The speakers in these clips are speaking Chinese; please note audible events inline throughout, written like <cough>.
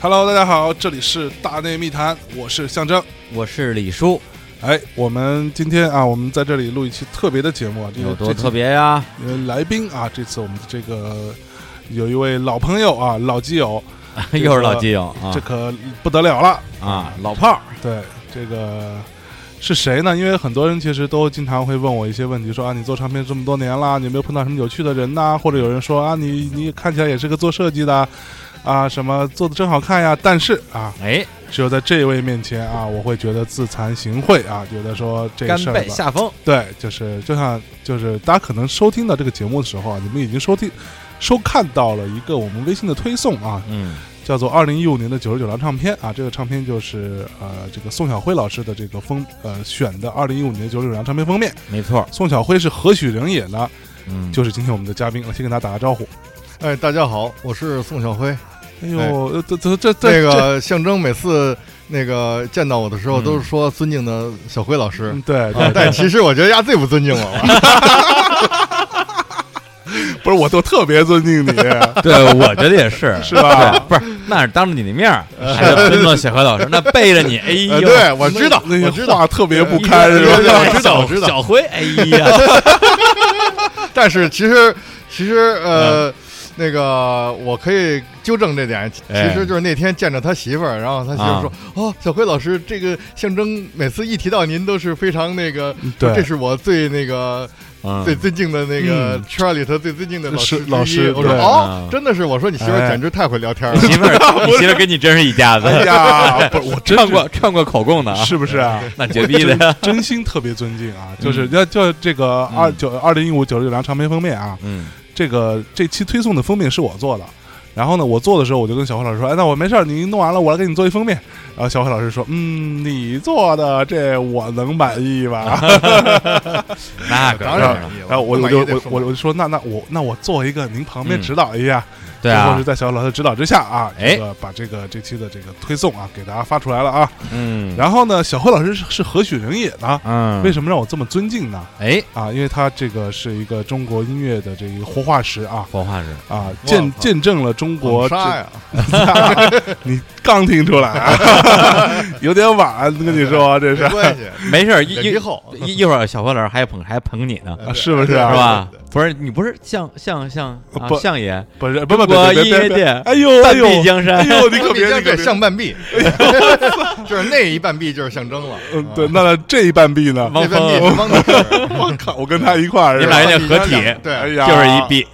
Hello，大家好，这里是大内密谈，我是象征。我是李叔，哎，我们今天啊，我们在这里录一期特别的节目啊，这个有多这期特别呀、 <laughs> 呃来宾啊，这次我们的这个有一位老朋友啊，老基友，这个又是老基友啊这可不得了了。啊，老炮儿，对，这个是谁呢？因为很多人其实都经常会问我一些问题，说啊，你做唱片这么多年啦，你有没有碰到什么有趣的人呐、或者有人说啊，你你看起来也是个做设计的。啊，什么做的真好看呀！但是啊，哎，只有在这位面前啊，我会觉得自惭形秽啊，觉得说这个甘事儿吧拜下风，对，就是就像就是大家可能收听到这个节目的时候啊，你们已经收听收看到了一个我们微信的推送啊，嗯，叫做《二零一五年的九十九张唱片》啊，这个唱片就是呃这个宋晓辉老师的这个封呃选的二零一五年九十九张唱片封面。没错，宋晓辉是何许人也呢？嗯，就是今天我们的嘉宾，先跟大家打个招呼。哎，大家好，我是宋晓辉。哎呦，呃这这这这那个象征每次那个见到我的时候，嗯都是说尊敬的小辉老师嗯，对啊对，但其实我觉得丫最不尊敬我了。 <laughs> 不是我都特别尊敬你，对，我觉得也 <laughs> 是，是吧哎对？不是，那是当着你的面儿，还得尊重小何老师，那背着 <laughs> 你，哎呦，呃对，我知道，那些我知道，呃话特别不堪是对吧对？对我小知道我知道小辉，哎 <laughs> 呀，但是其实其实嗯呃。那个，我可以纠正这点，其哎实就是那天见着他媳妇儿，然后他媳妇啊儿说：“哦，小辉老师，这个象征每次一提到您都是非常那个，对这是我最那个嗯最尊敬的那个嗯圈儿里头最尊敬的老是师老之一师我说对哦嗯，真的是，我说你媳妇哎儿简直太会聊天了你，媳妇儿，你媳妇儿跟你真是一家子，哎呀，不是我真串过串过口供的啊，是不 <laughs> 是啊？那绝逼的呀，嗯真心特别尊敬啊，就是要就这个二九二零一五九十九张唱片封面啊，嗯，这个这期推送的封面是我做的。然后呢，我做的时候我就跟小辉老师说：“哎，那我没事儿，你弄完了，我来给你做一封面。”然后小辉老师说：“嗯，你做的这我能满意吧 <laughs> 那可当是然了，？”然后我我我满就意我得说我我就说：“那那我那我做一个，您旁边嗯指导一下。对最后啊是，在小辉老师指导之下啊，哎这个把这个这期的这个推送啊给大家发出来了啊。嗯然后呢，小辉老师是是何许人也呢？嗯，为什么让我这么尊敬呢？哎，啊，因为他这个是一个中国音乐的这一个活化石啊佛话是，啊，靠见见证了中国捧 <laughs> 杀呀，这， <laughs> 你刚听出来、啊， <laughs> 有点晚，跟你说这是没关 <laughs> 系，没事儿，一脸一皮厚，一一会儿小何老师还捧还捧你呢，啊 <laughs> 是不是是啊吧呃对对对？不是你不是像像像啊不相爷不是不中不不国别别音乐别，界哎呦哎半呦壁江哎山，呦你可 <laughs> 别你对可对别，像半壁， <laughs> 就是那一半壁就是象征了，啊嗯对，那这一半壁呢？王那半壁峰啊是汪峰， <laughs> 我靠，我跟他一块儿你是们俩吧？有点合体，哎对，呀，就是一臂，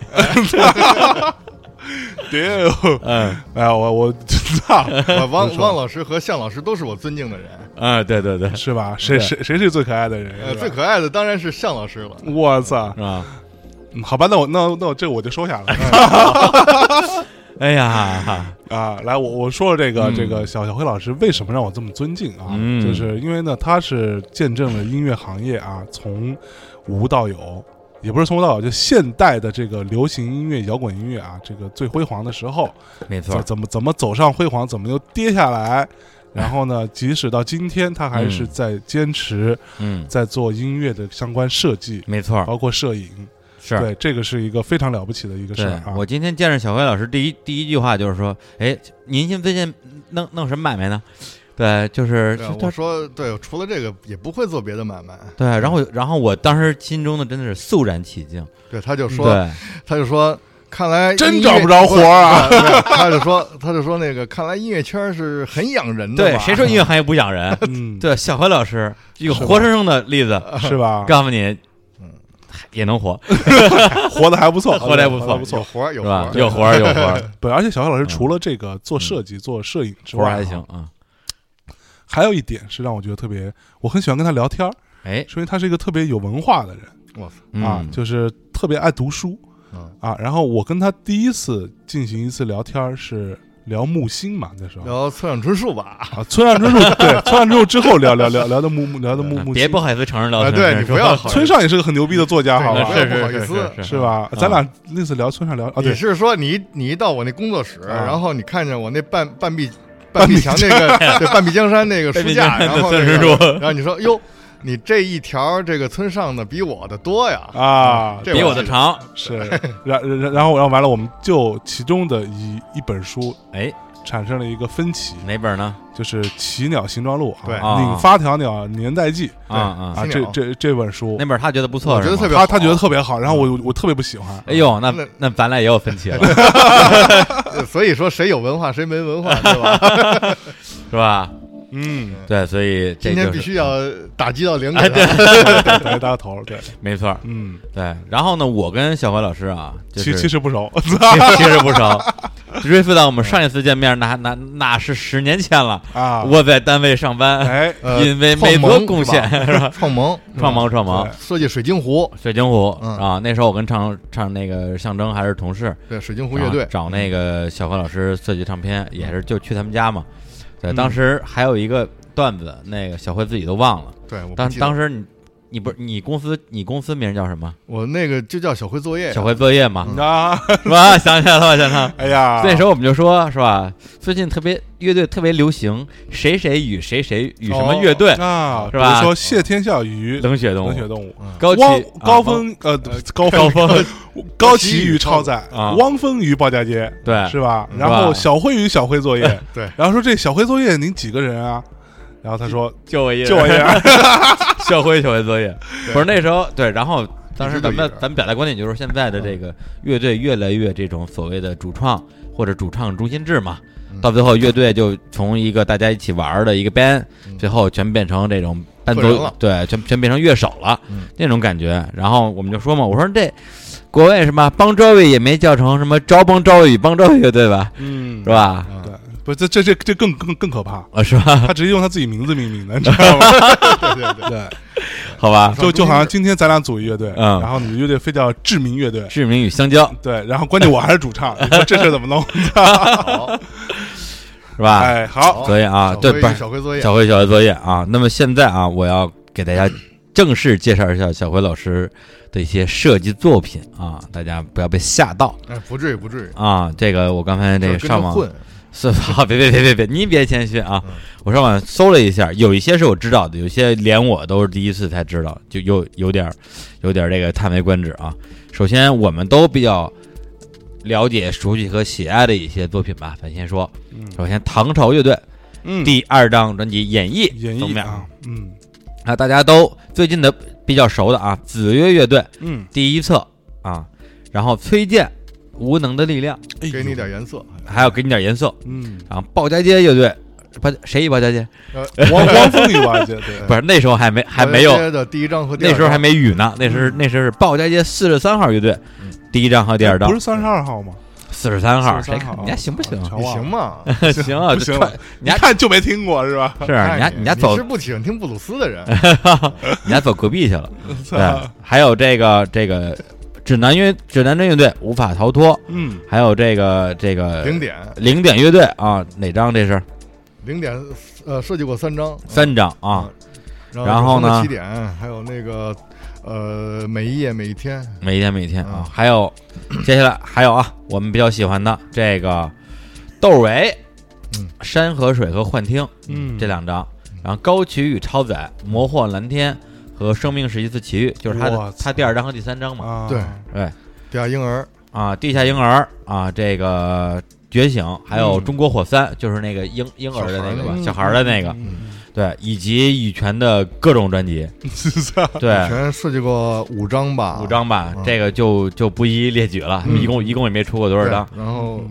丢，嗯哎呀我 <laughs> 我操，我哎不汪错汪老师和向老师都是我尊敬的人，嗯，对对对， <laughs> 是是吧？谁谁谁是最可爱的人？呃，是吧最可爱的当然是向老师了。我操，吧？嗯好吧，那我那那我这我就收下了。 <laughs> 哎呀，啊，来，我我说了这个、嗯这个小小辉老师为什么让我这么尊敬啊？嗯就是因为呢，他是见证了音乐行业啊从无到有，也不是从无到有，就现代的这个流行音乐、摇滚音乐啊，这个最辉煌的时候，没怎错，怎么怎么走上辉煌，怎么又跌下来？然后呢，即使到今天，他还是嗯在坚持、嗯，在做音乐的相关设计，没错，包括摄影。是。哦对，这个是一个非常了不起的一个事对儿啊。我今天见着小辉老师，第一第一句话就是说，哎，您现最近弄弄什么买卖呢？对，就是对啊他我说，对，除了这个也不会做别的买卖。对，然后然后我当时心中的真的是肃然起敬，对，他就说，对，他就说，看来真音找乐不着活儿啊！ <laughs> 对对他就说，他就说那个，看来音乐圈是很养人的对，嘛。谁说音乐行业不养人？<laughs> 嗯，对，啊小辉老师一个是吧活生生的例子，是吧？告诉你啊嗯，也能活，活得还不错， <laughs> 活得还不活错得不啊有错。活 <laughs> 儿是有活儿吧？有活儿有活儿，对，而且小小老师嗯除了这个做设计、做摄影之活外儿啊，还行啊。还有一点是让我觉得特别，我很喜欢跟他聊天儿，哎，是因为他是一个特别有文化的人哇塞，啊嗯，就是特别爱读书嗯啊。然后我跟他第一次进行一次聊天儿是聊木星嘛，那时哦候然后村上春树吧，啊，村上春树对村上春树之后聊聊聊聊的木木聊的木木啊呃别星不，好意思承认 <laughs> 聊啊，天，对你不要好村上也是个很牛逼的作家，好对吧那？嗯是不好是意是思是 <laughs> 是吧？嗯咱俩那次聊村上聊啊，你对，啊是说你你一到我那工作室，啊然后你看见我那半 <laughs> 半壁半壁墙那个对半壁江山那个半书壁架，江山然后的那村个上然后你说哟，你这一条这个村上的比我的多 <laughs> 呀，啊，这比我我的长，是，然然然后然后完了，我们就其中的一一本书哎，产生了一个分歧，哪本呢？就是《奇鸟行状录》啊，对啊领发条鸟年代记啊啊，啊，奇这鸟这这本书那，本他觉得不错，我觉得是吗特别他好，他觉得特别好，然后我我特别不喜欢，哎呦，那那那咱俩也有分歧了，呃所以说谁有文化谁没文化，对吧？是吧？嗯， <laughs> 对，所以 <laughs> 这今就天是必须要打击到灵哎感，对对，哎大头，对，没错，嗯，对。然后呢，我跟小辉老师啊，就其是其实 <laughs> 不熟，其其实不熟。 <laughs> 追溯到我们上一次见面，那那那是十年前了。啊，我嗯在单位上班，哎，呃因为创没盟做贡是吧献，是吧？创盟 <laughs> 嗯创盟创盟对，设计水晶壶，水晶湖嗯啊，那时候我跟唱唱那个象征还是同事，对水晶壶然乐后队，找那个小何老师设计唱片，也是就去他们家嘛。对，嗯当时还有一个段子，那个小辉自己都忘了。对，我当不记得当时你你不是你公司你公司名叫什么？我那个就叫小辉作业呀，小辉作业嘛， <laughs> 啊，是吧？想起来了吧，想想。哎呀，那时候我们就说是吧，最近特别乐队特别流行谁谁与谁谁与什么乐队，啊，是吧比如说谢天笑与冷血动冷物血，动物。高汪崎高峰，峰呃高啊高峰峰高旗与超载，啊汪峰与鲍家街，对是吧？嗯，然是后吧小辉与小 <laughs> 辉作业对然后说这小辉作业您几个人啊？然后他说就我一人就我一 <laughs> <laughs> 人，校徽校徽作业，对不是那时候对，然后当时咱一们直都一人咱们表达观点就是现在的这个乐队越来越这种所谓的主创或者主唱中心制嘛，嗯到最后乐队就从一个大家一起玩儿的一个 band，嗯最后全变成这种伴个人奏了，对，全全变成乐手了嗯那种感觉。然后我们就说嘛，我说这国外什么邦乔维也没叫成什么招邦赵伟与邦赵维乐队吧，嗯是？吧？啊对，不是这这这这更更更可怕，啊，是吧？他直接用他自己名字命名的，你知 <laughs> 道吗？对对对，对，好吧，就就好像今天咱俩组一乐队，嗯然后你的乐队非叫志明乐队。志明与香蕉对，然后关键我还是主 <laughs> 唱，你说这事儿怎么弄？好，是吧？哎，好，所以啊，小对，辉不是小辉作业，小辉小辉作业啊。那么现在啊，我要给大家正式介绍一下小辉老师的一些设计作品啊，大家不要被吓到哎，不至于不至于，啊。这个我刚才这个就是跟上着网混，是吧？ <laughs> 别别别别别，您别谦虚啊嗯！我上网搜了一下，有一些是我知道的，有些连我都是第一次才知道，就有有点儿有点儿这个叹为观止啊。首先，我们都比较了解、熟悉和喜爱的一些作品吧。咱先说，嗯首先唐朝乐队嗯，第二张专辑《演绎》演封绎面啊，嗯啊，大家都最近的比较熟的啊，子曰乐队嗯，第一册啊，然后崔健《无能的力量》，哎给你呦点颜色。还要给你点颜色，嗯， <laughs> 然后鲍家街乐队，鲍谁与鲍家街？汪汪峰与瓦姐，对，不是那时候还没还没我有，接的第一章呃和第那二章时候还没雨呢，那时候那时候是鲍家街四十三号乐队嗯，第一张和第二张不是三十二号吗？四十三号， 43谁看号你家行不行？全你忘了行 <laughs> 吗？行啊，不这行串你一家看就没听过 <laughs> 是吧？是啊你家看家走你是不喜欢听布鲁斯 <laughs> 的人，你家走隔壁去了，对，还有这个这个指南乐指南针乐队无法逃脱，嗯，还有这个这个零点零点乐队啊，哪张这是？零点呃设计过三章，三张啊，嗯然后呢有什么起点还有那个呃每一夜每一天，每一天每一天啊嗯，还 <coughs> 有接下来还有啊，我们比较喜欢的这个窦唯，嗯山河水和幻听，嗯这两张，然后高崎与超载，魔幻蓝天和生命是一次奇遇，就是他我的操他第二张和第三张嘛，啊，对对地下婴儿啊，地下婴儿啊，这个觉醒，还有嗯中国火三，就是那个婴婴儿的那个吧，嗯小孩儿的那个，嗯对，以及羽泉的各种专辑，对，全设计过五章吧，五张吧，嗯这个就就不一一列举了，嗯一共一共也没出过多少对张然后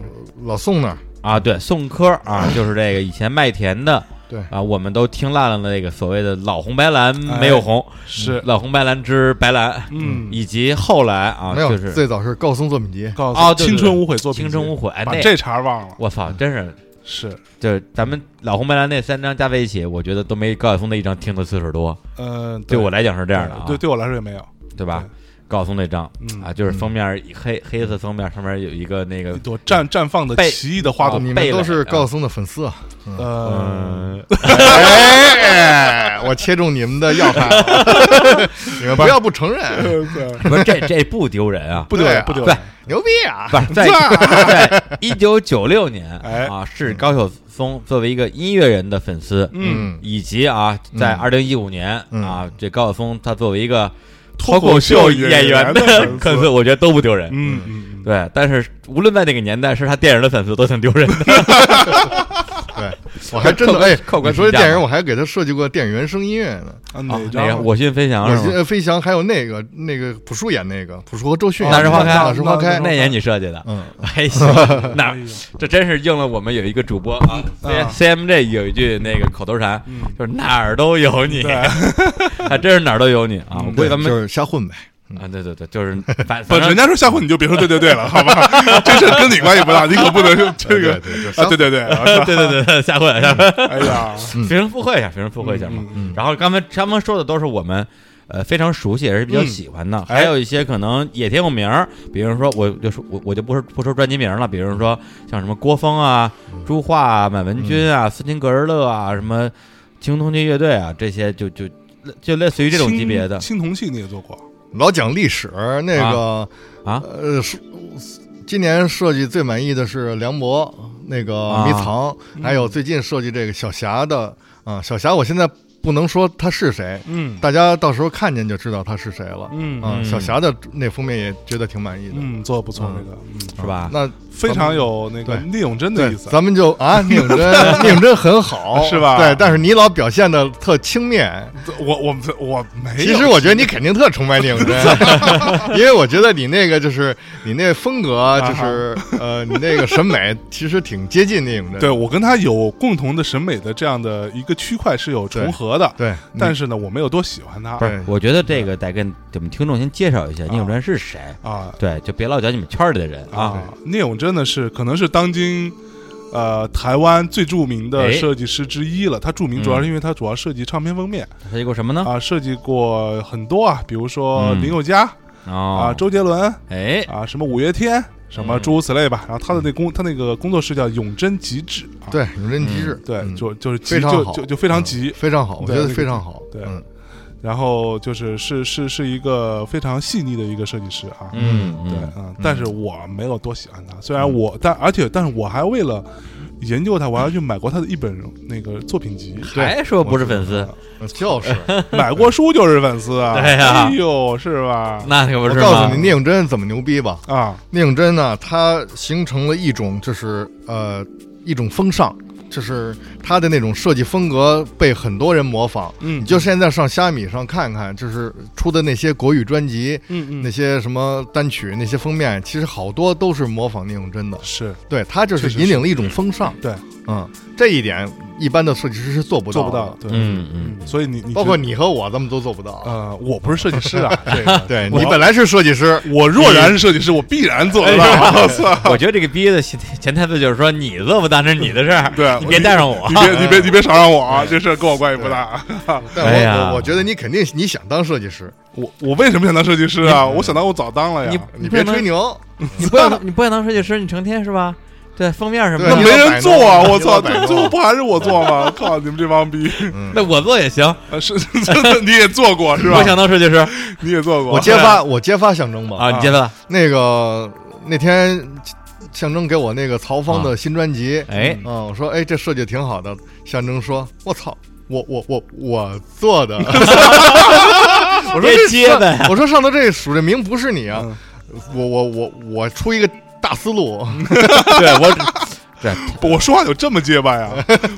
老宋那儿啊。对，宋柯啊，就是这个以前麦田的，对啊，我们都听烂了那个所谓的老红白蓝哎没有红， <laughs> 是，老红白蓝之白蓝，嗯，以及后来啊，没有就，是最早是高松作品集，告哦诉对对青春无悔作品集，青春无悔，哎，把那这茬儿忘了，我操，真是。是，就是咱们老红白蓝那三张加在一起，我觉得都没高晓松那一张听的次数多。呃，对我来讲是这样的啊，对，对我来说也没有，对吧？告诉那张嗯啊，就是封面黑黑色封面上面有一个那一个朵绽绽放的贝奇异的花朵啊，你们贝都勒是啊高松的粉丝啊！哦呃，嗯哎，我切中你们的要害了， <laughs> 你们不要不 <laughs> 承认，不是这这不丢人啊，不丢对脸，啊不丢嗯对脸，牛逼啊！不 <laughs> 是在 <laughs> 在一九九六年哎啊，是高晓松作为一个音乐人的粉丝，嗯，以及啊，在二零一五年嗯啊，这高晓松他作为一个脱脱口口秀秀演演员员的的粉粉丝丝，我觉得都不丢人。嗯嗯，嗯对，但是无论在哪个年代，是他电影的粉丝都挺丢人的。对，我 <laughs> 还真的客观哎，客观你说这评价电影，嘛我还给他设计过电影原声音乐呢。啊 <laughs> 啊哪那个张？我心飞翔我记是吗？得飞翔还有那个那个朴树演那个朴树和周迅哦演那的是花开那是花开那那年你设计的，嗯， <laughs> 哎行，那哎呦这真是应了我们有一个主播啊啊，C M J 有一句那个口头禅嗯，就是哪儿都有你，对 <laughs> 还真是哪儿都有你啊！我估计嗯对，咱们就是瞎混呗。啊，对对对，就是反不，反人正家说吓唬你就别说对 <laughs> 对对了，好吧？这事儿跟你关系不大，你可不能用这个对对对啊！对对对，啊对对对对，下回下回哎呀，肥人附会一下，肥人附会一下嘛。嗯然后刚才他们说的都是我们呃非常熟悉，也是比较嗯喜欢的，哎还有一些可能也挺有名儿，比如说我就说我我就不说不说专辑名了，比如说像什么郭峰啊、朱桦啊、满文军啊、斯琴格尔乐啊、什么青铜器乐队啊，这些就就就类似于这种级别的青青铜器你也做过，老讲历史，那个啊呃，是今年设计最满意的是梁博那个啊迷藏，嗯还有最近设计这个小霞的啊，小霞我现在不能说她是谁，嗯大家到时候看见就知道她是谁了。嗯啊，嗯小霞的那封面也觉得挺满意的，嗯，做的不错，这个嗯是吧？那非常有那个对聂永贞的对意，思，咱们就啊， <laughs> 宁真，宁真很好，是吧对，但是你老表现的特轻蔑，我我我没有，其实我觉得你肯定特崇拜宁 <laughs> 真，因为我觉得你那个就是你那风啊格，就是呃，你那个审美其实挺接近宁真，对我跟他有共同的审美的这样的一个区块是有重合的，对，但你是呢，我没有多喜欢他不是，我觉得这个得跟我们听众先介绍一下聂永真是谁，啊对，就别老讲你们圈里的人啊。啊！聂永真呢是可能是当今。呃，台湾最著名的哎设计师之一了。他著名主要是因为他主要设计唱片封面他一个什么呢？啊，设计过很多啊，比如说嗯林宥嘉啊啊、周杰伦哎，啊，什么五月天，什么嗯诸如此类吧。然后他的那工，他那个工作室叫永真极致啊。对宁真极致，对，嗯就就是极非常就好嗯就就非常极，非常好，我觉得对非常好，对嗯然后就是是是是一个非常细腻的一个设计师啊。嗯，对嗯，嗯，但是我没有多喜欢他，虽然嗯我但而且但是我还为了研究他，我还去买过他的一本那个作品集，哎还说不是粉丝，呃 <laughs> 就是，买过书就是粉丝 <laughs> 啊，对呀哎呦是吧？那可不我是告吗诉你，宁真怎么牛逼吧？啊，宁真呢，它形成了一种就是呃一种风尚，就是它的那种设计风格被很多人模仿。嗯你就现在上虾米上看看，就是出的那些国语专辑，嗯那些什么单曲，那些封面，其实好多都是模仿聂永真的。是对，他就确是实是引领了一种风尚。对，嗯，这一点一般的设计师是做不到，做不到，，对，嗯嗯，所以你你包括觉你和我，咱们都做不到。呃，我不是设计师 <laughs> 啊，这个对我你本来是设计师，我若然是设计师，我必然做不到，我操，我觉得这个逼的潜潜台词就是说，你做不当是你的事儿，对你别带上我你。别你别你别少让我啊，这事儿跟我关系不大。啊但哎我呀我我觉得你肯定你想当设计师，我我为什么想当设计师啊？我想当我早当了呀。你别吹牛。你不要，你不要当设计师，你成天是吧？对，封面什么那对没的，人做啊！我操，你老摆这弄最后不还是我做吗？靠，你们这帮逼！那我做也行。啊是，真的你也做过是吧啊我？想当设计师你也做过。我揭发我揭发象征吧啊，你接 <laughs> 着。那个那天象征给我那个曹芳的新专辑，啊哎，嗯，我说哎这设计挺好的，象征说我操，我我我我做 <laughs> 的，我说别这接呗上我说上头这署这名不是你啊嗯，我我我我出一个大 <laughs> 思路，对我，对，不我说话有这么结巴呀？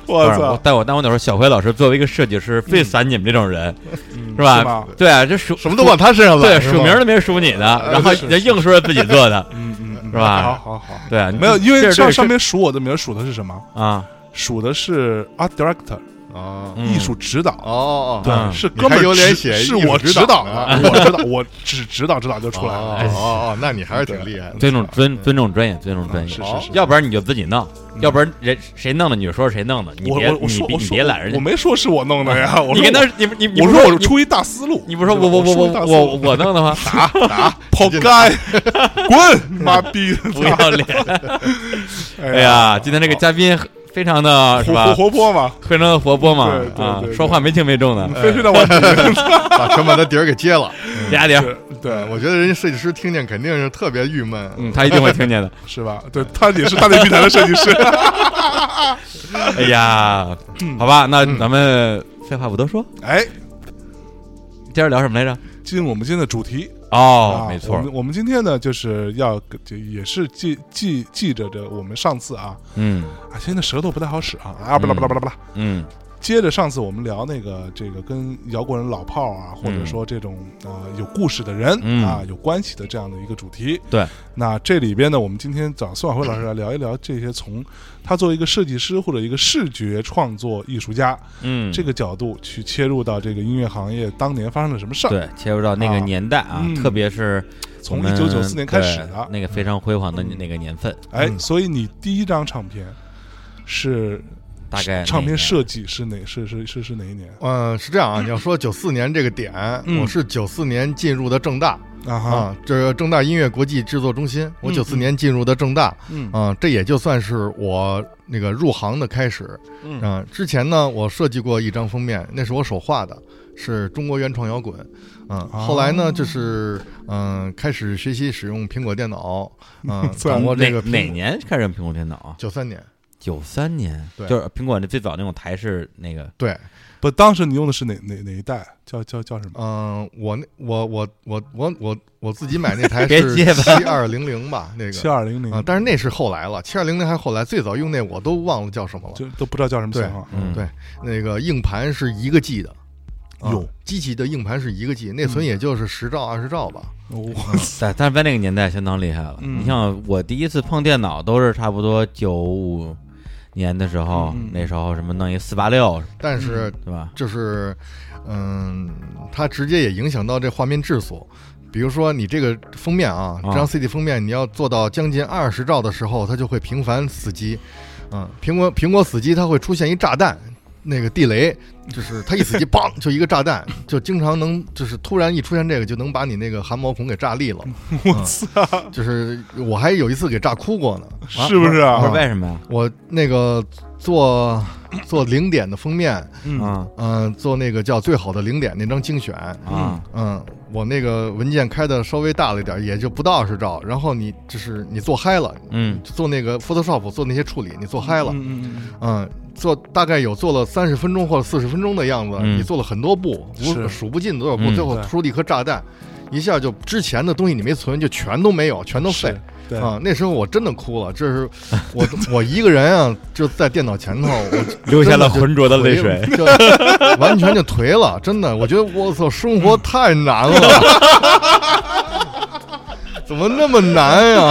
不我是我操，，但我但我得说，小辉老师作为一个设计师，最烦你们这种人，嗯是是吧？对啊，这署什么都往他身上对揽，是署吧名都没署你的，然后啊是人硬说是自己做的，嗯嗯嗯，是吧好好好，对啊，你没有，因这为是上这是上面数我的名儿数的是什么？啊，数的是 art director，哦艺术指导。哦哦，对，嗯是你哥们还有儿脸指，写是艺术我指指导导呢的，我指导，我指指导指导就出来哦了。啊哎哦哦，那你还是挺厉害的。尊重尊尊重专业，尊重专业是，好啊是是，嗯要不然你就自己弄，要不然人谁弄的你就说谁弄的，你我别我我你说别我你说别懒人我家，没说是我弄 <laughs> 的呀，我你说跟他我你你你我不说我你出一大思路，你不说是吧我我我出一我大思我路我弄的吗？ <laughs> 跑该，滚，妈逼的，不要脸！ <laughs> 哎哎呀，今天这个嘉宾非常的是活吧活？活泼嘛，非常的活泼嘛对对啊对，对嗯说话没轻没重的。呃非非让我把成本的底儿给揭了。俩点儿，对，我觉得人家设计师听见肯定是特别郁闷。嗯，他一定会听 <laughs> 见的。是吧？对他也是大内密谈的设计师， <laughs> 哎呀，嗯好吧，那咱们废话不多说，哎，接着聊什么来着？进入我们今天的主题哦啊，没错我，们我们今天呢，就是要就也是记记记着的，我们上次啊嗯啊，现在舌头不太好使啊啊，不啦不啦不啦不啦。嗯接着上次我们聊那个这个跟摇滚老炮儿啊，或者说这种啊、呃有故事的人、嗯啊有关系的这样的一个主题。对，那这里边呢，我们今天找宋晓辉老师来聊一聊这些从他作为一个设计师或者一个视觉创作艺术家、嗯，这个角度去切入到这个音乐行业当年发生了什么 <laughs> 事儿，对，切入到那个啊年代啊嗯，特别是从我们一九九四年开始对的。那个非常辉煌的嗯那个年份，哎，嗯所以你第一张唱片是大概那唱一片年设计是哪是是是是哪一年嗯，是 <laughs> 这样啊，你要说九四年这个点，嗯我是九四年进入的正大啊哈？啊，这是正大音乐国际制作中心，我嗯九四年进入的正大嗯啊，这也就算是我那个入行的开始。嗯啊，之前呢，我设计过一张封面，那是我手画的，是中国原创摇滚。嗯，哦后来呢，就是嗯、开始学习使用苹果电脑，嗯、 <laughs> 虽然掌握这个哪哪年开始用苹果电脑啊？九三年，九三年，对就是苹果那最早那种台式那个，对，不，当时你用的是哪哪哪一代？叫叫叫什么？嗯、我那我我我我我我自己买那台别是结巴七二零零吧，那七个二零零啊、但是那是后来了，七二零零还后来，最早用那我都忘了叫什么了。就都不知道叫什么型号。嗯，对那个硬盘是一个 G 的，啊哟机器的硬盘是一个 G，内存嗯也就是十兆二十兆吧。我但但是在那个年代相当厉害了。嗯你像我第一次碰电脑都是差不多九五年的时候，嗯嗯那时候什么弄一四八六，但是对吧？就是，嗯，它直接也影响到这画面质素。比如说你这个封面啊，啊这张 CD 封面你要做到将近二十兆的时候，它就会频繁死机。嗯，苹果苹果死机，它会出现一炸弹，那个地雷，就是它一死机， <laughs> 砰就一个炸弹，就经常能就是突然一出现这个，就能把你那个汗毛孔给炸裂了。嗯我啊操，就是我还有一次给炸哭过呢。啊 <laughs> 是不是不是啊？为什么呀？我那个做做零点的封面，嗯，啊嗯、做那个叫最好的零点那张精选，啊，嗯，我那个文件开的稍微大了一点，也就不到二十兆。然后你就是你做嗨了，嗯做那个 Photoshop 做那些处理，你做嗨了，嗯嗯嗯做大概有做了三十分钟或者四十分钟的样子，嗯你做了很多步，是无数不尽多少步，嗯最后对出了一颗炸弹，一下就之前的东西你没存，就全都没有，全都嗯，废是。对，啊，那时候我真的哭了，这是我我一个人啊，就在电脑前头，我流下了浑浊的泪水。 <laughs> <laughs> 就完全就颓了，真的，我觉得我操，生活太难了，怎么那么难呀、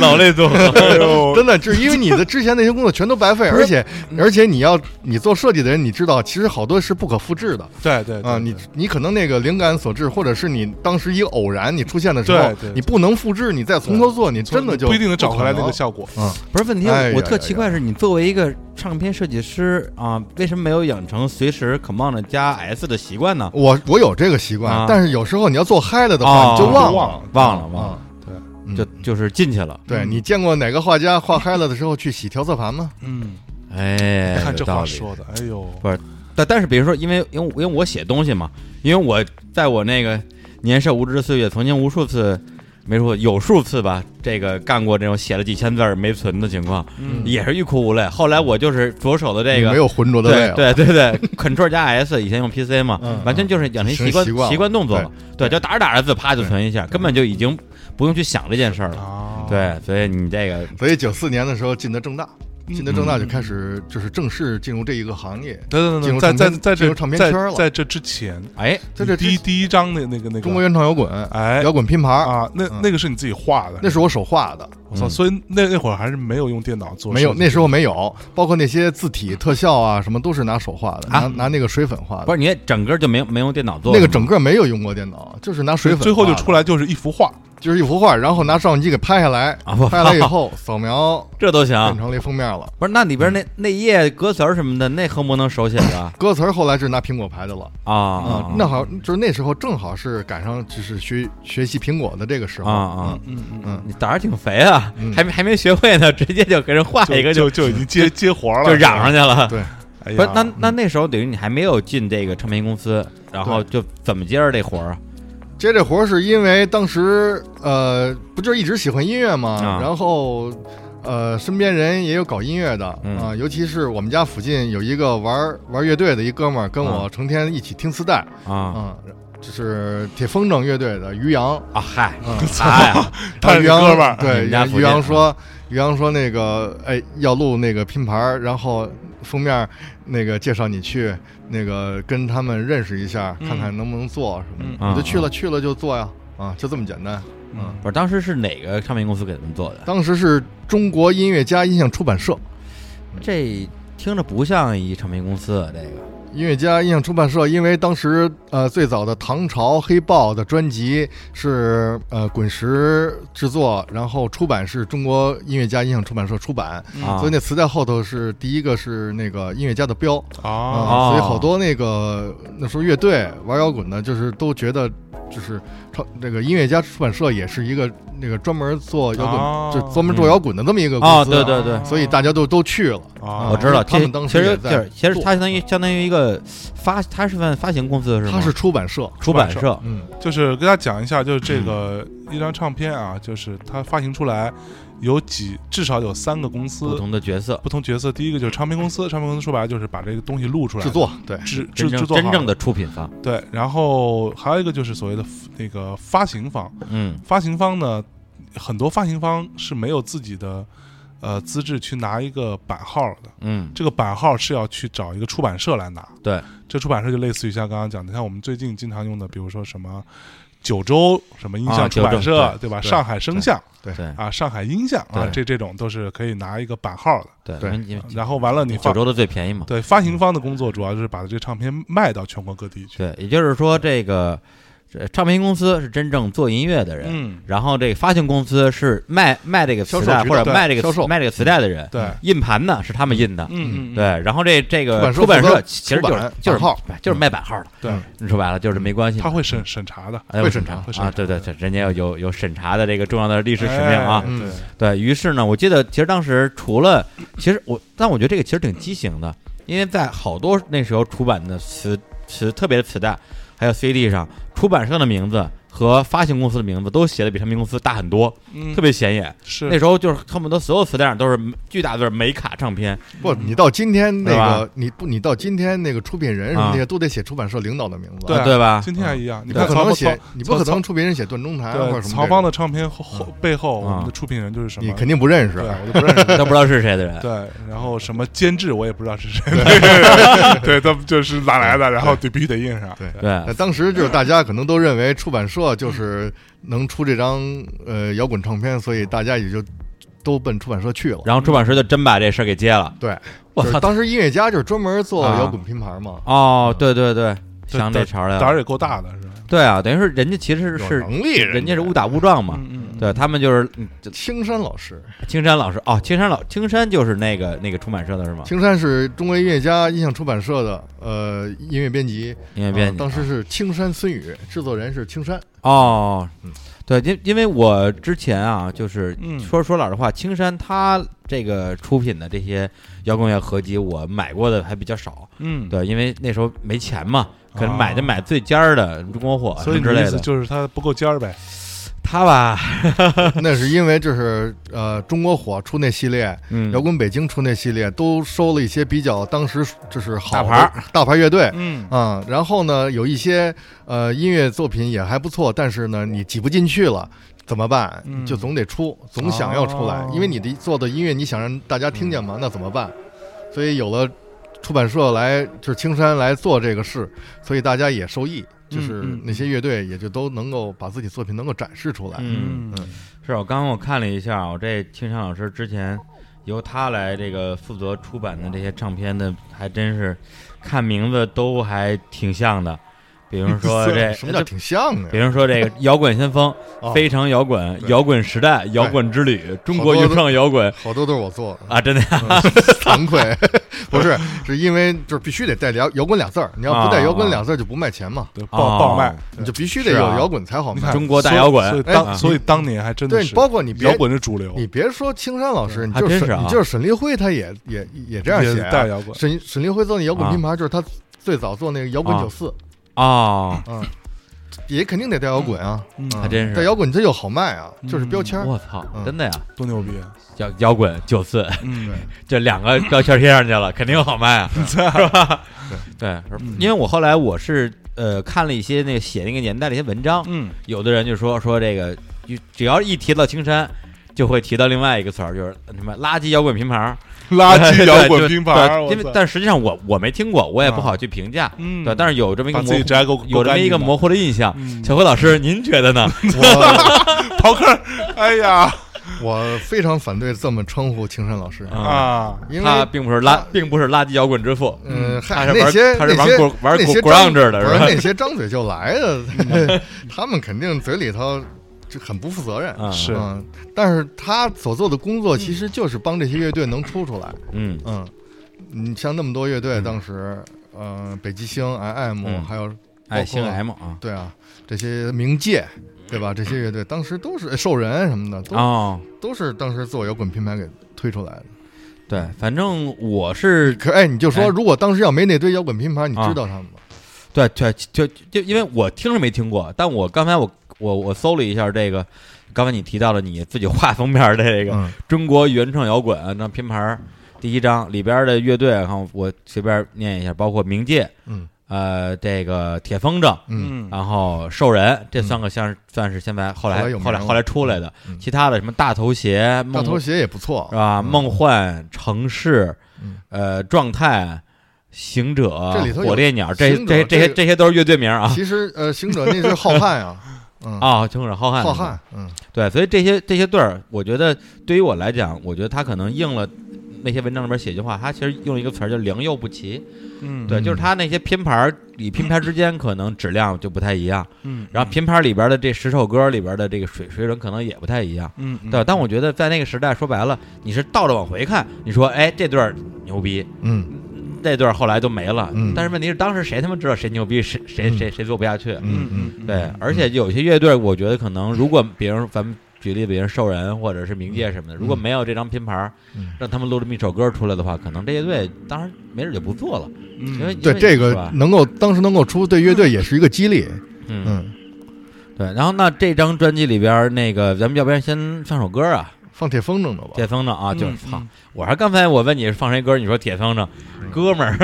老泪纵横。哎呦， <laughs> 真的，就是因为你的之前那些工作全都白费，而且而且你要你做设计的人，你知道，其实好多是不可复制的。对对啊，对你对你可能那个灵感所致，或者是你当时一个偶然你出现的时候对对，你不能复制，你再从头做，你真的就不一定能找回来那可能个效果。嗯，不是问题，哎呀我特奇怪是你作为一个唱片设计师啊，为什么没有养成随时 command 加 s 的习惯呢？我我有这个习惯，啊但是有时候你要做嗨了的哦话，你就忘啊忘了忘了，忘啊了，。嗯就就是进去了。对你见过哪个画家画嗨了的时候去洗调色盘吗？嗯，哎，看有这道话理。说的，哎呦，但但是比如说，因为因为因为我写东西嘛，因为我在我那个年少无知的岁月，曾经无数次，没说有数次吧，这个干过这种写了几千字儿没存的情况，嗯也是欲哭无泪。后来我就是左手的这你没个。有浑浊的泪对啊。对对对 <laughs> ，Ctrl 加 S，以前用 PC 嘛，嗯完全就是养成习惯成习惯了习惯动作了。对，就打着打着字，啪就存一下，根本就已嗯经不用去想这件事儿了。啊，哦对，所以你这个所以九四年的时候进的正大，新德正大就开始嗯就是正式进入这一个行业。等等进等，在在入唱片在进这入唱片圈在了在这之前，哎，在这第一之第一章的那个那个中国原创摇滚、哎摇滚拼盘儿，啊，那嗯那个是你自己画的，那是我手画的，我操，所以那那会儿还是没有用电脑做设没计，有那时候没有，包括那些字体特效啊什么都是拿手画的，啊拿拿那个水粉画不的。是你整个就没没用电脑做那个吗整个没有用过电脑，就是拿所水以粉画的，最后就出来就是一幅画，就是一幅画，然后拿照相机给拍下来，啊我拍下来 <laughs> 以后扫描这都行，变成嗯了一封面了。不是那里边那那页歌词儿什么的，那横不能手写的歌词儿后来是拿苹果排的了啊啊啊，那好，就是那时候正好是赶上就是学学习苹果的这个时候啊啊嗯！嗯嗯嗯你胆儿挺肥啊，嗯还没还没学会呢，直接就给人画一个就就已经接接活了，就嚷上去了。对，哎呀，不是，那那那时候等于你还没有进这个唱片公司，然后就怎么接着这活儿啊？接这活儿是因为当时呃，不就是一直喜欢音乐嘛，啊然后呃，身边人也有搞音乐的啊、嗯尤其是我们家附近有一个玩儿玩乐队的一哥们儿，跟啊我成天一起听磁带啊啊、就是铁风筝乐队的于洋。啊 <laughs> 嗨，啊， <laughs> 他呀，他是于你洋哥们儿对，你们家于附于洋近啊说，于洋说那个，哎，要录那个拼盘儿，然后封面儿那个介绍你去那个跟他们认识一下，嗯看看能不能做什么的。嗯我就去了，去了就做呀，啊，就这么简单。嗯，不是当时是哪个唱片公司给他们做的？当时是中国音乐家音像出版社，这听着不像一唱片公司啊，这个音乐家音像出版社，因为当时呃最早的唐朝黑豹的专辑是呃滚石制作，然后出版是中国音乐家音像出版社出版。啊所以那磁带后头是第一个是那个音乐家的标啊，啊、哦所以好多那个那时候乐队玩摇滚的，就是都觉得就是唱这个音乐家出版社也是一个那个专门做摇滚，哦就专门做摇滚的这么一个公啊，司，对对对，所以大家都都去了。啊嗯我知道，他这们当其时实也就是在其实做它相当于相当于一个发，它是份发行公司是吗？啊它是出版社，出版社，嗯，就是跟大家讲一下，就是这个一张唱片啊，就是它发行出来有几至少有三个公不司。同的角色不同角色，第一个就是唱片公司，唱片公司说白了就是把这个东西录出来的制作对，制真制制正作好真正的出品方，对，然后还有一个就是所谓的那个发行方，嗯发行方呢，很多发行方是没有自己的呃资质去拿一个版号的，嗯，这个版号是要去找一个出版社来拿。对，这出版社就类似于像刚刚讲的，像我们最近经常用的，比如说什么九州什么音啊像出九州版社，对对吧？对上海声像对啊，上海音像啊对，这这种都是可以拿一个版号的。对对嗯因为然后完了你九发州的最便宜嘛，对发行方的工作主要就是把这唱片卖到全国各地去。对，也就是说这个这唱片公司是真正做音乐的人，嗯，然后这个发行公司是卖卖这个销磁售带渠或者道卖这个销售磁卖这个磁带的人，对，印盘呢是他们印的，嗯嗯，对，然后这这个出出版版社社负责其实就是出版就是就版号是卖版号的，对，你说白了就是没关系的他。会审审查的。嗯哎会有审查会审啊，查对对对，人家有有有审查的这个重要的历史使命啊哎，嗯对对于是呢，我记得其实当时除了，其实我，但我觉得这个其实挺畸形的，因为在好多那时候出版的磁磁特别的磁带，还有 CD 上，出版社的名字和发行公司的名字都写的比唱片公司大很多，嗯，特别显眼。是那时候就是恨不得所有磁带上都是巨大字儿美卡唱片，不，你到今天那对个吧，你不，你到今天那个出品人什么啊那些都得写出版社领导的名字，对啊对吧？今天还一样，你你看不可曹能操写，你不可曹能出别人写段中台或者对什么。曹芳，的唱片后后背后，我啊们的出品人就是什么？你肯定不认识，对，啊。我都不认识。都不知道是谁的人，对，然后什么监制我也不知道是谁， <laughs> 对，他们就是哪来的，然后得必须得印上。对对那当时就是大家可能都认为出版社嗯就是能出这张呃摇滚唱片，所以大家也就都奔出版社去了。哦然后出版社就真把这事儿给接了。对，我就是操！当时音乐家就是专门做啊摇滚拼盘嘛，哦，对对对，嗯对想这茬儿来胆儿了。也够大的，是吧？对啊，等于是人家其实有是能力人人家是误打误撞嘛。嗯嗯，对他们就是嗯这青山老师，青山老师哦，青山老青山就是那个那个出版社的是吗？青山是中国音乐家音像出版社的呃音乐编辑，音乐编啊辑、当时是青山孙宇，制作人是青 <laughs> 山。哦嗯，对，因因为我之前啊，就是嗯说说老实话，青山他这个出品的这些摇滚乐合集，我买过的还比较少。嗯，对，因为那时候没钱嘛，可能啊买就买最尖儿的中国货什所以么你之的类意思的。就是他不够尖儿呗？他吧，那是因为就是呃中国火出那系列，嗯摇，滚北京出那系列，都收了一些比较当时就是好的大牌儿大牌乐队。嗯啊、然后呢，有一些呃音乐作品也还不错，但是呢，你挤不进去了，怎么办嗯？就总得出，总想要出来哦，嗯因为你的做的音乐，你想让大家听见嘛，那怎么办？所以有了出版社来，就是青山来做这个事，所以大家也受益，就是嗯嗯那些乐队也就都能够把自己作品能够展示出来。嗯嗯是我刚刚我看了一下，我这青山老师之前由他来这个负责出版的这些唱片的，还真是看名字都还挺像的，比如 <laughs> 说这什么叫挺像的比呀？如说这个摇滚先锋、哦非常摇滚、对摇滚时代、摇滚之旅、中国原创摇滚好多都是 <laughs> 我做的，嗯啊，真的呀，惭愧， <laughs> 不是，是因为就是必须得带摇摇滚俩字儿，你要啊不带摇滚俩字儿就不卖钱嘛，对爆爆卖，你就必须得有是啊摇滚才好你卖看。中国大摇滚所以哎当啊所以当年还真的对，是包括你别摇滚是主流，你别说青山老师，你还就真是沈是啊你就是沈立辉，他也也也这样也写是啊、大摇滚沈沈立辉做那摇滚啊拼盘，就是他最早做那个摇滚啊九四，哦，嗯，也肯定得带摇滚啊，嗯嗯还真是带摇滚它就好卖啊，就是标签儿。我操，嗯真的呀，多牛逼！啊 <laughs> 摇摇滚九四，嗯，这两个标签贴上去了，肯定好卖 <laughs> 啊，是吧？对，嗯因为我后来我是呃看了一些那个写那个年代的一些文章， <laughs> 嗯，有的人就说说这个，一只要一提到青山。就会提到另外一个词儿，就是什么垃圾摇滚拼盘儿，垃圾摇对滚拼 <laughs> 对盘儿，我因为操但实际上我我没听过，我也不啊好去评价。嗯，对，但是有这么一个把模自己糊，摘够有这么一个模糊的印象。嗯小辉老师，您觉得呢？ <laughs> 逃课，哎呀我 <laughs> 非常反对这么称呼青山老师，啊啊，因他为。并不是垃，并不是垃圾摇滚之父。嗯，他嗨，是玩那些他是那玩些果玩那些果张 ground 的不是吧那些张嘴就来的， <laughs> 他们肯定嘴里头就很不负责任。啊，是嗯，但是他所做的工作其实就是帮这些乐队能出出来。嗯嗯，你像那么多乐队，当时，呃，北极星、M，嗯还有爱星包括 M 嗯啊，对啊，这些冥界，对吧？这些乐队当时都是呃兽人什么的，都、哦，都是当时做摇滚品牌给推出来的。对，反正我是可哎，你就哎啊说，如果当时要没那堆摇滚品牌，你知道他们吗？对对就就因为我听是没听过，但我刚才我我我搜了一下这个，刚才你提到了你自己画封面的这个嗯，中国原创摇滚那拼盘儿第一张里边的乐队，然后我随便念一下，包括冥界，嗯呃，这个铁风筝，嗯，然后兽人这三个像是算是现在后来后来有名后来了后来出来的，嗯其他的什么大头鞋、大梦头鞋也不错啊、嗯梦幻城市嗯、呃状态、行者这里、头有火烈鸟，这行者这这这些个这些都是乐队名啊其实呃，行者那是浩瀚 <laughs> 啊，嗯，啊，行者浩瀚浩瀚，嗯，对，所以这些这些队儿，我觉得对于我来讲，我觉得他可能应了那些文章里边写一句话，他其实用了一个词儿叫“良莠不齐”。嗯对，就是他那些拼盘儿与拼盘儿之间可能质量就不太一样，嗯，然后拼盘儿里边的这十首歌里边的这个水水准可能也不太一样。嗯，嗯对，但我觉得在那个时代，说白了，你是倒着往回看，你说，哎，这对儿牛逼，嗯那对儿后来都没了。嗯但是问题是，当时谁他妈知道谁牛逼，谁谁谁谁做不下去？嗯嗯嗯，嗯，对，而且有些乐队，我觉得可能如果别人咱们举例，别人兽人或者是冥界什嗯么的，如果没有这张拼盘儿嗯，让他们录这么一首歌出来的话，可能这乐队当时没准就不做了，因为嗯对因为这是个吧能够当时能够出，对乐队也是一个激励，嗯嗯，对。然后那这张专辑里边儿那个，咱们要不然先放首歌啊，放铁风筝的吧， 《铁风筝》啊，嗯就是嗯操，我还刚才我问你放谁歌，你说《铁风筝》，哥们儿，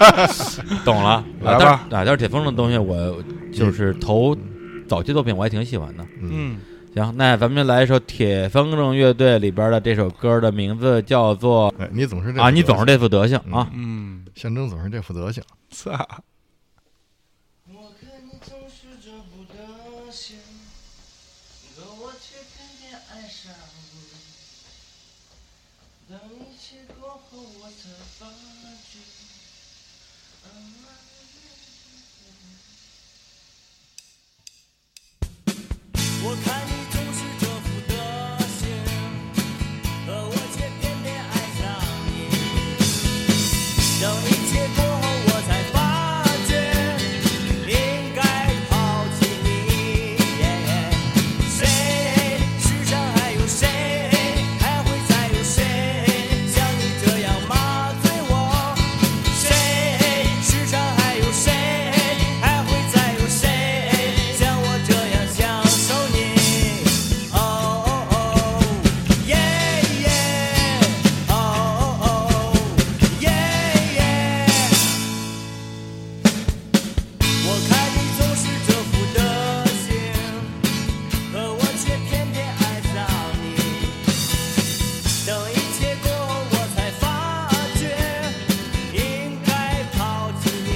<laughs> 懂了，来啊但是吧啊，但是《铁风筝》的东西我就是头早期作品我还挺喜欢的。嗯行，那咱们就来一首铁风筝乐队里边的这首歌的名字叫做哎，你总是这啊，你副德总是这副德行啊，嗯，象征总是这副德行。操，我看你总是这副德行，可我却偏偏爱上你。等一切过后，我才发觉。啊我看你总是这副德行，可我却偏偏爱上你。等一切过后，我才发觉应该抛弃你。谁？世上还有谁？还会再有谁像你这样麻醉我？谁？世上还有谁？还会再有谁像我这样享受你？哦哦等一切过后，我才发觉应该抛弃你。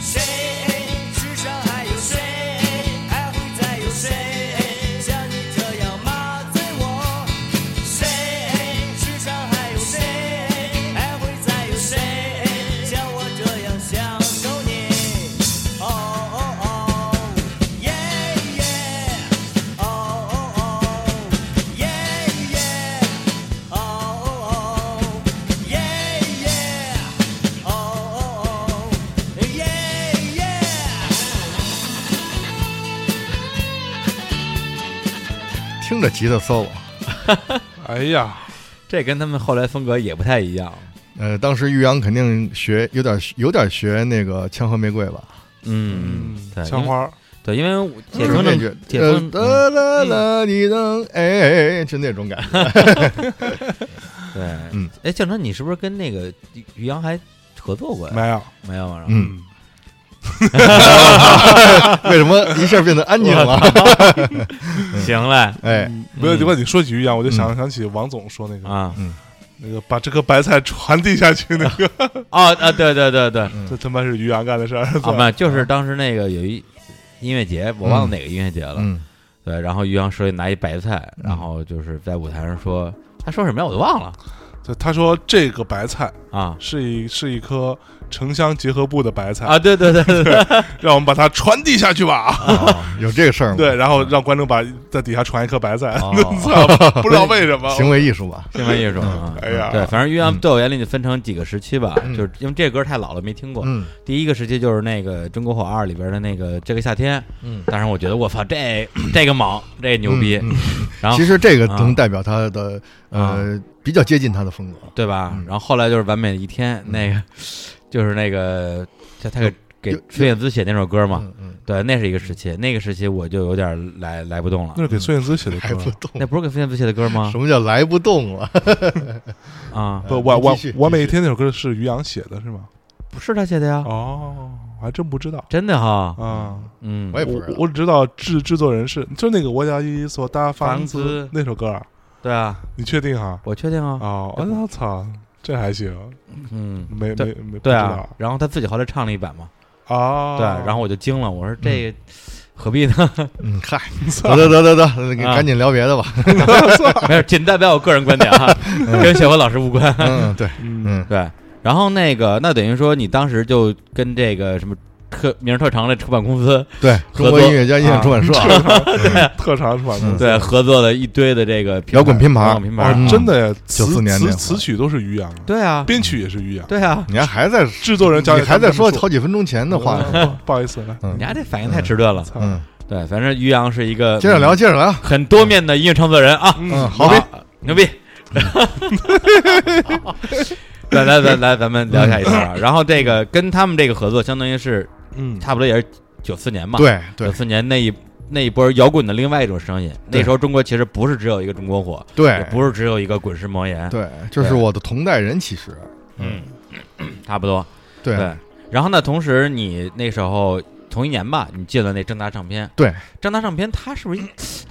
谁世上还有谁还会再有谁像你这样麻醉我？谁世上还有谁还会再有谁像我这样享受你？哦哦哦，耶耶，哦哦哦，耶耶，哦哦哦，耶耶，哦哦哦，耶耶。听着吉他 solo。 <laughs> 哎呀，这跟他们后来风格也不太一样。呃，当时岳阳肯定学有点有点学那个《枪和玫瑰》吧，嗯，对，枪花儿，嗯对，因为我解就封这是那么句解呃封嗯哒啦啦，你能哎哎哎，就那种感觉。对，嗯，哎，郑成，你是不是跟那个于于洋还合作过呀？没有，没有啊？嗯， <laughs> 为什么一下变得安静了？ <laughs> 行嘞，哎，没有。结果你说起于洋，我就想想起王总说那个嗯啊那个把这颗白菜传递下去那个，哦啊，对对对对，嗯 <laughs> 这他妈是于洋干的 <laughs> 事儿。啊，操不，就是当时那个有一音乐节，我忘了哪个音乐节了。嗯，对，然后于洋手里拿一白菜，然后就是在舞台上说，他说什么呀？我都忘了对，他说这个白菜啊是一是一颗城乡结合部的白菜，啊！对对对对 <laughs> 对，让我们把它传递下去吧。哦有这个事儿吗？ <laughs> 对，，然后让观众把在底下传一颗白菜， <laughs> 哦操，不知道为什么。 <laughs> 行为艺术吧。新闻艺术啊，哎呀对，反正于洋在我眼里就分成几个时期吧，嗯就是因为这歌太老了没听过。嗯第一个时期就是那个《中国火二》里边的那个《这个夏天》，嗯，当时我觉得我操，这 <clears throat> 这个猛，这个牛逼，嗯嗯然后其实这个啊能代表他的呃比较接近他的风格。对吧？嗯然后后来就是《完美的一天》，嗯那个就是那个他他给给有孙燕姿写那首歌嘛，嗯嗯，对，那是一个时期，那个时期我就有点来来不动了那。是给孙燕姿写的来歌，不动。那不是给孙燕姿写的歌吗什？么叫来不动了？啊，不，我我继续我每继续天那首歌是于洋写的是吗？不是他写的 <laughs> 呀，哦，我还真不知道真的哈，啊。嗯我，也不我知道。我只知道制制作人是就那个我要一所大房房子那首歌啊，对啊，你确定哈？我确定啊，哦，哎我操，这还行，嗯，没没没不知对啊道，然后他自己后来唱了一版嘛，啊。对，然后我就惊了，我说这个何必呢？ <laughs> 嗯， <laughs> 嗨， <laughs> 操得得得得得，啊赶紧聊别的吧。没有，仅代表我个人观点啊，跟小何老师无关。 <laughs> 嗯，对，嗯，嗯对，然后那个，那等于说你当时就跟这个什么特名儿特长的出版公 <laughs> 司，对，中合国作音乐家音乐出版社，特长是吧？嗯对合作了一堆的这个品牌摇滚拼盘摇滚品牌，哦嗯真的耶，词94年那词会儿词曲都是于洋啊，对啊，编曲也是于洋，对啊， <laughs> 你还还在制作人加你还在说他们好几分钟前的话呢。嗯不好意思 <laughs> 了，嗯你家这反应太迟钝了。操，嗯，对，反正于洋是一个嗯接着聊，接着聊。很多面的音乐创作人啊，嗯，好好呗。牛 <laughs> 逼。来来来来，咱们聊一下一下 <laughs> 啊。然后这个跟他们这个合作，相当于是嗯，差不多也是九四年嘛，对对九四年那一那一波摇滚的另外一种声音。那时候中国其实不是只有一个中国火，也对，不是只有一个滚石魔岩，对，就是对我的同代人，其实嗯，差不多。对然后呢，同时你那时候同一年吧，你进了那正大唱片，对，正大唱片它是不是一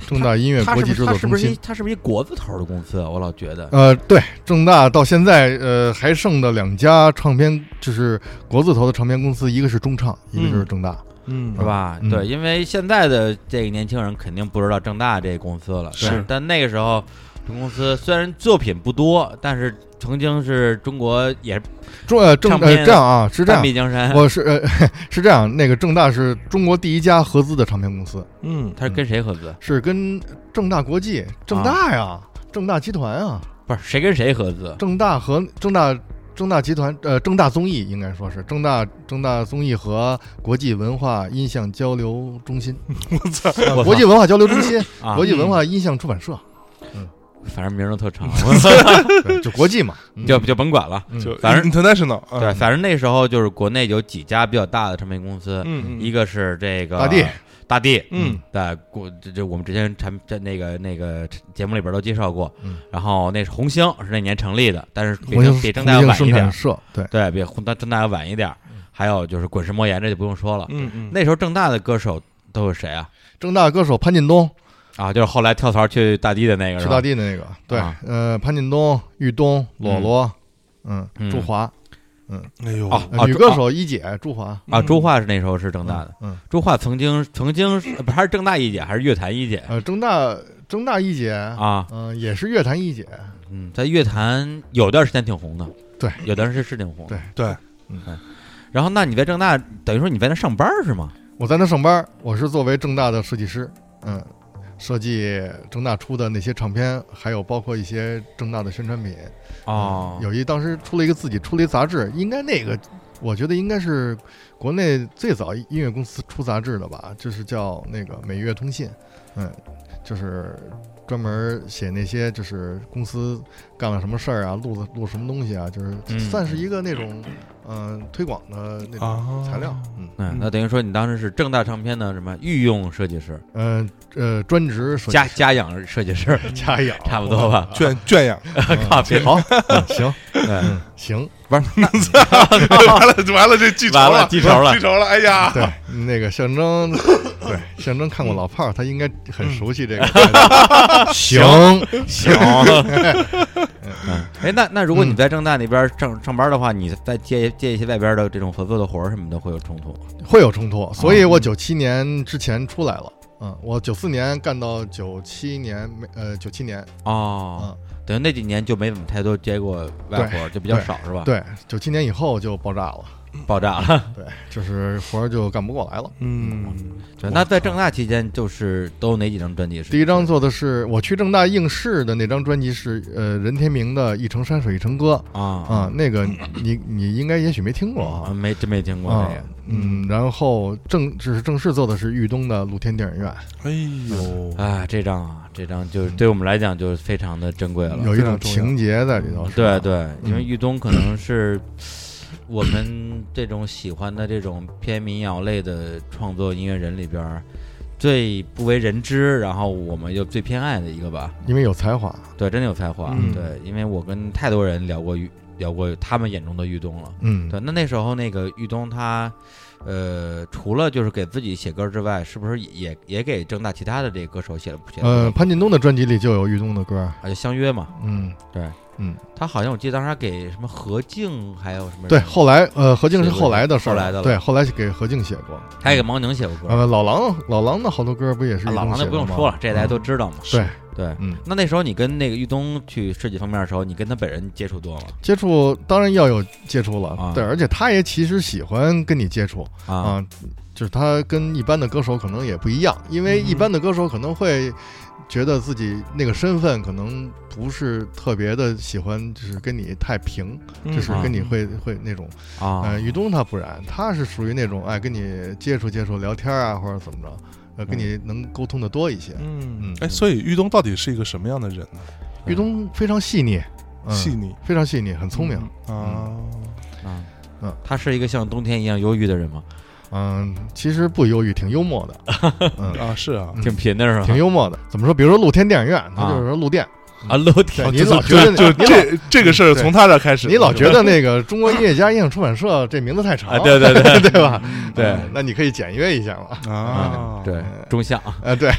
正大音乐它国是不际是制它作是不中是一心。它是不是一国字头的公司啊？我老觉得，呃，对，正大到现在，呃，还剩的两家唱片，就是国字头的唱片公司，一个是中唱，一个就是正大。嗯是？吧？嗯对，因为现在的这个年轻人肯定不知道正大这公司了，是但但那个时候，这公司虽然作品不多，但是曾经是中国也是中呃正唱呃片这样啊，是这半样壁，江 <laughs> 山。我是呃 <laughs> 是这样，那个正大是中国第一家合资的唱片公司，嗯，他是跟谁合资？是跟正大国际、正大呀、正大集团啊、不是谁跟谁合资？正大和正大正大集团呃正大综艺应该说是正大正大综艺和国际文化音像交流中心， <laughs> 呃我操国际文化交流中心，啊国，际文化音像出 <laughs> 版社，反正名儿都特长，嗯对就国际嘛，<laughs> 嗯就就甭管了。嗯就反正 international，嗯对，反正那时候就是国内有几家比较大的唱片公司，嗯嗯一个是这个大地，大地，嗯，对，国这这我们之前产在那个那个节目里边都介绍过，嗯然后那是红星是那年成立的，但是比红正星比正大要红星晚一生点产，嗯社，对，对，比红大正大要晚一点，还有就是滚石莫言这就不用说了， <laughs> 嗯嗯，那时候正大的歌手都有谁啊？正大歌手潘劲东，啊，就是后来跳槽去大地的那个去是大吧？地的那个，对啊，呃，潘劲东、玉东、裸裸，嗯嗯，朱华，哎呦，哦呃女朱歌啊手一姐朱华，啊，朱桦是那时候是正大的，嗯，嗯，朱桦曾经曾经是呃不还是正大一姐还是乐坛一姐呃，郑大郑大一姐，啊？嗯，也是乐坛一姐，嗯，在乐坛有段时间挺红的，对，有段时间是挺红的。对对，然后那你在正大等于说你在那上班是吗？我在那上班，我是作为郑大的设计师，嗯，设计郑大出的那些唱片，还有包括一些郑大的宣传品。哦，有一当时出了一个自己出了一杂志，应该那个我觉得应该是国内最早音乐公司出杂志的吧，就是叫那个《每月通信》，嗯，就是专门写那些就是公司干了什么事儿啊，录了录什么东西啊，就是嗯算是一个那种嗯、呃推广的那种啊，材料，嗯嗯，那等于说你当时是正大唱片的什么御用设计师、呃呃专职设计家家养设计师，家养差不多吧？ <laughs> 圈圈养，靠，别好，嗯行 <laughs> 对，嗯行，完了完了，这记仇完了记仇了记仇了，哎呀，<laughs> <laughs> 对，那个象征，对象征看过老炮儿，他应该很熟悉这个。行嗯 <laughs> 行。 <laughs> 嗯，哎，那那如果你在正大那边上上班的话，你再接接一些外边的这种合作的活儿什么的，会有冲突吗？会有冲突，所啊嗯以我九七年之前出来了。嗯，我九四年干到九七年，没呃九七年，嗯哦，等于那几年就没怎么太多接过外活儿，就比较少是吧？，对，九七年以后就爆炸了，爆炸了。对，就是活儿就干不过来了。嗯，对那在正大期间，就是都有哪几张专辑是？第一张做的是我去正大应试的那张专辑是呃任天明的《一程山水一程歌》啊啊，那个你你应该也许没听过啊啊，，没真没听过啊这个。，嗯，然后正就是正式做的是豫东的露天电影院，哎呦，啊，这张啊，这张就是对我们来讲就是非常的珍贵了。有一非种常重要情节在里头。是吧对，嗯对，因为玉东可能是我们这种喜欢的这种偏民谣类的创作音乐人里边儿最不为人知，然后我们又最偏爱的一个吧。因为有才华，对，真的有才华。嗯对，因为我跟太多人聊过玉，聊过他们眼中的玉东了。嗯，对，那那时候那个玉东他，呃，除了就是给自己写歌之外，是不是也也也给正大其他的这个歌手写了写了呃，歌？潘劲东的专辑里就有豫东的歌，而且相约嘛，嗯，他好像我记得当时还给什么何静，还有什么对，人后来呃，何静是嗯写过后来的事儿，后来的了对，后来给何静写过，他也给毛宁写过歌。呃，老狼老狼的好多歌不也是啊豫老东王写就的不用吗说了，这大家都知道嘛。嗯对，对，嗯，那那时候你跟那个玉东去设计方面的时候，你跟他本人接触多吗？接触当然要有接触了，啊对，而且他也其实喜欢跟你接触啊，啊、就是他跟一般的歌手可能也不一样，因为一般的歌手可能会觉得自己那个身份可能不是特别的喜欢，就是跟你太平，嗯嗯就是啊跟你会会那种。啊呃，于东他不然，他是属于那种哎跟你接触接触聊天啊或者怎么着，呃跟你能沟通的多一些。嗯嗯，哎，所以玉东到底是一个什么样的人呢？于东非常细腻，嗯、细腻，非常细腻，很聪明。啊，啊嗯，他是一个像冬天一样忧郁的 <laughs> 人吗？嗯，其实不忧郁，挺幽默的，嗯，啊，是啊，嗯挺贫的是吧？挺幽默的。怎么说？比如说露天电影院，他就是说露店。啊，露天对你就老是觉得就你老这这个事儿从他这儿开始，你老觉得那个中国音乐家印象出版社这名字太长，啊，对对对 <laughs> 对吧？对嗯那你可以简约一下嘛。啊，嗯对，中像，呃，对，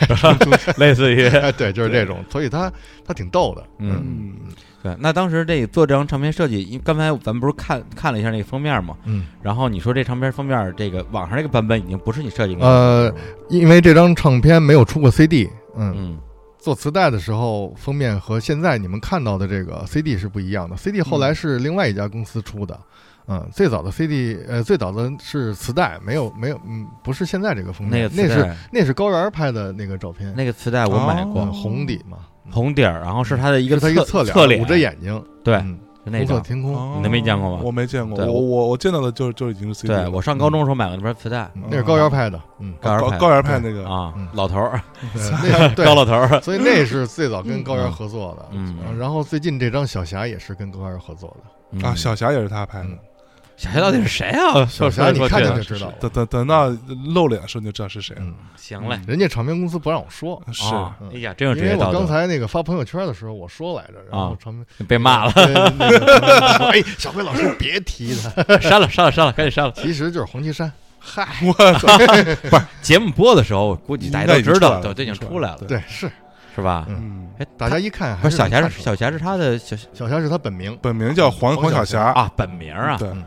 类似于哎对，就是这种。所以他他挺逗的，嗯。嗯，对，那当时这做这张唱片设计，因为刚才咱们不是看看了一下那个封面嘛，嗯。然后你说这唱片封面这个网上这个版本已经不是你设计的，呃，因为这张唱片没有出过 CD，嗯，嗯，做磁带的时候封面和现在你们看到的这个 CD 是不一样的，CD 后来是另外一家公司出的。嗯，最早的 CD，呃，最早的是磁带，没有没有，嗯，不是现在这个封那面个，那磁是带，那是高原拍的那个照片，那个磁带我买过嗯，红底嘛，红底儿，然后是它的一是个它侧一个侧脸，啊侧脸捂着眼睛，对，嗯就那红色张。天空，哦嗯你都没见过吗我没见过，对我我我我见到的就就已经是 CD，对了我上高中的时候买过那盘磁带嗯那是高原拍的，嗯，高高原派高原派那个，啊嗯，老头儿， <laughs> 呃那是对啊高老头儿，所以那是最早跟高原合作的，嗯嗯然后最近这张小霞也是跟高原合作的，嗯啊，小霞也是他拍的嗯。小霞到底是谁啊？<laughs> 说小霞说你看说见去就知道了，等等等到露脸的时候你就知道是谁了。嗯，行嘞，人家唱片公司不让我说，是，啊嗯哎呀，真有因职业为我道刚德，才那个发朋友圈的时候我说来着，然后啊唱片被 <laughs> 骂了，对那 <laughs> 个哎，小辉老师别提他，删了，删了，删了，赶紧删了。其实就是黄绮珊，嗨，我操，节目播的时候，估计大家都知道，对，都已经出来了，对，是是吧？嗯嗯，哎，大家一看不还是小霞是能看出小来霞是他的小小霞是他本名，本名叫黄黄黄小小霞，啊本名啊，对，嗯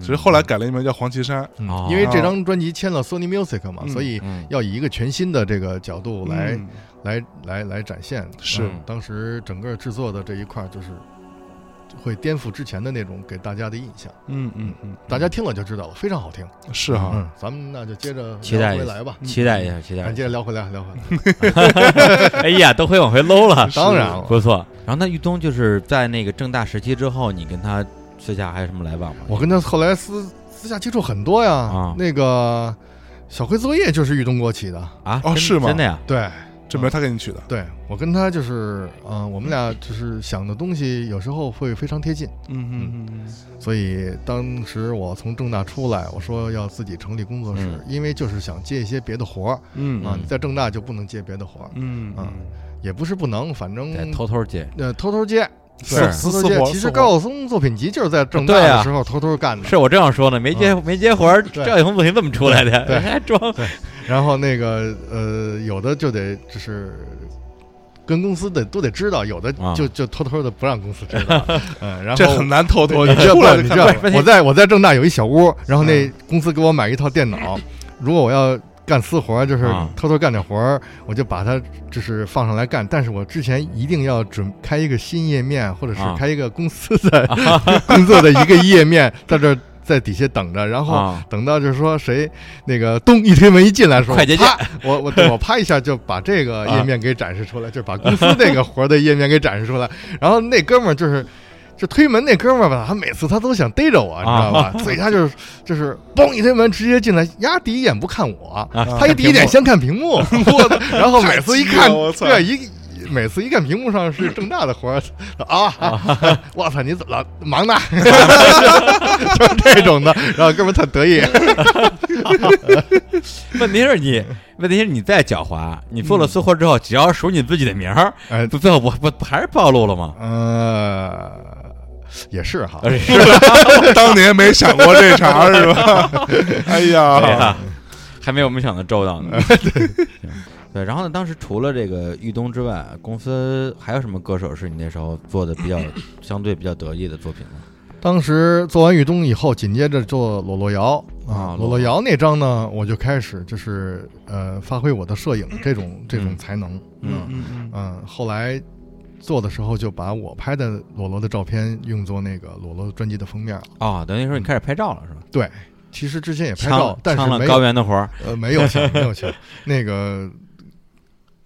只是后来改了一名叫黄绮珊，嗯哦因为这张专辑签了 Sony Music 嘛，嗯所以嗯要以一个全新的这个角度来嗯来来来展现。是嗯当时整个制作的这一块儿就是会颠覆之前的那种给大家的印象，嗯嗯嗯，大家听了就知道了，非常好听。是哈，嗯，咱们那就接着期待聊回来吧，期待一下，期待咱一下。接着聊回来，聊回来。 <laughs> <laughs> 哎呀，都会往回搂了，当然了，不错。然后那玉东就是在那个正大时期之后，你跟他私下还有什么来往吗？我跟他后来私私下接触很多呀。啊那个小辉作业就是玉东给我起的，啊，哦真是吗真的呀？对这名他给你取的，对，我跟他就是，嗯、我们俩就是想的东西有时候会非常贴近。嗯嗯嗯所以当时我从正大出来，我说要自己成立工作室，嗯因为就是想接一些别的活儿嗯啊。你在正大就不能接别的活儿，啊嗯嗯，也不是不能，反正得偷偷接，呃偷偷接。是对私偷私偷接活，其私实活高晓松作品集就是在正大对啊的时候偷偷干的。是我正要说呢，没接没接活儿，对赵勇怎么这么出来的？<laughs> 对还装然后那个呃，有的就得就是跟公司得都得知道，有的啊就就偷偷的不让公司知 <laughs> 道。嗯，然后这很难偷偷，你知道出来不？就你看到知道了，我在我在正大有一小嗯屋，然后那公司给我买一套电脑，如果我要。干私活儿就是啊偷偷干点活儿，我就把它就是放上来干。但是我之前一定要准开一个新页面，或者是啊开一个公司 <laughs> 的、工作的一个页面， <laughs> 在这儿在底下等着。然后啊等到就是说谁那个咚一推门一进来说快捷键啊啪，我我我啪一下就把这个页面给展示出来，就把公司那个活儿的页面给展示出来。然后那哥们儿就是。就推门那哥们儿吧，他每次他都想逮着我，你知道啊 <laughs> 吧？所以他就是就是嘣一推门直接进来，呀，第一眼不看我，啊他一第一眼先看屏 <laughs> 幕，我的然后每次一太看鸡了我，操对一。每次一看屏幕上是正大的活儿啊， <laughs> 我操，你怎么了？忙呢， <laughs> 就是这种的。然后哥们儿特 <laughs> 得意， <laughs> 问题是你，问题是你再狡猾，你做了私活之后，只要署你自己的名 <laughs> 儿，哎不最后不不不还是暴露了吗？呃，也是哎哈，是吧当年没想过这茬儿是吧？哎对呀，呀， <laughs> 还没有我们想的周到呢。行 <laughs> 对，然后呢？当时除了这个玉东之外，公司还有什么歌手是你那时候做的比较相对比较得意的作品呢？当时做完雨中以后，紧接着做裸裸摇啊啊，裸裸摇那张呢，我就开始就是呃，发挥我的摄影这种这种嗯才能，嗯嗯嗯，后来做的时候就把我拍的裸裸的照片用作那个裸裸专辑的封面了。哦，等于说你开始拍照了是吧？对，其实之前也拍抢照，但抢是了没高有原的活儿，呃没有钱，没有钱。那个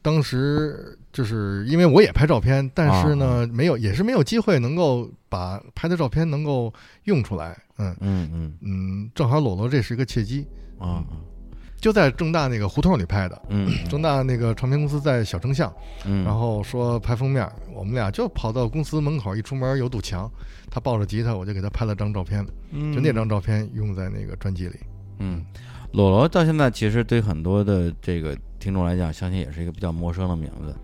当时就是因为我也拍照片，但是啊呢，没有也是没有机会能够把拍的照片能够用出来。嗯嗯嗯嗯，正好裸裸这是一个契机，啊就在正大那个胡同里拍的。嗯正大那个唱片公司在小城巷。嗯，然后说拍封面，我们俩就跑到公司门口，一出门有堵墙，他抱着吉他，我就给他拍了张照片，嗯就那张照片用在那个专辑里。嗯，裸罗到现在其实对很多的这个听众来讲，相信也是一个比较陌生的名字。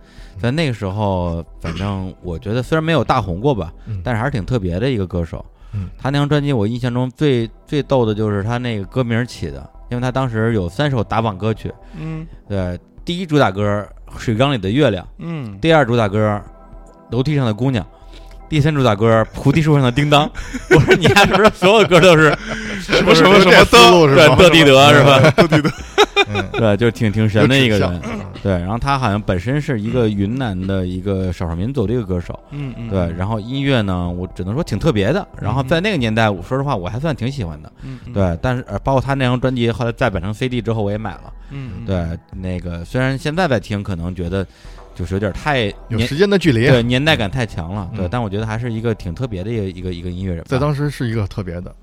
在那个时候，反正我觉得虽然没有大红过吧，嗯但是还是挺特别的一个歌手。嗯他那张专辑我印象中最最逗的就是他那个歌名起的，因为他当时有三首打榜歌曲，嗯对，第一主打歌《水缸里的月亮》，嗯，第二主打歌《楼梯上的姑娘》，第三主打歌《菩提树上的叮当》。我说你丫是不是所有歌都是什么什么什么思路是对吧？德蒂德是吧？嗯，对，就是挺挺神的一个有指嗯人。对，然后他好像本身是一个云南的一个少数民族的一个歌手。嗯嗯，对，然后音乐呢，我只能说挺特别的。然后在嗯那个年代，我说实话，我还算挺喜欢的。嗯，嗯，对，但是呃，包括他那张专辑，后来再版成 CD 之后，我也买了。嗯，对，那个虽然现在在听，可能觉得就是有点太有年时间的距离，啊对年代感太强了。对，嗯但我觉得还是一个挺特别的一个一个一个音乐人吧。在当时是一个特别的。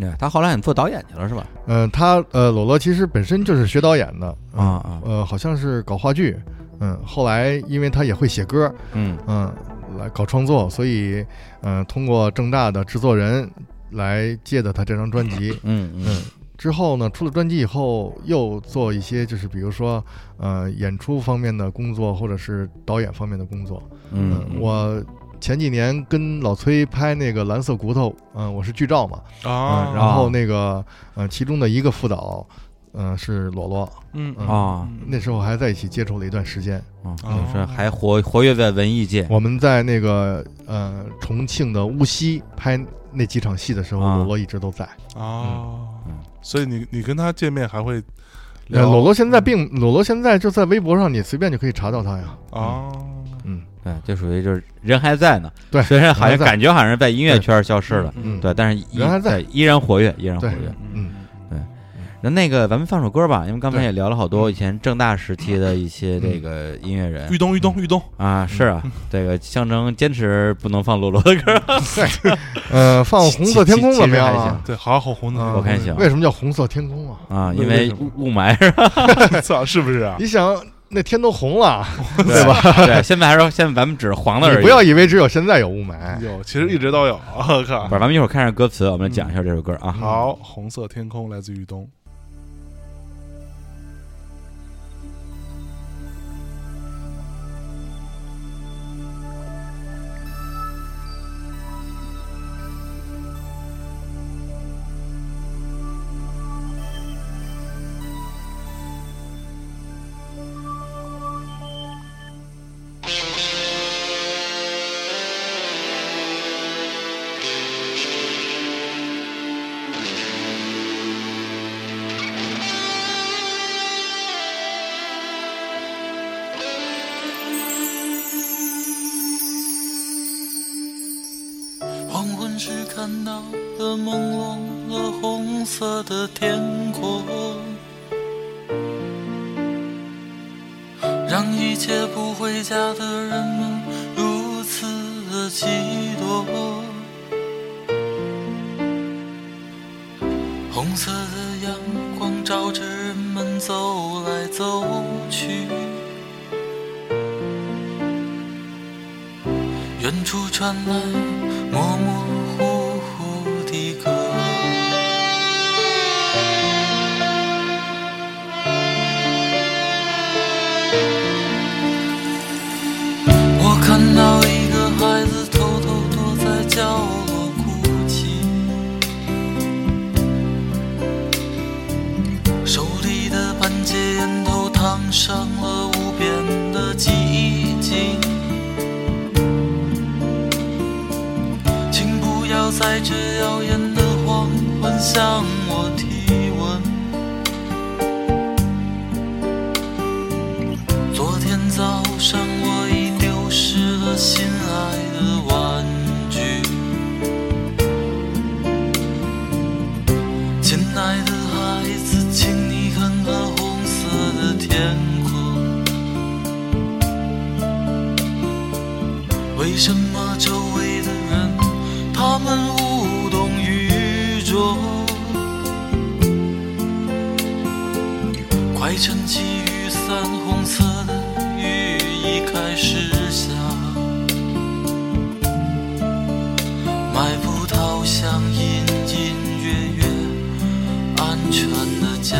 对，他后来你做导演去了是吧？嗯，他呃，裸裸其实本身就是学导演的，啊啊，呃，好像是搞话剧，嗯，后来因为他也会写歌，嗯嗯，来搞创作，所以嗯、呃通过正大的制作人来借的他这张 <laughs> 专辑，嗯嗯嗯，之后呢，出了专辑以后，又做一些就是比如说，呃，演出方面的工作，或者是导演方面的工作。嗯，我前几年跟老崔拍那个《蓝色骨头》，嗯，我是剧照嘛，啊嗯，，然后那个，嗯，其中的一个副导，嗯，是罗罗，嗯嗯啊那时候还在一起接触了一段时间。啊，哦就是还活活跃在文艺界我们在那个呃重庆的无锡拍那几场戏的时候，啊罗罗一直都在。啊嗯，所以你你跟他见面还会呃，聊罗罗现在并罗罗现在就在微博上，你随便就可以查到他呀。啊，嗯对，哎这属于就是人还在呢，对虽然好像人还在感觉好像是在音乐圈消失了，嗯，对，但是依人还在对依然活跃，依然活对跃。嗯那那个咱们放首歌吧，因为刚才对也聊了好多以前正大时期的一些这个音乐人嗯玉东玉东玉东，啊，是啊，这个象征坚持不能放罗罗的 <laughs> 歌，呃，放《红色天空》怎么样其实还啊行？对，好好红嗯我的，看行为什么叫《红色天空》啊？啊，为因为为什么雾雾 <laughs> 霾是吧？ <laughs> 操，是不是啊？你想，那天都红了，对吧？对，现在还是现在咱们只是黄的而你已。不要以为只有现在有雾霾。有，其实一直都有， <laughs> 我靠不。是，咱们一会儿看看歌词，嗯我们讲一下这首歌啊。好，红色天空来自于东。黄昏时看到了朦胧了红色的天空，让一切不回家的人们如此的激动。红色的阳光照着人们走来走去。远处传来模模糊糊的歌。我看到一个孩子偷偷躲在角落哭泣，手里的半截烟头烫伤了无边的寂静。请不要在这耀眼的黄昏向我提问。昨天早上我已丢失了心爱的玩具。亲爱的孩子，请你看看红色的天空。为什么周围的人他们无动于衷？快撑起雨伞，红色的雨已开始下。买葡萄香，隐隐约约，安全的家。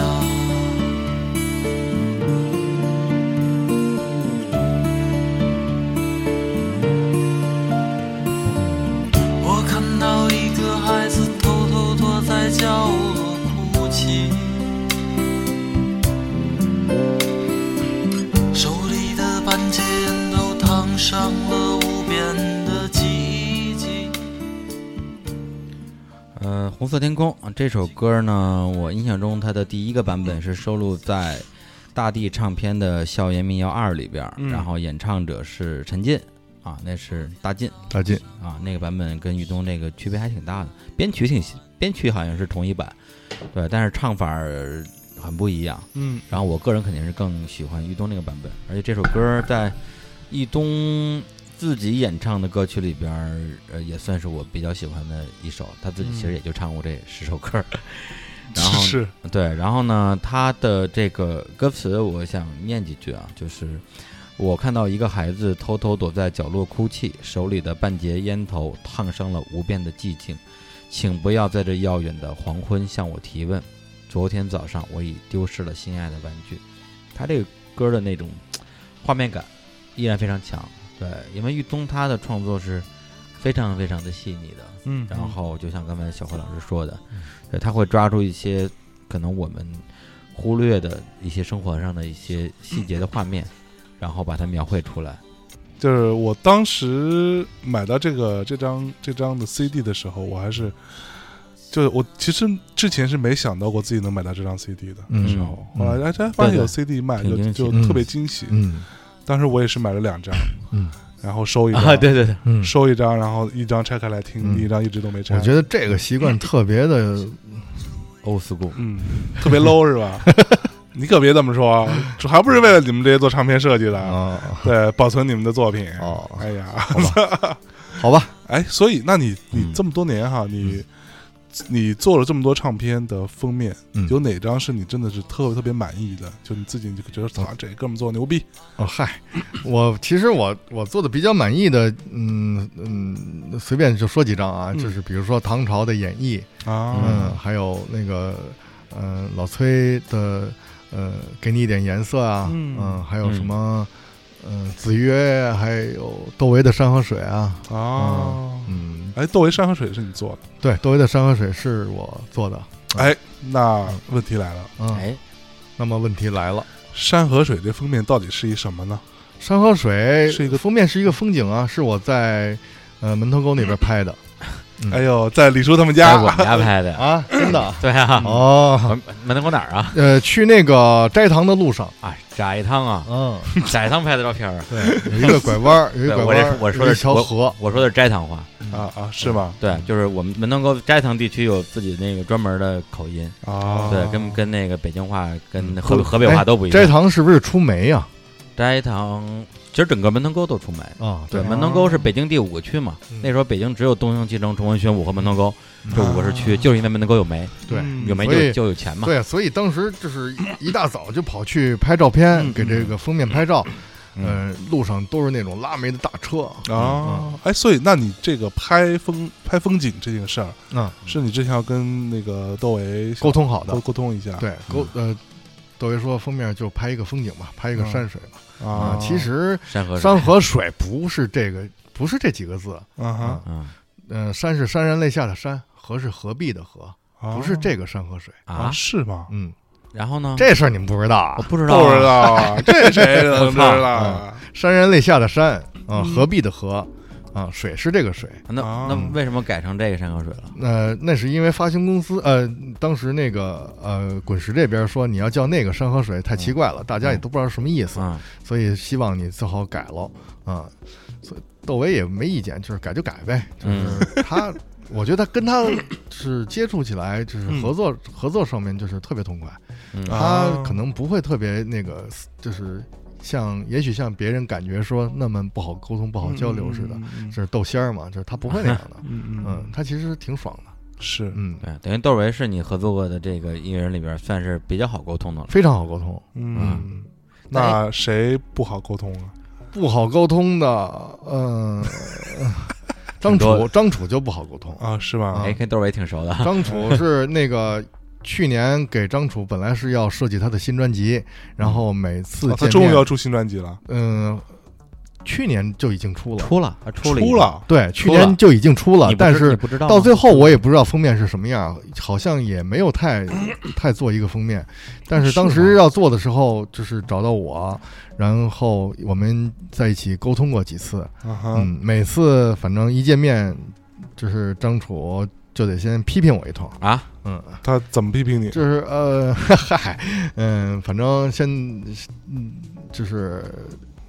我看到一个孩子偷偷躲在角落哭泣，手里的半截烟头烫伤了无边的寂静。呃，《红色天空》啊这首歌呢，我印象中它的第一个版本是收录在大地唱片的《校园民谣二》里边儿，嗯然后演唱者是陈进啊，那是大进大进，啊，那个版本跟玉东那个区别还挺大的，编曲挺编曲好像是同一版，对，但是唱法儿很不一样。嗯，然后我个人肯定是更喜欢玉东那个版本，而且这首歌在玉东自己演唱的歌曲里边儿，呃，也算是我比较喜欢的一首。他自己其实也就唱过这十首歌儿， <laughs> 然后是对，然后呢，他的这个歌词我想念几句啊，就是我看到一个孩子偷偷躲在角落哭泣，手里的半截烟头烫伤了无边的寂静，请不要在这耀眼的黄昏向我提问。昨天早上我已丢失了心爱的玩具。他这个歌的那种画面感依然非常强，对，因为玉东他的创作是非常非常的细腻的，嗯，然后就像刚才小辉老师说的，对，他会抓住一些可能我们忽略的一些生活上的一些细节的画面，然后把它描绘出来。就是我当时买到这个这张这张的 CD 的时候，我还是，就是我其实之前是没想到过自己能买到这张 CD 的，嗯时候，后来哎，真发现有 CD 卖，挺就惊喜就嗯特别惊喜。嗯当时我也是买了两张，嗯然后收一张，啊，对对对，嗯，收一张，然后一张拆开来听，嗯一张一直都没拆。我觉得这个习惯特别的， old school，嗯，特别 low 是吧？ <laughs> 你可别这么说，这还不是为了你们这些做唱片设计的，啊，对，保存你们的作品。哦哎呀， <laughs> 好吧，哎，所以那你你嗯这么多年哈，你你做了这么多唱片的封面，嗯有哪张是你真的是特别特别满意的？就你自己你就觉得操，这哥们做牛逼。哦嗨，我其实我我做的比较满意的，嗯嗯，随便就说几张啊，嗯就是比如说唐朝的演绎，啊，嗯，还有那个，嗯、老崔的，呃，给你一点颜色啊，嗯嗯，还有什么，嗯、子曰，还有窦唯的山河水啊，啊，嗯，哎，窦唯《山河水》是你做的？对，窦唯的山河水是我做的，哎，那问题来了，嗯，哎，那么问题来了， 《山河水》这封面到底是一什么呢？山河水是一个封面是一个风景啊，是我在呃门头沟那边拍的嗯哎呦，在李叔他们在哎家我 <laughs> 们家拍的，啊，真的啊对啊，哦，门门头沟哪儿啊？呃，去那个斋堂的路上，啊，窄汤啊，嗯，窄汤拍的照片儿。啊对，有一个拐弯儿，有一对，个拐我弯这儿，我说有的一条河，我说的是斋堂话，啊啊，是吗？对，就是我们门头沟斋堂地区有自己那个专门的口音，啊，对，跟跟那个北京话、跟嗯河不河北话哎都不一斋样。堂是不是出煤呀？斋堂其实整个门头沟都出卖。啊，对，对，门头沟是北京第五个区嘛嗯，那时候北京只有东兴、西城、崇文、宣武和门头沟嗯这五个是区，就是因为门头沟有煤，对嗯有煤所以就就有钱嘛。对，所以当时就是一大早就跑去拍照片，给这个封面拍照。嗯呃，路上都是那种拉煤的大车。啊，哎，所以那你这个拍风拍风景这件事儿，嗯，是你之前要跟那个窦唯沟通好沟的。沟通一下，对，沟呃，窦唯说封面就拍一个风景吧，拍一个山水吧。啊，其实山河山河水不是这个，不是这几个字。啊哈，啊呃，山是潸然泪下的山，河是何必的河，啊嗯不是这个山河水。啊，啊，是吗？嗯，然后呢？这事儿你们不知道我啊？不知道不知啊，道啊，这谁 <laughs> 能知道啊？潸然泪下的山啊，何必的河啊，水是这个水。那那啊为什么改成这个山河水了？呃，那是因为发行公司，呃，当时那个呃，滚石这边说你要叫那个山河水太奇怪了，大家也都不知道什么意思，啊，所以希望你最好改了啊。所以窦唯也没意见，就是改就改呗，就是他，我觉得他跟他是接触起来，就是合作、合作上面就是特别痛快，啊嗯他可能不会特别那个，就是像也许像别人感觉说那么不好沟通、不好交流似嗯的，这是豆仙儿嘛，就是他不会那样 <laughs> 的，嗯嗯，他其实挺爽的，是，嗯。对，等于窦唯是你合作过的这个艺人里边算是比较好沟通的了。非常好沟通，嗯，哎那谁不好沟通啊？不好沟通的， <laughs> 嗯、呃，张很多楚，张楚就不好沟 <laughs> 通。啊，是嗯吧？哎，跟窦唯挺熟的，张楚是那个去年给张楚本来是要设计他的新专嗯辑，然后每次哦他见终于面要出新专辑了，嗯、去年就已经出了， <laughs> 出了，他出了一出个，了，对，去出了年就已经出了，你不但知你是不知道到吗最后我嗯也不知道封面是什么样，好像也没 <clears throat> 有太太做一个封面。但是当时要做的时候，就是找到我，然后我们在一起沟通过几次，啊哈，嗯，每次反正一见面，就是张楚就得先批评我一通，啊，嗯，他怎么批评你？就是呃， <laughs> 嗨，嗯，反正先，嗯，就是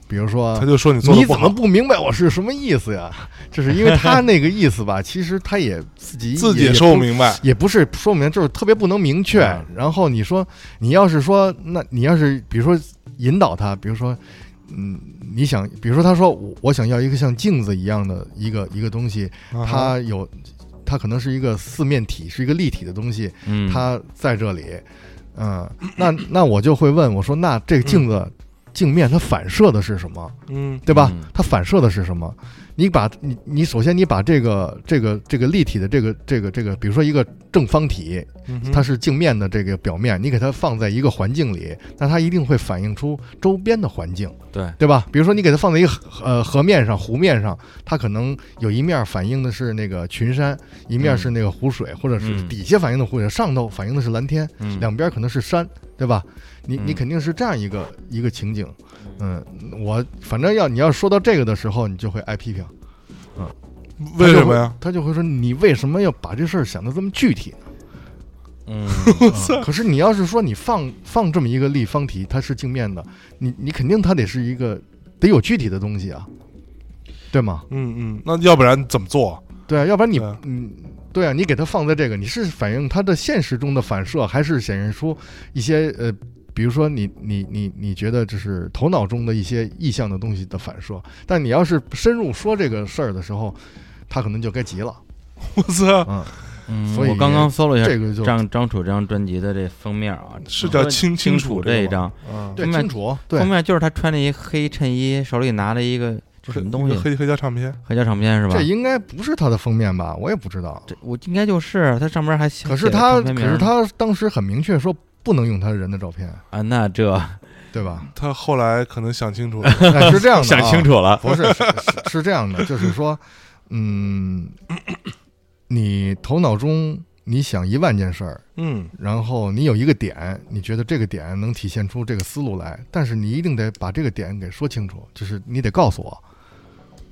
比如说他。就说你做你的不怎么好，不明白我是什么意思呀？就是因为 <laughs> 他那个意思吧，其实他也自己自己也也说不明白。也不是说明，就是特别不能明确嗯。然后你说，你要是说，那你要是比如说引导他，比如说，嗯，你想，比如说他说我我想要一个像镜子一样的一个一个东西，啊哈它有，它可能是一个四面体，是一个立体的东西，嗯，它在这里，嗯，那那我就会问我说，那这个镜子镜面它反射的是什么，嗯对吧嗯？它反射的是什么？你把你你首先你把这个这个这个立体的这个这个这个，比如说一个正方体，嗯哼，它是镜面的这个表面，你给它放在一个环境里，那它一定会反映出周边的环境，对对吧？比如说你给它放在一个河呃河面上、湖面上，它可能有一面反映的是那个群山，一面是那个湖水，或者是嗯底下反映的湖水，上头反映的是蓝天，嗯两边可能是山，对吧？你你嗯肯定是这样一个一个情景，嗯，我反正要你要说到这个的时候，你就会挨批评。为什么呀？他就会？他就会说你为什么要把这事儿想的这么 <laughs> 具体呢？ <laughs> 嗯啊可是你要是说你放放这么一个立方体，它是镜面的，你你肯定它得是一个得有具体的东西啊，对吗？嗯嗯，那要不然怎么做？ <laughs> 对啊，要不然你对啊嗯。对啊，你给它放在这个，你是反映它的现实中的反射，还是显示出一些呃，比如说你你你你觉得就是头脑中的一些意向的东西的反射？但你要是深入说这个事儿的时候，他可能就该急了。我操，嗯，嗯，所以我刚刚搜了一这下个就张张楚这张专辑的这封面啊，是叫清清楚这一个吗，张嗯，对明白清楚，对封，面就是他穿着一黑衬衣，手里拿了一个这什么东西，黑黑胶唱片，黑胶唱片是吧这？应该不是它的封面吧？我也不知道。这我应该就是它上面还写可是写着他，唱片可名是他当时很明确说不能用他人的照片，啊，那这对 <laughs> 吧？他后来可能想清楚 <laughs> 了，哎是这样的、想啊，清，楚了， <laughs> 不是是是是这样的，就是说，嗯，你头脑中你想一万件事儿，嗯，然后你有一个点，你觉得这个点能体现出这个思路来，但是你一定得把这个点给说清楚，就是你得告诉我，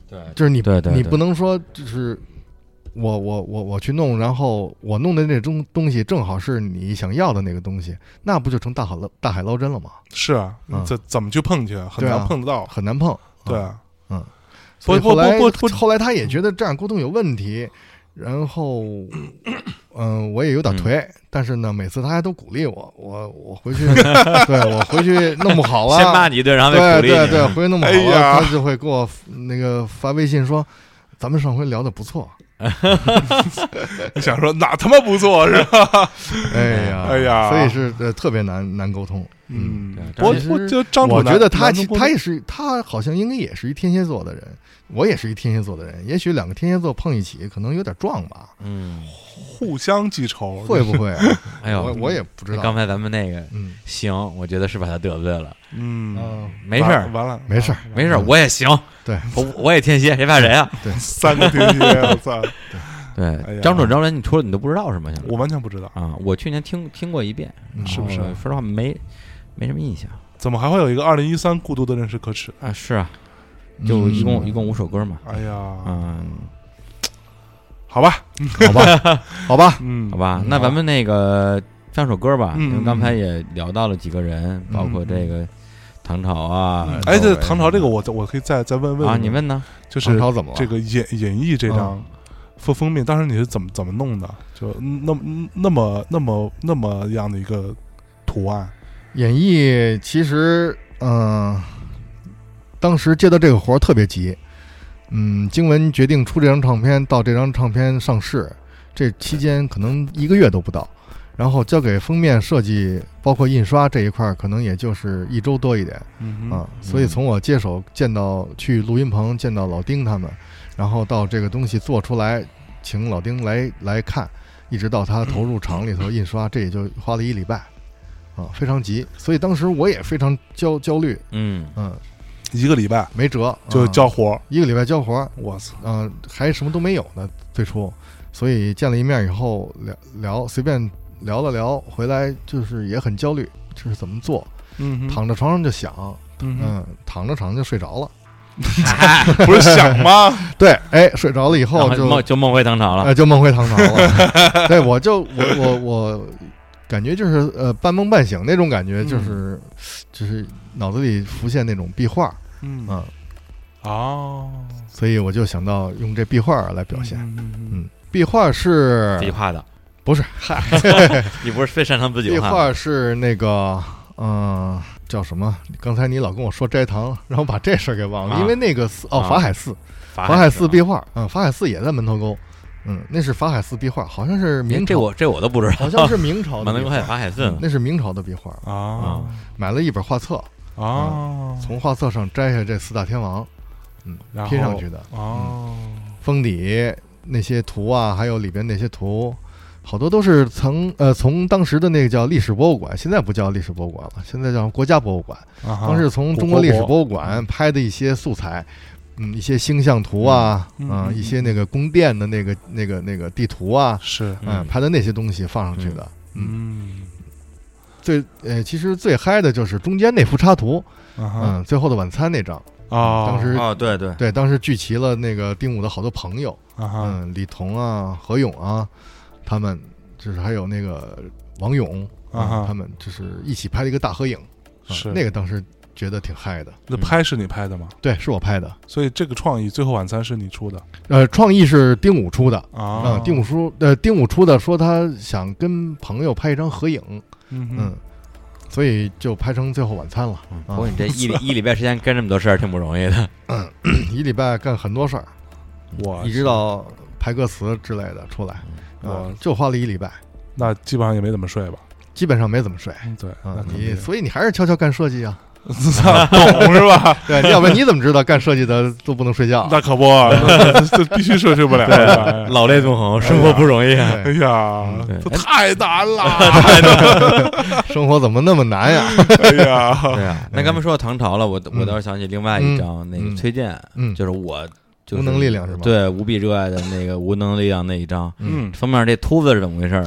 对就是你对对你对不能说就是我我我我去弄，然后我弄的那种东西正好是你想要的那个东西，那不就成大海捞大海捞针了吗？是啊，嗯怎怎么去碰去啊？很对啊难碰得到，很难碰。对啊，嗯，不所以不后来不不不后来他也觉得这样沟通有问题，然后，嗯，我也有点颓，但是呢，每次他还都鼓励我，我我回去，对我回去弄不好先骂啊，你一顿，然后再对鼓励对你，对，回去弄不好哎呀啊，他就会给我那个发微信说，咱们上回聊的不错，你想说哪他妈不 <laughs> 做是吧？哎呀哎呀所以是呃特别难难沟通，嗯。嗯，对我张我其实就张楚我南觉得他其南中国他也是他好像应该也是一天蝎座的人，我也是一天蝎座的人，也许两个天蝎座碰一起可能有点撞吧，嗯，互相记仇，会不会啊？哎呦，我我也不知道。刚才咱们那个嗯行，我觉得是把他得罪了，嗯，嗯，没事儿完，完了，没事儿，没事儿，我也行，嗯对，我我也天蝎，谁怕谁 <laughs> 啊？ <laughs> 三个天蝎，我操，哎对，呀张楚张文，你除了你都不知道是吗？现在我完全不知道，啊，我去年听听过一遍，嗯是不是然后说实话没没什么印象怎么还会有一个二零一三孤独的人是可耻？啊。是啊，就一共嗯一共五首歌嘛。哎呀，嗯，好吧，好吧，好吧，嗯，好，吧嗯，那咱们那个放首歌吧，嗯因为刚才也聊到了几个人，包括这个唐朝啊，哎，窦这唯唐朝这个我我可以再再问问啊，你问呢？就是唐朝啊嗯怎么了？这个演演绎这张封封面，当时你是怎么怎么弄的？就那么嗯那么那么那么样的一个图案，演绎其实，嗯、当时接到这个活儿特别急，嗯，经文决定出这张唱片，到这张唱片上市，这期间可能一个月都不到，然后交给封面设计，包括印刷这一块儿，可能也就是一周多一点。嗯啊，所以从我接手见到去录音棚见到老丁他们，然后到这个东西做出来，请老丁来来看，一直到他投入厂里头印刷，这也就花了一礼拜，啊，非常急，所以当时我也非常焦焦虑，嗯， <laughs> 嗯，一个礼拜没辙，啊就交活儿，一个礼拜交活儿，我操，嗯、还什么都没有呢，最初，所以见了一面以后聊聊，随便聊了聊，回来就是也很焦虑，就是怎么做，嗯躺在床上就想，嗯哼，嗯，躺着躺着就睡着了。不是想吗？对，哎，睡着了以后然就梦就梦回唐朝了。哎就梦回唐朝了。 <laughs> 对，我就我我我感觉就是呃半梦半醒那种感觉，就是、就是脑子里浮现那种壁画，嗯嗯，哦，所以我就想到用这壁画来表现。嗯嗯嗯，壁画是自己画的，不是？ <laughs> 你不是最擅长自己壁画吗？画是那个嗯、呃叫什么？刚才你老跟我说斋堂，然后把这事儿给忘了，啊因为那个寺哦啊法海寺，法法海寺壁画，画，嗯，法海寺也在门头沟。嗯，那是法海寺壁画，好像是哎明这朝我这我都不知道。 <laughs> 好像是明朝的满 <laughs> 能壁嗯画还有法海寺呢。那是明朝的壁画，啊买了一本画册，啊啊，从画册上摘下这四大天王，嗯然，后拼上去嗯的哦，封底那些图啊，还有里边那些图，好多都是曾呃从当时的那个叫历史博物馆，现在不叫历史博物馆了，现在叫国家博物馆。啊哈当时从中国历史博物馆拍的一些素材，嗯，一些星象图啊，嗯啊嗯嗯一些那个宫殿的那个那个那个地图啊，是，嗯，拍的那些东西放上去的。嗯，嗯，最呃，其实最嗨的就是中间那幅插图，啊哈，嗯，最后的晚餐那张，哦，当时哦，对 <laughs> 对，对，当时聚齐了那个丁武的好多朋友，啊哈，嗯，李彤啊、何勇啊，他们就是还有那个王勇啊哈他们就是一起拍了一个大合影，啊是那个当时觉得挺嗨的，那拍是你拍的吗？对，是我拍的，所以这个创意《最后晚餐》是你出的呃，创意是丁武出的，啊啊，？丁武叔，呃，丁武出的说他想跟朋友拍一张合影，嗯哼嗯，所以就拍成《最后晚餐》了，不过你这一一礼拜时间干这么多事儿，挺不容易 <laughs> 的。一礼拜干很多事儿，我一直到排歌词之类的出来，啊我，就花了一礼拜，那基本上也没怎么睡吧？基本上没怎么睡。嗯，对，那啊，肯你 <laughs> 定所以你还是悄悄干设计啊？懂是 <laughs> 吧？对，要不然你怎么知道干设计的都不能睡 <laughs> 觉？那可不，这必须睡睡不了。哎老泪纵横，生活不容易啊。哎呀嗯，这对太难了！生活怎么那么难 <laughs> 呀？哎 <laughs> 呀，对啊， <laughs> 那刚才说到唐朝了，我我嗯倒是想起另外一张那个嗯崔健，嗯就是我就是无能力量是吗对，无比热爱的那个无能力量那一张。嗯，封面这秃子是怎么回事 <laughs> 啊？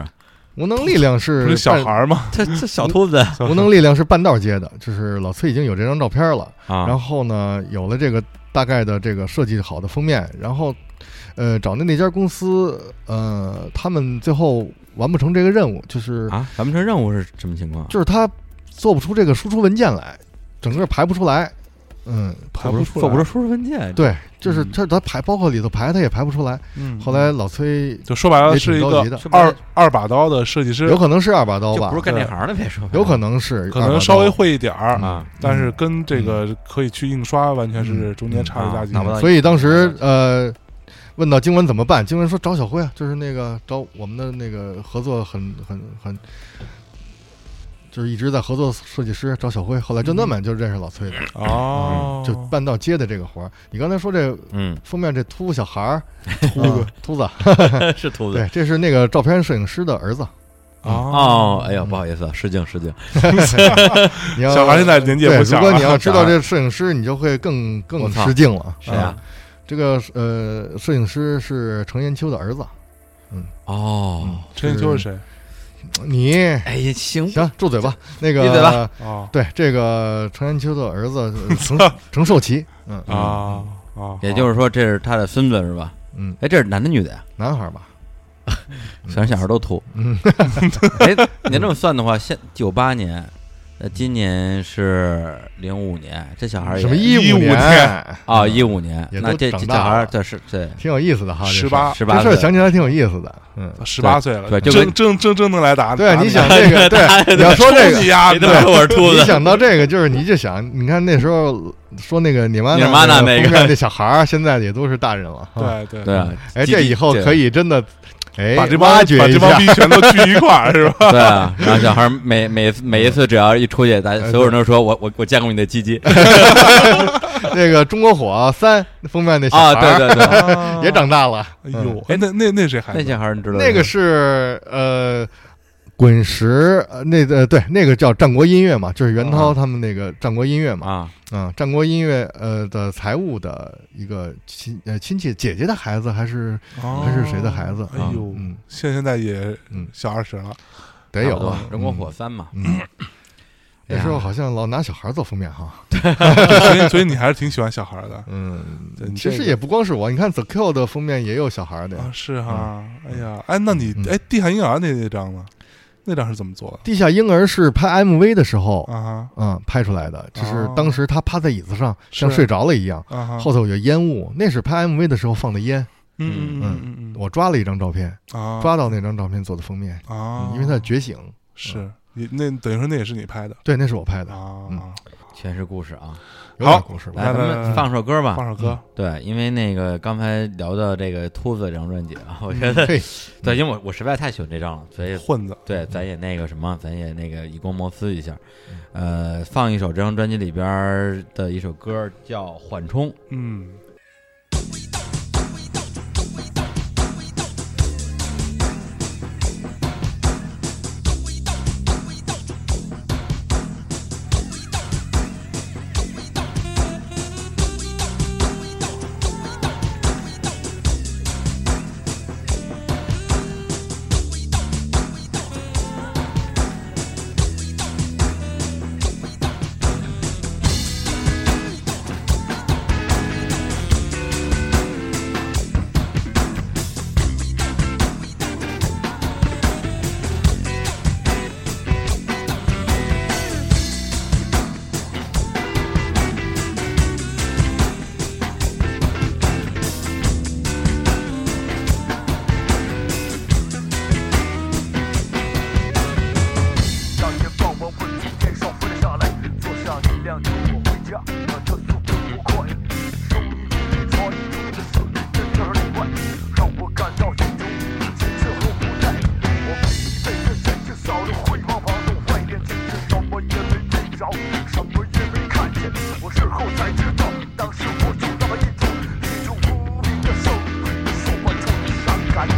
无能力量不是是半小孩儿吗？这这小秃子小孩儿无能力量是半道接的，就是老崔已经有这张照片了，啊，然后呢，有了这个大概的这个设计好的封面，然后，呃，找的那家公司，呃，他们最后完不成这个任务，就是、啊，完不成任务是什么情况？啊就是他做不出这个输出文件来，整个排不出来，嗯，排不出来做不出输入文件。对，就是他他排包括里头排他也排不出来。嗯后来老崔就说白了也是挺一个着急的，二二把刀的设计师有，可能是二把刀就吧不是，干这行的，别说，有可能是哎可二把能刀稍微会一点儿嗯啊但是跟这个可以去印刷完全是中间差一大截嗯。啊拿不到所以当时呃，问到经文怎么办，经文说找小辉啊，就是那个找我们的那个合作很很很，就是一直在合作设计师找小辉，后来就那么就认识老崔了，嗯哦，嗯就半道接的这个活儿。你刚才说这嗯，封面这秃小孩儿， <laughs> 秃秃子， <laughs> 是秃子对，嗯这是那个照片摄影师的儿子。哦，哎呀，不好意思，失敬失敬。嗯你要小孩现在年纪也对，不 <laughs> 如小果了啊你要知道这摄影师，你就会更我更操吃惊了。谁啊嗯？这个呃，摄影师是程砚秋的儿子。哦，陈砚秋是谁？你哎呀，行嗯行，住嘴吧。那个闭嘴吧。哦对，这个程砚秋的儿子呃程程寿奇，嗯啊啊，也就是说这是他的孙子是吧？嗯，哎，这是男的女的呀？男孩吧，虽然小孩都秃。嗯， <laughs> 哎，您这么算的话，现九八年，那今年是零五年，这小孩儿也什么一五五年啊？一五年，也那都这这长小大孩儿了这是对挺有意思的哈，这事十儿八十八这事儿岁，想起来挺有意思的，嗯，啊十八岁了，对就跟正正正正能来打对，<laughs> 你想这个，对，你要说这个你。呀，谁他妈哎说我 <laughs> 是秃你子？想到这个，就是你就想，你看那时候说那个你妈你妈那那那个封面那小孩儿，现在也都是大人了。哈，对对对啊，哎，这以后可以真的，哎，把这帮挖掘把一这帮下逼，全都聚一块儿是 <laughs> 吧？对啊，然后小孩儿每每每一次只要一出去，哎咱所有人都说我我我见过你的鸡鸡那个《中国火三》封面那小啊，孩对对儿 <laughs> 对，也嗯长大了。哎呦，哎那那那谁孩那子？小孩儿你知道那个是呃，滚石呃那个对那个叫战国音乐嘛，就是袁涛他们那个战国音乐嘛，啊，啊、战国音乐呃的财务的一个亲呃亲戚姐姐的孩子还是哦还是谁的孩子哎呦，嗯现现在也嗯小二 <laughs> 十了，得有啊啊，，中国火三嘛，嗯。哎那呀时候好像老拿小孩做封面哈，所以所以你还是挺喜欢小孩的嗯对，你其这实个也不光是我，你看 The Q 的封面也有小孩的啊呀，，是哈，哎呀，哎，那你嗯哎地下婴儿那那张呢？那张是怎么做地下婴儿是拍 MV 的时候的？啊嗯拍出来的，就是哦当时他趴在椅子上，像是睡着了一样，哈啊哈，后头有烟雾，那是拍 MV 的时候放的烟。嗯嗯嗯嗯嗯我抓了一张照片，嗯啊抓到那张照片做的封面，啊嗯，因为它觉醒。是你那等于说那也是你拍的对，那是我拍的。啊嗯全是故事啊！有点好故事吧？来，咱来来们来放首歌吧。放首歌，对，因为那个刚才聊到这个秃子这张专辑啊，我觉 <laughs> 得嘿，对，因为我我实在太喜欢这张了，嗯所以混子，对，咱也那个什么，咱也那个以公谋私一下，嗯呃，放一首这张专辑里边儿的一首歌叫《缓冲》，嗯，当年放完混今天少分了下来，坐上一辆车我回家，我这速度不快，终于离开你的死这天儿例外，让我感到心中前置后不在，我被被这眼睛扫得灰茫茫的外脸，简直什么也没见着，什么也没看见，我事后才知道，当时我就那么一种一种无名的受，受完重的伤感。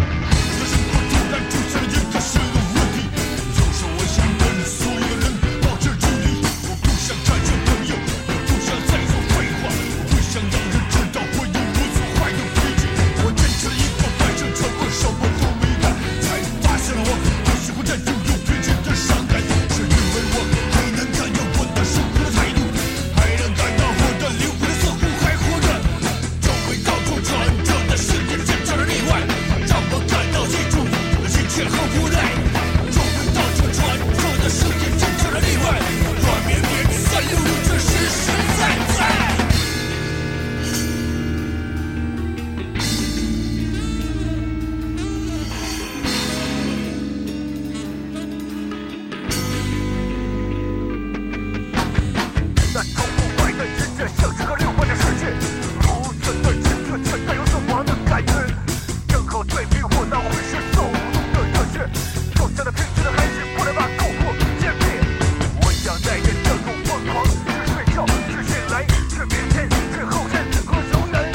那冲不来的音乐像是个六环的世界，如此的精确却带有死亡的感觉，正好对比我那浑身躁动的热血，就像那贫穷的孩子不能把诱惑歼灭。我想带着这种疯狂去睡觉，去醒来，去明天，去后天和容忍，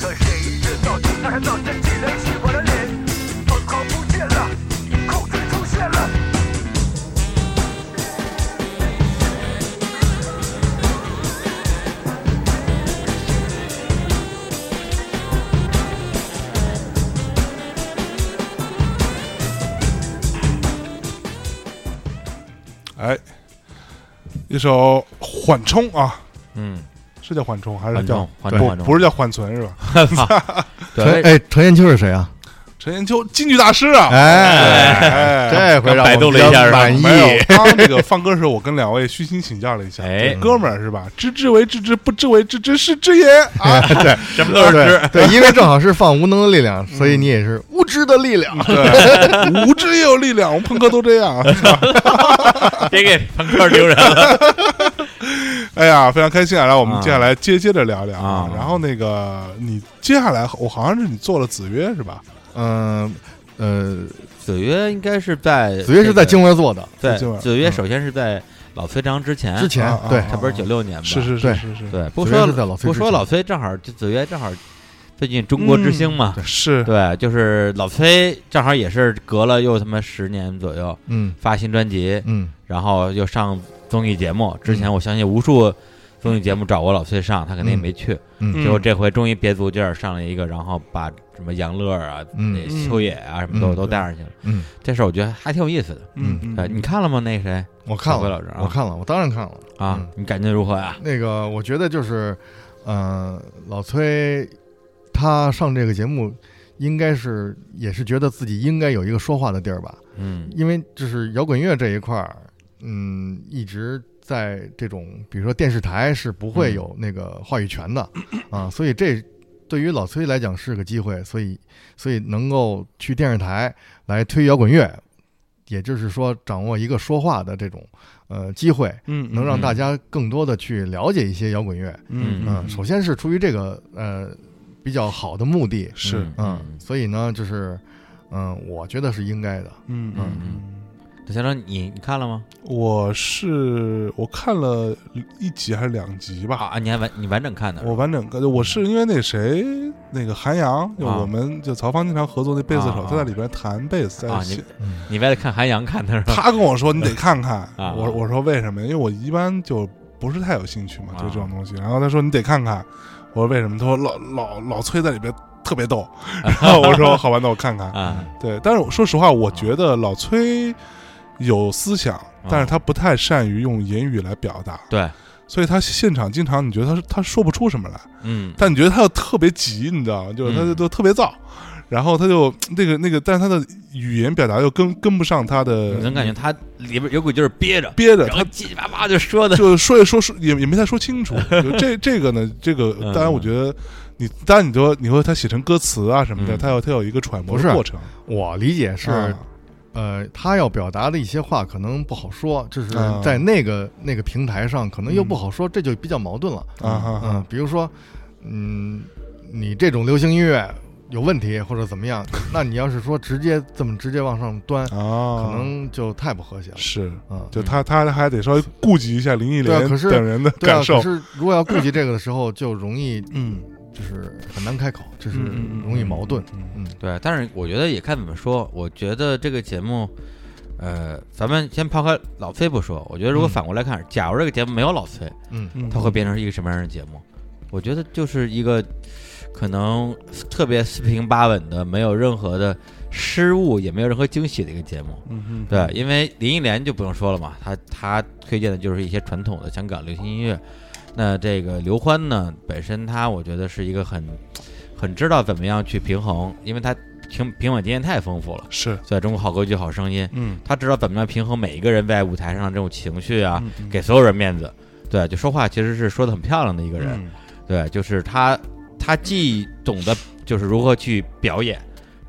可谁知道那是闹天地雷洗我的脸，疯狂不见了，控制出现了。哎，一首缓冲啊，嗯，是叫缓冲还是缓叫冲，缓冲，不缓冲，不是叫缓存是吧？陈对，哎，陈延秋是谁啊？陈延秋京剧大师啊，哎，哎，这回让我百度了一下比较是吧满意。没有，刚这个放歌的时候，我跟两位虚心请教了一下，哎这哥们儿是吧？知之为知之，不知为知之，是 <laughs> 知也啊！对什 <laughs> 么都是对对，因为正好是放无能的力量，所以你也是无知的力量。对，无知也有力量，我们朋克都这样。啊别给朋克留人了。 <laughs> 哎呀，非常开心啊！然后我们啊接下来接接着聊聊啊然后那个你接下来，我好像是你做了子曰是吧？嗯呃，子曰应该是在子曰是在这京文做的，个今晚对，子曰嗯首先是在老崔这张之前，之前啊啊对啊他不是九六年吗？是是是对是是，对，不子说曰是在老崔不之说前嗯老崔，正好这子曰正好最近中国之星嘛， <laughs> 是对，就是老崔正好也是隔了又他妈十年左右嗯发新专辑，嗯然后又上综艺节目。之前我相信无数综艺节目找过老崔上，他肯定也没去。嗯结果这回终于憋足劲儿上了一个，然后把什么杨乐啊、嗯那秋野啊什么都嗯都带上去了。嗯，这事儿我觉得还挺有意思的。嗯哎，你看了吗？那谁我看小辉老师了啊，我看了，我当然看了啊嗯？你感觉如何呀？那个，我觉得就是，呃，老崔他上这个节目，应该是也是觉得自己应该有一个说话的地儿吧，嗯因为就是摇滚乐这一块儿，嗯，一直在这种比如说电视台是不会有那个话语权的、啊，所以这对于老崔来讲是个机会，所以所以能够去电视台来推摇滚乐，也就是说掌握一个说话的这种呃机会，嗯，能让嗯大家更多的去了解一些摇滚乐。嗯嗯，首先是出于这个呃比较好的目的，是嗯，所以呢，就是嗯、我觉得是应该的。嗯嗯嗯，小强，你你看了吗？我是我看了一集还是两集吧，啊，你还完你完整看的？我完整个，我是因为那谁，那个韩阳，就啊我们就曹芳经常合作那贝斯手啊，他在里边弹贝斯，在啊，写你嗯你为了看韩阳看的是吧？他跟我说你得看看， <laughs> 啊我我说为什么？因为我一般就不是太有兴趣嘛，啊对这种东西。然后他说你得看看，我说为什么？他说老老老崔在里边特别 <laughs> 逗，然后我说好吧，那我看看。啊，对，但是我说实话，我觉得老崔有思想，但是他不太善于用言语来表达，对，所以他现场经常你觉得他是他说不出什么来。嗯，但你觉得他又特别急，你知道吗？就是他就嗯都特别燥，然后他就那个那个，但是他的语言表达又跟跟不上他你能的，感觉他里边有股劲儿憋着，嗯憋着然后他叽叽巴巴就说的，就是说一说说也也没太说清 <laughs> 楚。就这这个呢，这个嗯当然我觉得你当然你说你说他写成歌词啊什么的，嗯他有他有一个揣摩不的是过程，我理解是，啊呃，他要表达的一些话可能不好说，就是啊在那个、那个平台上可能又嗯不好说，这就比较矛盾了。啊哈哈嗯，比如说，嗯，你这种流行音乐有问题或者怎么 <laughs> 样，那你要是说直接这么直接往上端，嗯可啊，能就太不和谐了。是嗯，就他他还得稍微顾及一下林忆对啊莲可是等人的对啊。感受可，是如果要顾及这个的时候，就容易嗯，就是很难开口，就是嗯嗯嗯容易矛盾。嗯嗯对，但是我觉得也看怎么说。我觉得这个节目，呃，咱们先抛开老崔不说，我觉得如果嗯反过来看，假如这个节目没有老崔，嗯嗯它会变成一个什么样的节目？我觉得就是一个可能特别四平八稳的，没有任何的失误，也没有任何惊喜的一个节目。嗯嗯对，因为林忆莲就不用说了嘛，她她推荐的就是一些传统的香港流行音乐。那这个刘欢呢，本身他我觉得是一个很很知道怎么样去平衡，因为他平平稳经验太丰富了，是在中国好歌曲、好声音，嗯他知道怎么样平衡每一个人在舞台上这种情绪啊，嗯给所有人面子。对，就说话其实是说的很漂亮的一个人。嗯对，就是他，他既懂得就是如何去表演，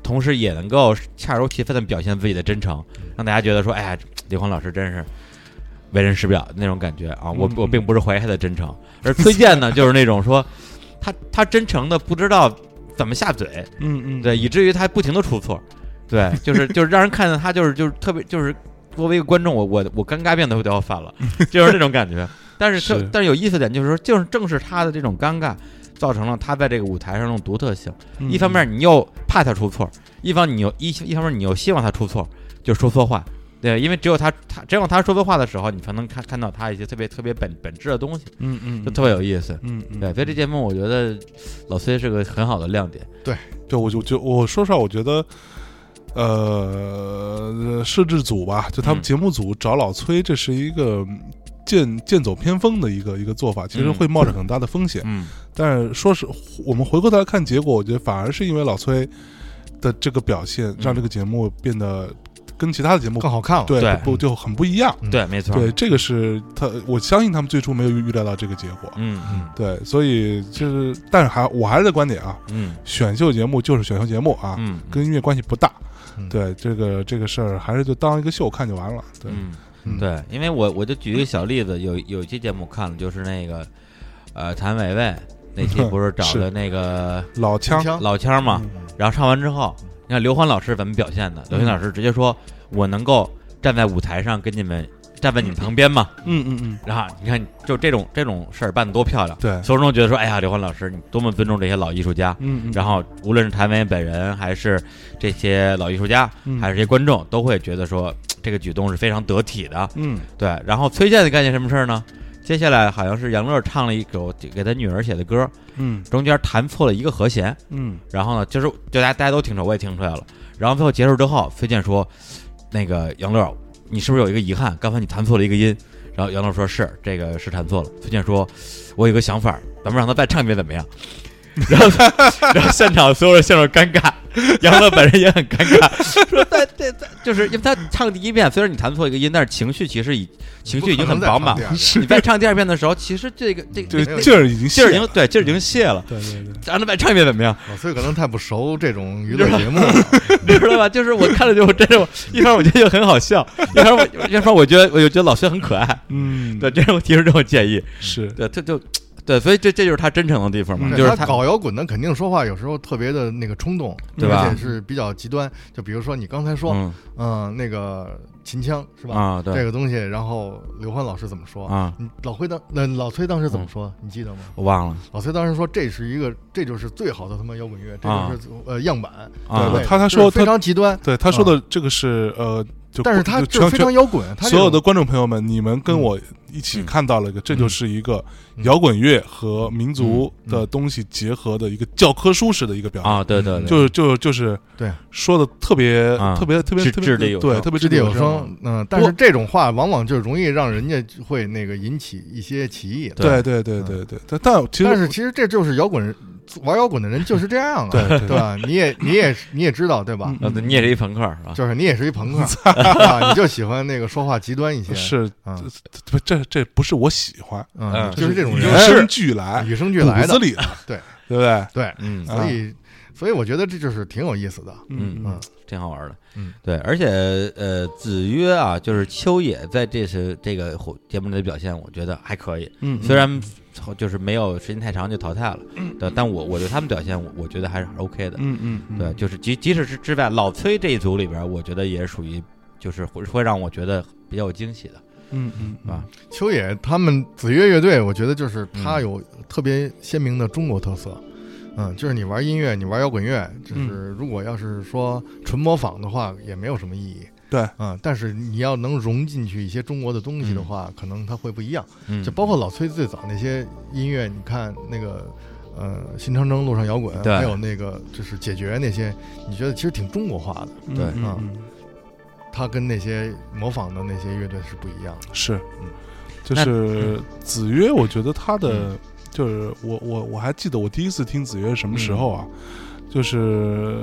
同时也能够恰如其分的表现自己的真诚，让大家觉得说，哎呀，李欢老师真是为人师表那种感觉啊！我嗯我并不是怀疑他的真诚，而崔健呢，就是那种说，他他真诚的不知道怎么下嘴，嗯嗯对，以至于他不停的出错，对，就是就是让人看到他就是就是特别就是作为一个观众，我我我尴尬面都都要犯 <laughs> 了，就是那种感觉。但是特是但是有意思的点就是说，就是正是他的这种尴尬，造成了他在这个舞台上那种独特性。嗯一方面你又怕他出错，一方你又一一方面你又希望他出错，就说错话。对，因为只有他，他只有他说错话的时候，你才能看看到他一些特别特别本本质的东西，嗯嗯就嗯特别有意思。嗯嗯对，所以这节目我觉得老崔是个很好的亮点。对，我就就我说实话，我觉得，呃，摄制组吧，就他们嗯节目组找老崔，这是一个嗯剑剑走偏锋的一个一个做法，其实嗯会冒着很大的风险。嗯但是说是我们回过头来看结果，我觉得反而是因为老崔的这个表现，让这个节目变得跟其他的节目更好看了。对对不不就很不一样。对，没错。对，这个是他，我相信他们最初没有预预料到这个结果。嗯嗯对，所以就是，但是还我还是这观点啊，嗯选秀节目就是选秀节目啊，嗯，跟音乐关系不大。嗯对这个这个事儿，还是就当一个秀看就完了。对，嗯嗯对，因为我我就举一个小例子，有有一期节目看了，就是那个呃谭维维那 <laughs> 期不是找是的那个老枪，枪老腔嘛，嗯然后唱完之后，你看刘欢老师怎么表现的？刘欢老师直接说：“我能够站在舞台上跟你们站在你们旁边嘛。嗯嗯嗯，”然后你看，就这种这种事儿办的多漂亮，对，所有人都觉得说：“哎呀，刘欢老师，你多么尊重这些老艺术家。”嗯嗯，然后后，无论是谭维本人，还是这些老艺术家，嗯还是这些观众，都会觉得说这个举动是非常得体的。嗯对，然后崔健干件什么事儿呢？接下来好像是杨乐唱了一首给他女儿写的歌，嗯中间弹错了一个和弦，嗯然后呢，就是就大家大家都听出来，我也听出来了。然后最后结束之后，崔健说：“那个杨乐，你是不是有一个遗憾？刚才你弹错了一个音。”然后杨乐说：“是，这个是弹错了。”崔健说：“我有 <laughs> 个想法，咱们让他再唱一遍怎么样？”然后，然后现场所有人陷入尴尬，杨乐本人也很尴尬，说在在在，就是因为他唱第一遍，虽然你弹错一个音，但是情绪其实已情绪已经很饱满 <laughs> 不可能你再再唱第二。遍唱第二遍的时候，其实这个这个这那个劲儿已经劲泄儿已经了。对劲儿已经泄了。对对对，咱们再唱一遍怎么 <laughs> 样？老崔哦可能太不熟这种娱乐节目了，你知道吧？就是我看了就真是 <laughs> 我，一方面我觉得就很好笑，一方面我一方面我觉得我就觉得老薛很可爱。嗯，对，这是我提出这种建议。是，对，这就对，所以这这就是他真诚的地方嘛，对就是他搞摇滚的肯定说话有时候特别的那个冲动，对吧而且是比较极端。就比如说你刚才说，嗯嗯，那个秦腔是吧？啊，这对个东西，然后刘欢老师怎么说？啊，你老辉当那老崔当时怎么说？你记得吗？我忘了老崔当时说这是一个，这就是最好的他妈摇滚乐，这啊就是、呃样板。啊对他他就是说非常极端，对他说的这个是呃，就嗯但是他就就是嗯全非全常摇滚，他这所有种的观众朋友们，你们跟我一起看到了一个，嗯这就是一个摇滚乐和民族的东西结合的一个教科书式的一个表达，啊，对对对，就是就是就是对说的特别啊特别特别掷特别掷地有对声特别掷地有声，嗯，但是我这种话往往就容易让人家会那个引起一些歧义了。对对对对对，但但其实嗯但是其实这就是摇滚人玩摇滚的人就是这样啊，对嗯对对吧？你也你也你也知道对吧？啊对你也是一朋克是吧？就是你也是一 <laughs> 朋克啊，你就喜欢那个说话极端一些，是啊，这这这不是我喜欢，嗯，嗯就是这种与人生俱来，与生俱来骨的子，里啊的，对对不对？对，嗯，所以所以我觉得这就是挺有意思的，嗯嗯挺好玩的。嗯，对，而且呃，子曰啊，就是秋野在这次这个活节目里的表现，我觉得还可以。嗯，虽然就是没有时间太长就淘汰了，对，但我我对他们表现，我我觉得还是 OK 的。嗯嗯嗯对，就是即即使是之外，老崔这一组里边，我觉得也是属于就是会会让我觉得比较有惊喜的。嗯嗯嗯啊秋野他们子曰乐队，我觉得就是他嗯有特别鲜明的中国特色。嗯，就是你玩音乐，你玩摇滚乐，就是嗯如果要是说纯模仿的话，也没有什么意义。对嗯，但是你要能融进去一些中国的东西的话，可能它会不一样。嗯，就包括老崔最早那些音乐，你看那个呃新长征路上摇滚，对还有那个就是解决那些，你觉得其实挺中国化的，嗯对嗯啊嗯它跟那些模仿的那些乐队是不一样的。是嗯，就那嗯是子曰，我觉得他的就是我我我还记得我第一次听子曰是什么嗯时候啊？就是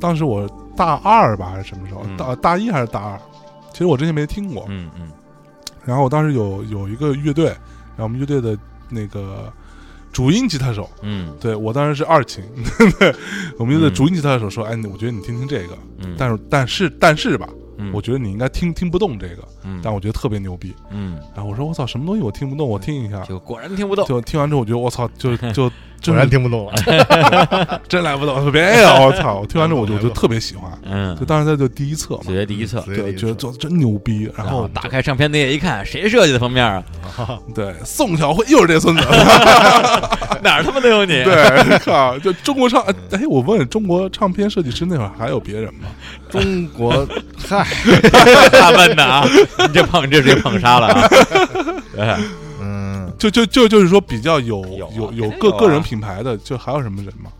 当时我大二吧，还是什么时候？嗯大大一还是大二？其实我之前没听过。嗯嗯然后我当时有有一个乐队，然后我们乐队的那个主音吉他手，嗯对我当时是二琴， <laughs> 对，我们乐队嗯主音吉他手说：“哎，你我觉得你听听这个，嗯，但是但是但是吧，嗯我觉得你应该听听不动这个，嗯但我觉得特别牛逼。”嗯，然后我说我操，什么东西我听不懂，我听一下。就果然听不懂。啊就听完之后，我觉得我操，就 <laughs> 就果真然是听 <laughs> 不懂了。啊真来不到，别呀！我操，我听完之后我就来我就吧特别喜欢，嗯就，当时在就第一册嘛子，曰第一册，子对，曰觉得做真牛逼。然然后后打开唱片那页一看，谁设计的封面啊？对宋小辉又是这孙子， <laughs> <laughs> 哪儿他妈都有你？对，靠，就中国唱嗯哎，我问中国唱片设计师那会儿还有别人吗？中国， <laughs> 嗨，他问的啊，你这捧这是捧杀了 <laughs> 啊！对，嗯，就就就就是说比较有有啊有肯定个有啊个人品牌的，就还有什么人吗？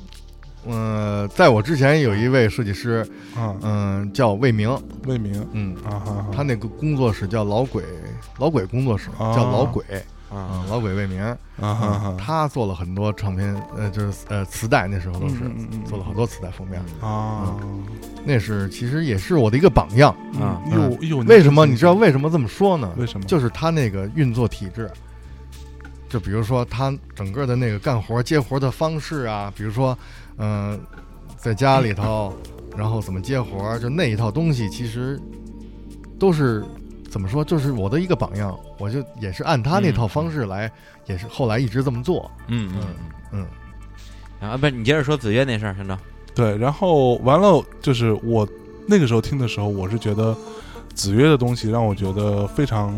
呃，在我之前有一位设计师，啊，嗯、叫魏明，魏明嗯，啊哈，他哈那个工作室叫老鬼，老鬼工作室啊叫老鬼，啊，啊，老鬼魏明，啊哈嗯哈他做了很多唱片，呃，就是呃磁带，那时候都是嗯嗯嗯嗯做了好多磁带封面，啊嗯那是其实也是我的一个榜样。啊嗯哟哟，为什么？你知道为什么这么说呢？为什么就是他那个运作体制，就比如说他整个的那个干活接活的方式啊，比如说，嗯、在家里头，然后怎么接活儿，就那一套东西，其实都是怎么说，就是我的一个榜样，我就也是按他那套方式嗯来，也是后来一直这么做。嗯嗯嗯，嗯，啊，不是你接着说子曰那事儿，先生。对，然后完了，就是我那个时候听的时候，我是觉得子曰的东西让我觉得非常，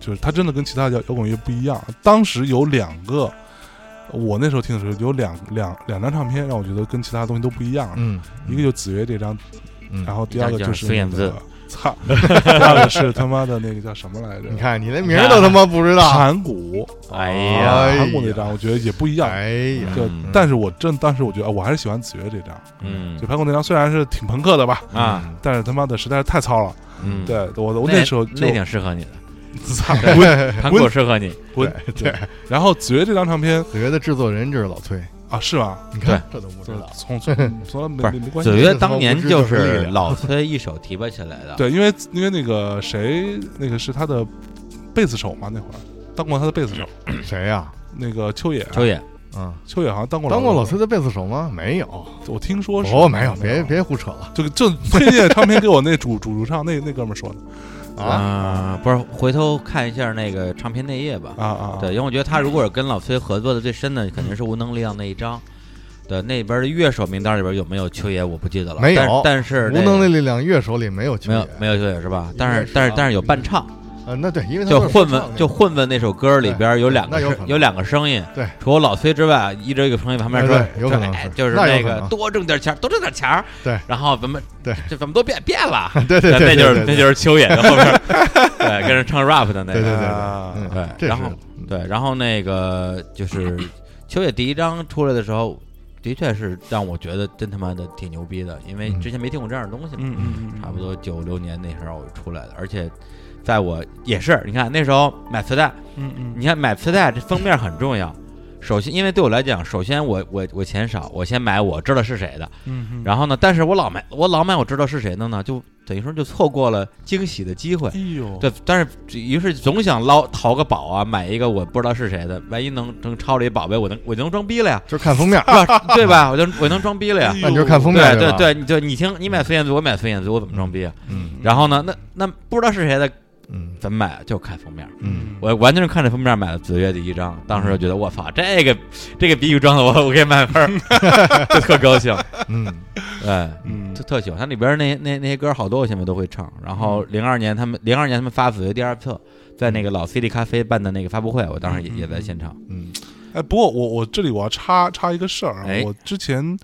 就是他真的跟其他摇摇滚乐不一样。当时有两个，我那时候听的时候有两两两张唱片，让我觉得跟其他东西都不一样。嗯，一个就子曰这张，嗯然后第二个就是一那张叫孙个燕，操，第二个是他妈的那个叫什么来着你？看你连名儿都他妈不知道，盘古，哎哎呀，盘古那张我觉得也不一样。哎呀，就嗯，但是我真当时我觉得，啊我还是喜欢子曰这张。嗯就盘古那张虽然是挺朋克的吧，啊，但是他妈的实在是太糙了。嗯，对我我那时候就那 <laughs> 挺适合你的，操 <laughs> 韩国适合你，滚滚。然后子曰这张唱片子曰的制作人就是老崔，啊，是吗？你看这都不知道。<laughs> 从从从来没没没关九系。月当年就是老崔一手提拔起来的，对，因为因为那个谁，那个是他的贝斯手嘛，那会儿当过他的贝斯手，谁呀？那个秋野，嗯啊秋野嗯，秋野好像当过当过老老崔，的贝斯手吗？没有，我听说是哦，没有，别别胡扯了就就推荐唱片给我那主主主唱那那哥们儿说的啊！啊，不是回头看一下那个唱片内页吧。啊啊，对，因为我觉得他如果是跟老崔合作的最深的，肯定是无能力量那一张。对，那边的乐手名单里边有没有秋野我不记得了，没有但但是那无个能的力量乐手里没有没有没有有秋野是吧？应该但是是但是啊但是有伴唱，啊，那对，因为他就都是混说唱混那就种混混那首歌里边有两个那有声可能有两个声音，对，除了老崔之外，一直有一个朋友旁边说哎，对有可能说哎是就是那有那可个能多挣点钱儿，多挣点钱儿，对然后咱们对这怎么都变变了， <laughs> 对对对，那就是对那就是秋野的后 <laughs> 边儿，对，跟人唱 rap 的那对对个，对啊对，嗯对，这然是后对，然后那个就是秋野第一章出来的时候，的确是让我觉得真他妈的挺牛逼的，因为嗯，之前没听过这样的东西嘛，嗯嗯嗯，差不多九六年那时候我出来的，而且在我也是，你看那时候买磁带，嗯嗯你看买磁带这封面很重要。首先，因为对我来讲，首先我我我钱少，我先买我知道是谁的，嗯嗯，然后呢，但是我老买我老买我知道是谁的呢，就等于说就错过了惊喜的机会。哎呦，对，但是于是总想捞淘个宝啊，买一个我不知道是谁的，万一能能抄了一宝贝，我能我就能装 <laughs> 逼了呀就是看封面，是吧对吧？我就我能装逼了呀哎。呦那你就看封面对对吧，对，你就你听，你买孙燕姿，我买孙燕姿，我怎么装逼啊？嗯然后呢，那那不知道是谁的嗯怎么买啊，就看封面。嗯，我完全是看着封面买的子月第一张，当时就觉得我操，这个这个比喻装的我 <laughs> 我给满分儿， <laughs> 就特高兴，嗯对。嗯就特喜欢它里边那那那些歌，好多我现在都会唱。然后零二年他们零二年他们发紫薇第二册，在那个老 CD 咖啡办的那个发布会，我当时也嗯嗯也在现场。嗯哎，不过我我这里我要插插一个事儿啊哎，我之前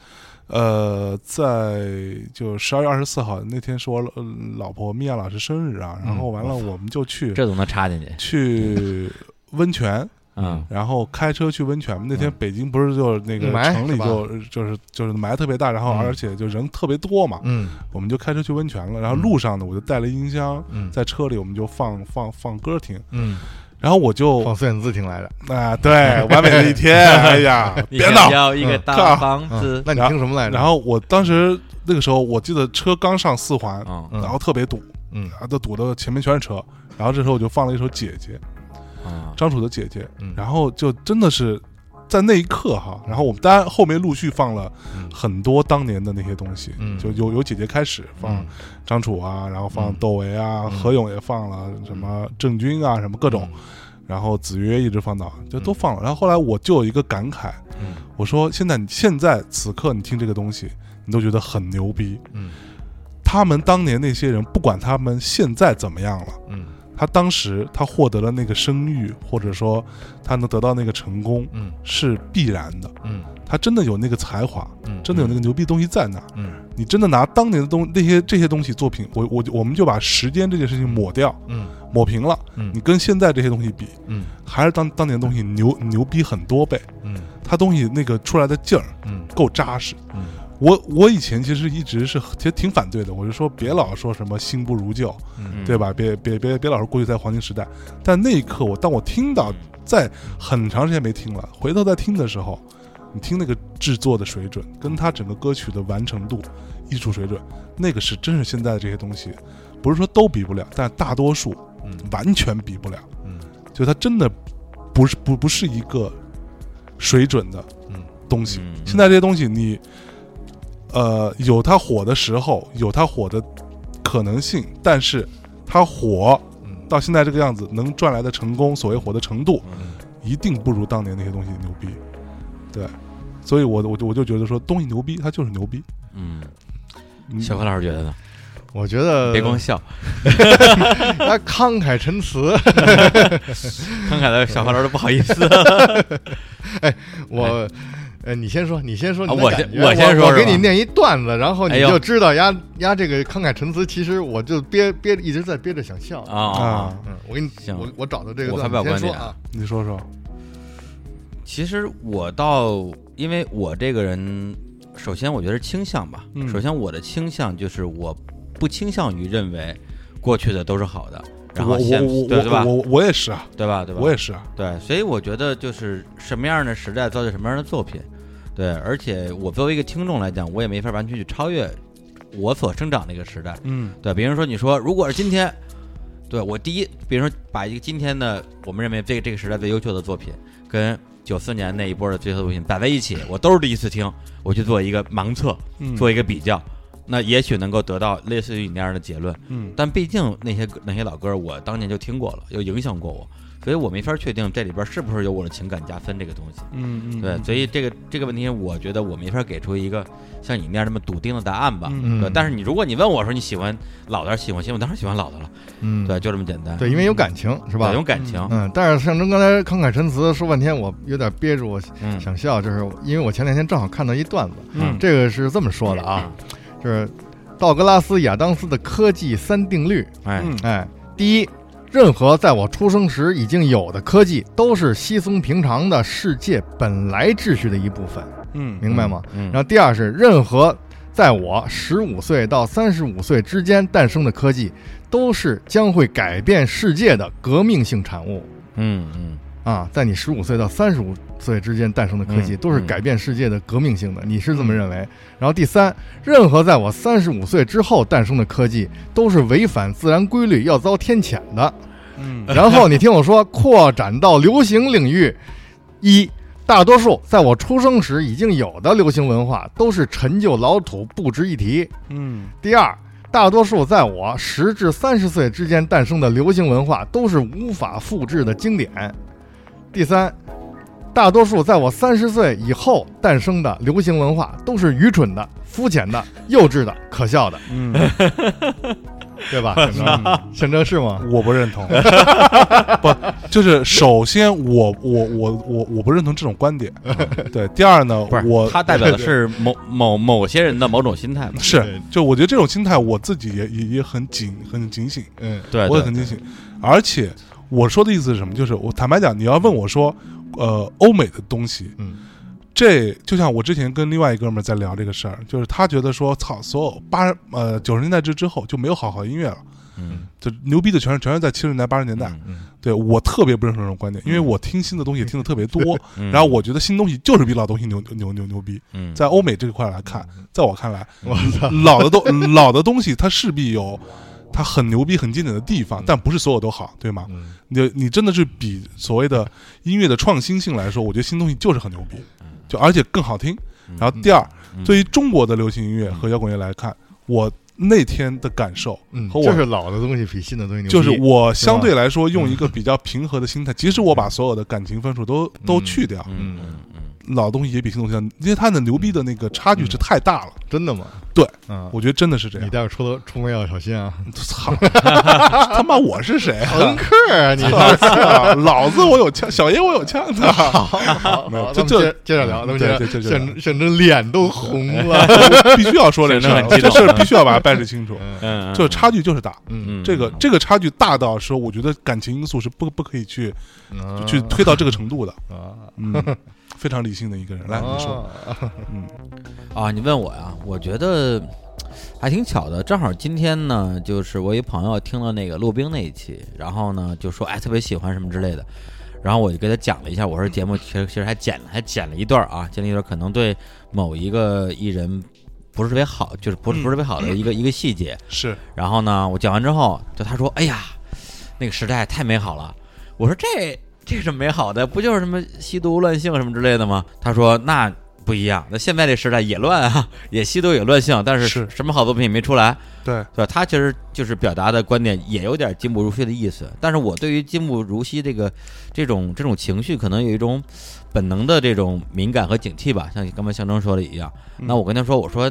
呃在就十二月二十四号那天是我老呃老婆米娅老师生日嗯啊，然后完了我们就去这都能插进去，去温泉，嗯，然后开车去温泉嘛。那天北京不是就是那个嗯雾霾城里是吧就就是就是霾特别大，然后嗯而且就人特别多嘛，嗯我们就开车去温泉了。然后路上呢，我就带了音箱，嗯在车里我们就放放放歌听，嗯，然后我就放孙燕姿听来的，啊，对，完美的一 <laughs> 天，哎呀，你别想闹。要一个嗯大靠房嗯子，，那你听什么来着？然后我当时那个时候，我记得车刚上四环，嗯嗯然后特别堵，嗯然后都堵的前面全是车。然后这时候我就放了一首《姐姐》，啊，张楚的《姐姐》，嗯，然后就真的是在那一刻哈，然后我们当然后面陆续放了很多当年的那些东西，嗯就有有姐姐开始放嗯张楚啊，然后放嗯窦唯啊，嗯何勇也放了，什么郑钧啊，什么各种，然后子曰一直放到就都放了。然后后来我就有一个感慨，嗯我说现在你现在此刻你听这个东西，你都觉得很牛逼。嗯他们当年那些人，不管他们现在怎么样了。嗯他当时他获得了那个声誉，或者说他能得到那个成功，嗯是必然的。嗯他真的有那个才华，嗯，真的有那个牛逼东西在那儿。嗯你真的拿当年的东那些这些东西作品，我我我们就把时间这件事情抹掉，嗯抹平了。嗯你跟现在这些东西比，嗯还是当当年的东西牛牛逼很多倍。嗯他东西那个出来的劲儿嗯够扎实。嗯我我以前其实一直是其实挺反对的，我就说别老说什么新不如旧，嗯对吧？别别别别老是过去在黄金时代。但那一刻我，当我听到在很长时间没听了，回头再听的时候，你听那个制作的水准，跟它整个歌曲的完成度、艺术水准，那个是真是现在的这些东西，不是说都比不了，但大多数嗯完全比不了。嗯就它真的不是不不是一个水准的嗯东西。嗯现在这些东西你，呃，有它火的时候，有它火的可能性，但是它火嗯到现在这个样子，能赚来的成功，所谓火的程度，嗯一定不如当年那些东西牛逼。对，所以我我就我就觉得说，东西牛逼，它就是牛逼。嗯，嗯小何老师觉得呢？我觉得别光笑， <laughs> 他慷慨陈词，慷慨的小何老师都不好意思。我，呃，你先说，你先说啊你的我感先觉，我我先说我是给吧你念一段子，然后哎你呦就知道呀呀，这个慷慨陈词，其实我就憋憋一直在憋着想笑。啊啊，，嗯，我给你，行我我找到这个我段发子，表观你先说点啊，你说说，其实我倒，因为我这个人，首先我觉得是倾向吧。嗯首先我的倾向就是我不倾向于认为过去的都是好的，然我后我现我对对吧我我我也是啊，对吧对吧？我也是啊。对，所以我觉得就是什么样的时代造就什么样的作品。对，而且我作为一个听众来讲，我也没法完全去超越我所生长那个时代。嗯对，比如说你说，如果是今天，对我第一，比如说把一个今天的我们认为这个这个时代最优秀的作品，跟九四年那一波的最优秀作品摆在一起，我都是第一次听，我去做一个盲测，嗯，做一个比较，那也许能够得到类似于你那样的结论。嗯但毕竟那些歌那些老歌，我当年就听过了，又影响过我，所以我没法确定这里边是不是有我的情感加分这个东西。嗯嗯，对，所以这个这个问题，我觉得我没法给出一个像你那样那么笃定的答案吧。嗯对，但是你如果你问我说你喜欢老的还是喜欢新的，我当然喜欢老的了。嗯，对，就这么简单。对，因为有感情是吧对，？有感情。嗯，但是象征刚才慷慨陈词说半天，我有点憋住，我嗯想笑，就是因为我前两天正好看到一段子，嗯这个是这么说的啊，嗯就是道格拉斯·亚当斯的科技三定律。哎，嗯哎，第一，任何在我出生时已经有的科技，都是稀松平常的世界本来秩序的一部分，嗯明白吗？嗯然后第二是任何在我十五岁到三十五岁之间诞生的科技，都是将会改变世界的革命性产物。嗯嗯啊，在你十五岁到三十五岁之间诞生的科技，嗯都是嗯改变世界的革命性的。你是这么认为？然后第三，任何在我三十五岁之后诞生的科技，都是违反自然规律，要遭天谴的。嗯 <laughs> 然后你听我说，扩展到流行领域，一。大多数在我出生时已经有的流行文化，都是陈旧老土，不值一提。嗯第二，大多数在我十至三十岁之间诞生的流行文化都是无法复制的经典。第三，大多数在我三十岁以后诞生的流行文化都是愚蠢的、肤浅的、幼稚的、可 <laughs> 笑的，嗯，对吧？ <laughs> 象征，象征是吗？我不 <laughs> 认同，不就是首先我我我我我不认同这种观点，对。第二呢，嗯不是，我它代表的是某某某些人的某种心态嘛？ <laughs> 是就我觉得这种心态，我自己也也也很警很警醒，嗯对，我也对很警醒。而且我说的意思是什么？就是我坦白讲，你要问我说，呃，欧美的东西，嗯这就像我之前跟另外一哥们儿在聊这个事儿，就是他觉得说，操，所有八呃九十年代之之后就没有好好音乐了，嗯，就牛逼的全是全是在七十年代八十年代。嗯对我特别不认同这种观点，因为我听新的东西听的特别多，嗯 <laughs> 然后我觉得新东西就是比老东西牛牛牛牛逼。嗯在欧美这一块来看，在我看来，我操，老的东 <laughs> 老的东西它势必有它很牛逼很经典的地嗯方，但不是所有都好，对吗？嗯你你真的是比所谓的音乐的创新性来说，我觉得新东西就是很牛逼，就而且更好听。然后第二，嗯对于中国的流行音乐和摇滚乐来看，我那天的感受嗯，和我就是老的东西比新的东西牛逼，就是我相对来说用一个比较平和的心态，即使我把所有的感情分数都都去掉，嗯嗯嗯老东西也比新东西要，因为它的牛逼的那个差距是太大了。真的吗？对，嗯，我觉得真的是这你样。待会儿出头出门要小 <laughs> 心啊，操，他妈我 <laughs> 是谁啊朋？克啊你！ <laughs> 老子啊，老子我有枪，小爷我有枪 <laughs> 的。好，没有咱们这接接着聊，咱们接着对对对对象征象征脸都红 <laughs> 了。我必须要说这事儿，啊真的很激这动事儿必须要把它掰扯清楚。嗯，就是差距就是大，嗯这个这个差距大到说，我觉得感情因素是不不可以去嗯去推到这个程度的。嗯啊， <laughs> 哦嗯，非常理性的一个人，来你哦说，嗯啊，你问我呀？我觉得还挺巧的，正好今天呢，就是我一朋友听了那个陆冰那一期，然后呢就说哎特别喜欢什么之类的，然后我就给他讲了一下，我说节目其实其实还剪了还剪了一段啊，剪了一段可能对某一个艺人不是特别好，就是不是不是特别好的一个、一个细节，是，然后呢，我讲完之后，就他说：“哎呀，那个时代太美好了。”我说：“这这有什么美好的？不就是什么吸毒乱性什么之类的吗？”他说：“那不一样，那现在这时代也乱啊，也吸毒也乱性，但是是什么好作品也没出来，对，对吧？”他其实就是表达的观点也有点今不如昔的意思，但是我对于今不如昔这个这种这种情绪，可能有一种本能的这种敏感和警惕吧，像刚才象征说的一样。那我跟他说，我说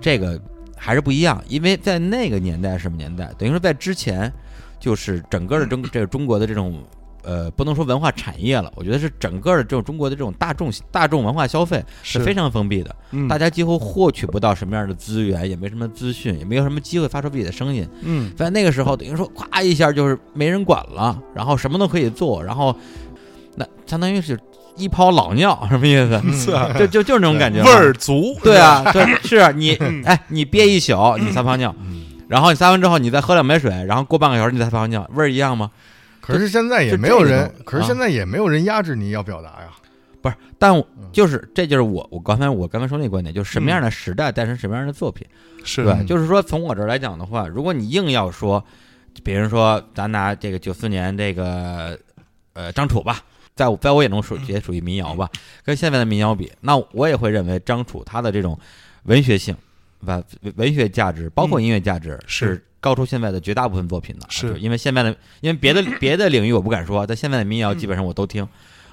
这个还是不一样，因为在那个年代是什么年代？等于说在之前，就是整个的中这个中国的这种呃，不能说文化产业了，我觉得是整个的这种中国的这种大众大众文化消费是是非常封闭的，嗯大家几乎获取不到什么样的资源，也没什么资讯，也没有什么机会发出自己的声音。嗯在那个时候，等于说咵一下就是没人管了，然后什么都可以做，然后那相当于是一泡老尿，什么意思？是 <laughs> 啊，就就 <laughs> 就是那种感觉嘛，味儿足，对啊，对，是啊你，哎，你憋一宿，你撒泡尿，然后你撒完之后，你再喝两杯水，然后过半个小时你再撒泡尿，味儿一样吗？可是现在也就没有这个人东，可是现在也没有人压制你要表达呀。不是，但我嗯就是这就是我我刚才我刚才说那观点，就是什么样的时代诞生什么样的作品，是对，嗯就是说从我这儿来讲的话，如果你硬要说，比如说咱拿这个九四年这个呃张楚吧，在我在我眼中属也属于民谣吧，嗯跟现在的民谣比，那我也会认为张楚他的这种文学性。文文学价值，包括音乐价值，嗯是是高出现在的绝大部分作品的。是就啊因为现在的，因为别的别的领域我不敢说，但啊现在的民谣基本上我都听。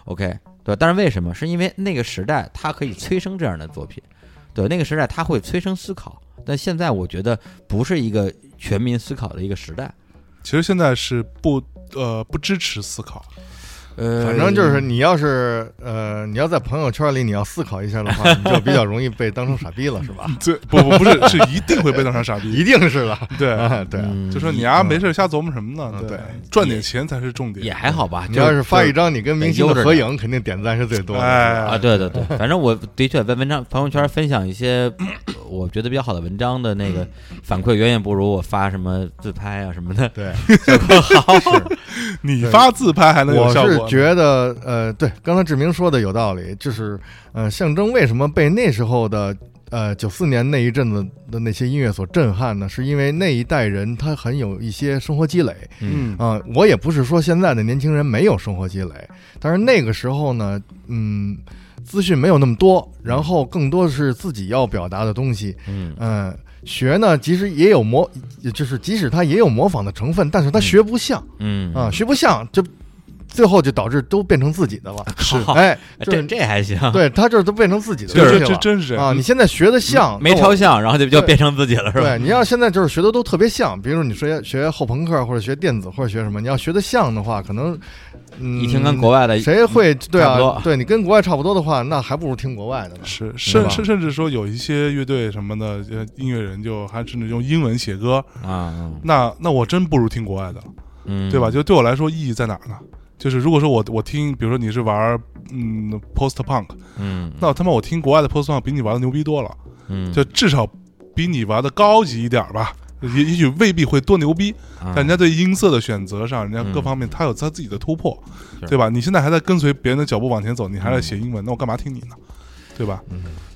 OK，对，但是为什么？是因为那个时代它可以催生这样的作品，对，那个时代它会催生思考。但现在我觉得不是一个全民思考的一个时代。其实现在是不呃不支持思考，呃，反正就是你要是呃，你要在朋友圈里你要思考一下的话，你就比较容易被当成傻逼了，是吧？对，不不不是，是一定会被当成傻逼， <laughs> 一定是了，对，啊，对啊。嗯就说你啊没事瞎琢磨什么呢？嗯对对，赚点钱才是重点，也还好吧，你就要是发一就张你跟明星的合影，肯定点赞是最多的。哎啊，对对对，反正我的确在文章朋友圈分享一些我觉得比较好的文章的那个反馈，远远不如我发什么自拍啊什么的对，效果 <laughs> 好。你发自拍还能有我效是果呢？觉得，呃，对，刚才志明说的有道理，就是，呃，象征为什么被那时候的，呃，九四年那一阵子的那些音乐所震撼呢？是因为那一代人他很有一些生活积累，嗯，啊、我也不是说现在的年轻人没有生活积累，但是那个时候呢，嗯，资讯没有那么多，然后更多的是自己要表达的东西，嗯嗯、学呢，其实也有模，就是即使他也有模仿的成分，但是他学不像嗯啊、学不像就。最后就导致都变成自己的了， <laughs> 是哎，就这是这还行，对他这都变成自己的这东这西这了真是这样啊！你现在学的像，没那我超像，然后就就对变成自己了，是吧？对，你要现在就是学的都特别像，比如说你说学后朋克或者学电子或者学什么，你要学的像的话，可能嗯，一听跟国外的嗯谁会对差不多啊？对你跟国外差不多的话，那还不如听国外的呢。是，嗯甚吧甚甚至说有一些乐队什么的，呃，音乐人就还甚至用英文写歌，啊，那那我真不如听国外的，嗯，对吧？？就对我来说意义在哪儿呢？就是如果说我我听，比如说你是玩儿嗯 post punk，嗯，那他妈我听国外的 post punk 比你玩的牛逼多了，嗯，就至少比你玩的高级一点儿吧。也也许未必会多牛逼，啊但人家对音色的选择上，人家各嗯方面他有他自己的突破，是嗯对吧？你现在还在跟随别人的脚步往前走，你还在写英文，那我干嘛听你呢？对吧？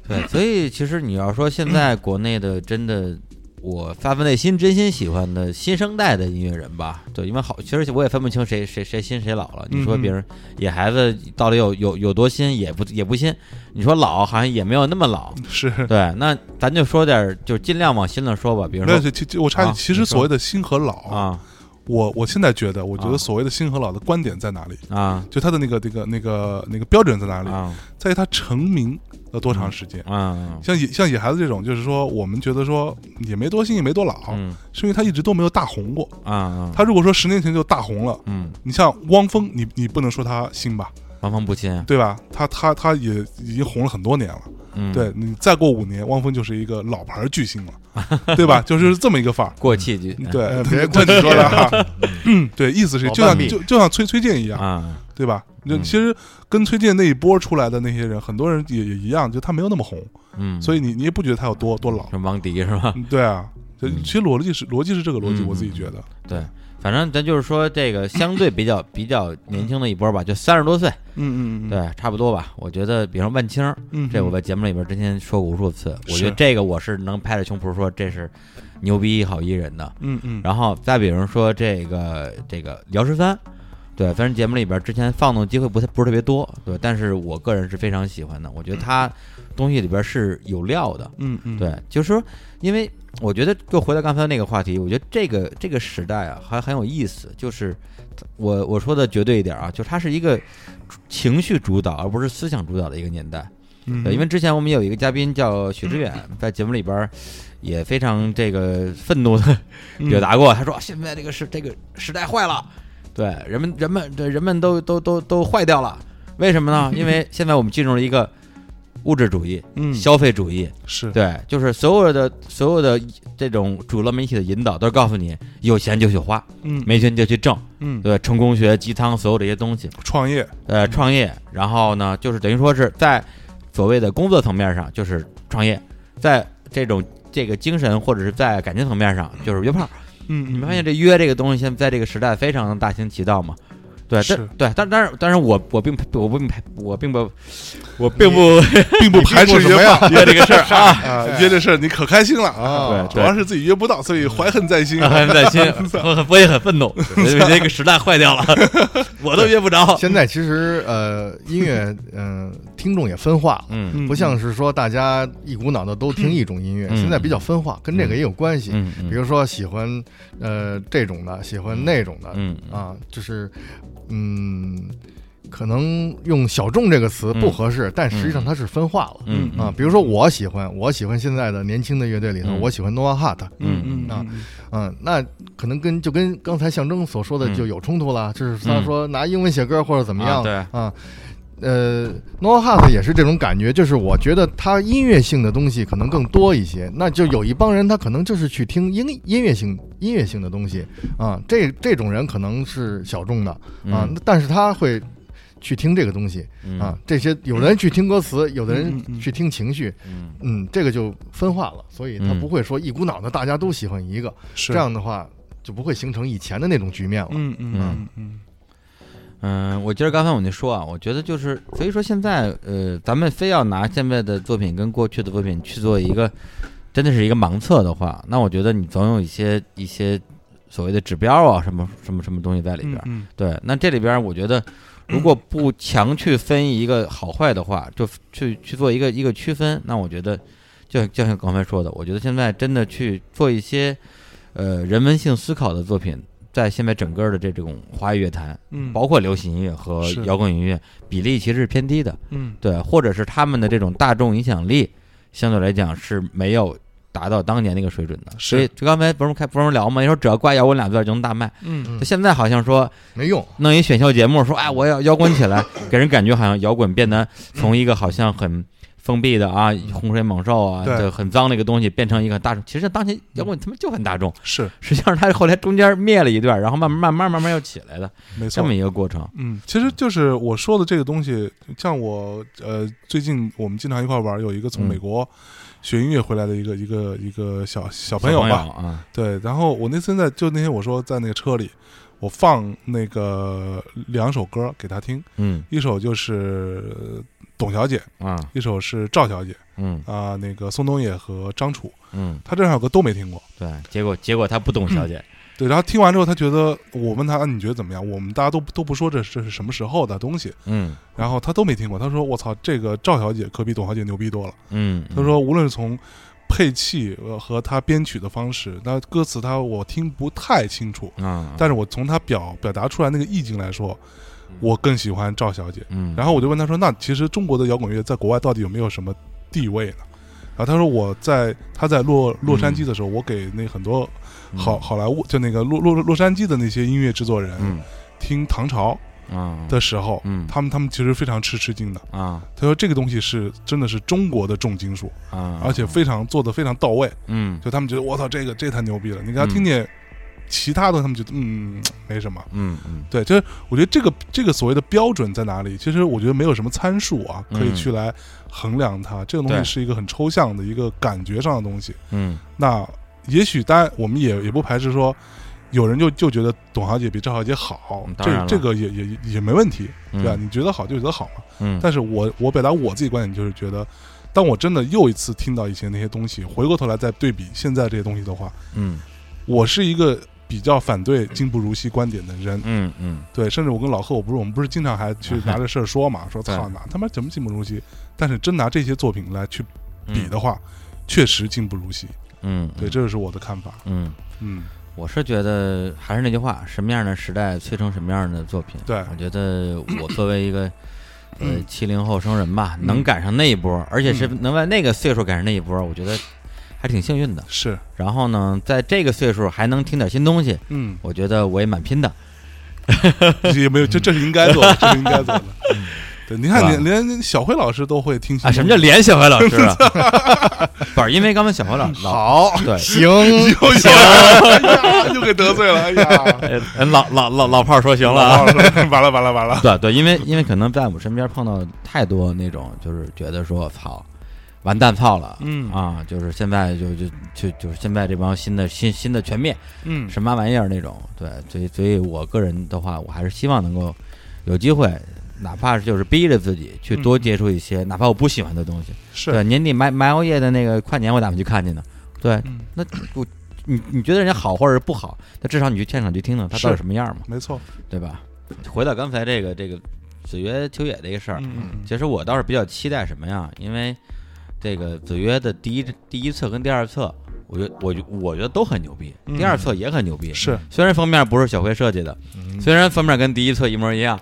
对，所以其实你要说现在国内的真的，我发自内心真心喜欢的新生代的音乐人吧，对，因为好，其实我也分不清谁谁谁新谁老了。你说嗯嗯别人野孩子到底有有有多新，也不也不新；你说老，好像也没有那么老。是，对，那咱就说点儿，就尽量往新了说吧，比如没有，说就其我插啊你，其你说实所谓的新和老，啊我我现在觉得，我觉啊得所谓的新和老的观点在哪里？啊就他的那个那个那个那个标准在哪里？啊在于他成名了多长时间。啊，像野像野孩子这种，就是说我们觉得说也没多新也没多老，嗯是因为他一直都没有大红过。啊啊，他如果说十年前就大红了，嗯，你像汪峰，你你不能说他新吧，王峰不亲，对吧？他他他也已经红了很多年了。嗯，对，你再过五年，汪峰就是一个老牌巨星了， <laughs> 对吧？就是这么一个范儿。过气就嗯哎对 <laughs> 呃，别这过你说的哈，嗯，对，意思是老就半像壁就就像崔崔健一样，啊，对吧？就嗯其实跟崔健那一波出来的那些人，很多人也也一样，就他没有那么红，嗯，所以以你你也不觉得他有多多老，什么王迪是吧？嗯对啊。就嗯其实逻辑是逻辑是这个逻辑，嗯我自己觉得对，反正咱就是说这个相对比较比较年轻的一波吧，就三十多岁，嗯，嗯嗯对，差不多吧。我觉得，比如说万青儿，嗯，这我在节目里边之前说过无数次，我觉得是这个我是能拍着胸脯说这是牛逼好艺人的。嗯嗯，然后再比如说这个这个姚十三，对，反正节目里边之前放纵机会不太不是特别多，对，但是我个人是非常喜欢的，我觉得他东西里边是有料的，嗯嗯，对，就是说，因为我觉得又回到刚才那个话题，我觉得这个这个时代啊，还很有意思。就是我我说的绝对一点啊，就是它是一个情绪主导，而不是思想主导的一个年代。嗯，对，因为之前我们有一个嘉宾叫许知远，在节目里边儿也非常这个愤怒的嗯表达过，他说现在这个时这个时代坏了，对人们人们对人们都都都都坏掉了，为什么呢？因为现在我们进入了一个物质主义、嗯消费主义，是对，就是所有的所有的这种主流媒体的引导，都是告诉你有钱就去花，嗯没钱就去挣，嗯对，成功学鸡汤所有这些东西，创业呃，创业，然后呢，就是等于说是在所谓的工作层面上就是创业，在这种这个精神或者是在感情层面上就是约炮，嗯，你们发嗯现这约这个东西现在在这个时代非常大行其道嘛？对，是但对，但但是但是我我并我并我并不我并不并不排斥你并约不什么呀炮约这个事儿啊， <laughs> 啊，约这事儿你可开心了啊！啊，主要是自己约不到，所以嗯怀恨在心。啊很担心，我很我也很愤怒，因为这个时代坏掉了，我都约不着。现在其实呃，音乐嗯、呃听众也分化了。嗯嗯不像是说大家一股脑的都听一种音乐，嗯现在比较分化，跟这个也有关系。嗯比如说喜欢呃这种的，喜欢那种的，嗯啊，就是嗯，可能用小众这个词不合适，但实际上它是分化了。嗯啊，比如说我喜欢，我喜欢现在的年轻的乐队里头，嗯我喜欢 Noah Hart，嗯嗯啊嗯嗯，那可能跟就跟刚才象征所说的嗯就有冲突了，就是他嗯说拿英文写歌或者怎么样，啊对啊，呃，Noah Hart 也是这种感觉，就是我觉得他音乐性的东西可能更多一些，那就有一帮人他可能就是去听音音乐性音乐性的东西啊，这这种人可能是小众的啊，嗯但是他会去听这个东西嗯啊，这些有的人去听歌词，有的嗯嗯人去听情绪，嗯嗯，这个就分化了，所以他嗯不会说一股脑的大家都喜欢一个。是这样的话就不会形成以前的那种局面了。嗯嗯嗯嗯嗯，我接着刚才我那说啊，我觉得就是，所以说现在呃，咱们非要拿现在的作品跟过去的作品去做一个，真的是一个盲测的话，那我觉得你总有一些一些所谓的指标啊，什么什么什么东西在里边儿。嗯对，啊那这里边儿我觉得，如果不强去分一个好坏的嗯话，就去去做一个一个区分，那我觉得，就就像刚才说的，我觉得现在真的去做一些，呃，人文性思考的作品，在现在整个的这种华语乐坛，嗯，包括流行音乐和是摇滚音乐比例其实是偏低的，嗯对，或者是他们的这种大众影响力相对来讲是没有达到当年那个水准的。是所以就刚才不是开不是聊吗？你说只要挂摇滚俩字儿就能大卖，嗯就现在好像说没用，弄一选秀节目，说哎我要摇滚起来，给人感觉好像摇滚变得从一个好像很。封闭的啊，洪水猛兽啊，对就很脏那个东西，变成一个很大众。其实当年摇滚他妈就很大众，是实际上他后来中间灭了一段，然后慢慢慢慢慢慢又起来的，没这错么。一个过程。嗯，其实就是我说的这个东西，像我呃，最近我们经常一块玩，有一个嗯从美国学音乐回来的一个一个一个小小朋友吧，啊，对，然后我那次在就那天我说在那个车里，我放那个两首歌给他听，嗯一首就是呃董小姐，啊，一首是赵小姐嗯啊、那个宋冬野和张楚，嗯，他这两首歌都没听过。对，结果结果他不懂小姐，对，然后听完之后，他觉得我问他、啊你觉得怎么样？我们大家都都不说这是这是什么时候的东西，嗯然后他都没听过。他说：“我操，这个赵小姐可比董小姐牛逼多了。”嗯，他说，无论是从配器呃和他编曲的方式，那歌词他我听不太清楚，啊，但是我从他表表达出来那个意境来说，我更喜欢赵小姐。嗯，然后我就问他说：“那其实中国的摇滚乐在国外到底有没有什么地位呢？”然后他说：“我在他在嗯洛洛杉矶的时候，我给那很多好好莱坞就那个洛洛洛杉矶的那些音乐制作人嗯听唐朝啊的时候，嗯他们他们其实非常吃吃惊的。啊他说这个东西是真的是中国的重金属，啊，而且非常做的非常到位。嗯就他们觉得我操，这个这太牛逼了！你给他嗯听点其他的，他们觉得嗯没什么。”嗯嗯对，就是我觉得这个这个所谓的标准在哪里？其实我觉得没有什么参数啊，可以嗯去来衡量它。这个东对西是一个很抽象的一个感觉上的东西。嗯那也许，当然我们也也不排斥说，有人就就觉得董小姐比赵小姐好嗯，当然这了这个也也也也没问题，嗯对吧？你觉得好就觉得好嘛。嗯，但是我我表达我自己观点就是觉得。当我真的又一次听到以前那些东西，回过头来再对比现在这些东西的话，嗯我是一个比较反对“今不如昔”观点的人。嗯嗯对，甚至我跟老贺，我不是我们不是经常还去拿这事儿说嘛，说对操哪他妈怎么进不如昔？但是真拿这些作品来去比的话，确实进不如昔。嗯，对，这就是我的看法。嗯。嗯，我是觉得还是那句话，什么样的时代催生什么样的作品。对我觉得我作为一 <clears throat> 个呃七零后生人吧，能赶上那一波，而且是能在那个岁数赶上那一波，我觉得还挺幸运的。是，然后呢，在这个岁数还能听点新东西，，嗯我觉得我也蛮拼的。也没有，这这是应该做的，这是应该做的。 <laughs> 对，你看，是连连小辉老师都会听啊，新什么叫东西连小辉老师啊？ <laughs> 不是因为刚才小辉老老好，对 <laughs> 行， <laughs> 又行了，哎呀，又给得罪了，<laughs> 哎呀，呃老老老老炮儿说行了啊。完了完了完了，对对，因为因为可能在我们身边碰到太多那种，就是觉得说操，完蛋操了，嗯啊，就是现在就就就就是现在这帮新的新新的全灭，嗯，什么玩意儿那种，对，所以所以我个人的话，我还是希望能够有机会，哪怕是就是逼着自己去多嗯接触一些，哪怕我不喜欢的东西。对， <laughs> 是，年底埋埋欧夜的那个跨年，我打算去看去呢。对，嗯，那我你你觉得人家好或者是不好，那至少你去现场去听听他是到底什么样嘛，没错，对吧？回到刚才这个这个子曰秋野这个事儿，嗯嗯其实我倒是比较期待什么呀？因为这个子曰的第一第一册跟第二册，我觉得我觉我觉得都很牛逼，嗯第二册也很牛逼。嗯，是，虽然封面不是小辉设计的，嗯虽然封面跟第一册一模一 <laughs> 样，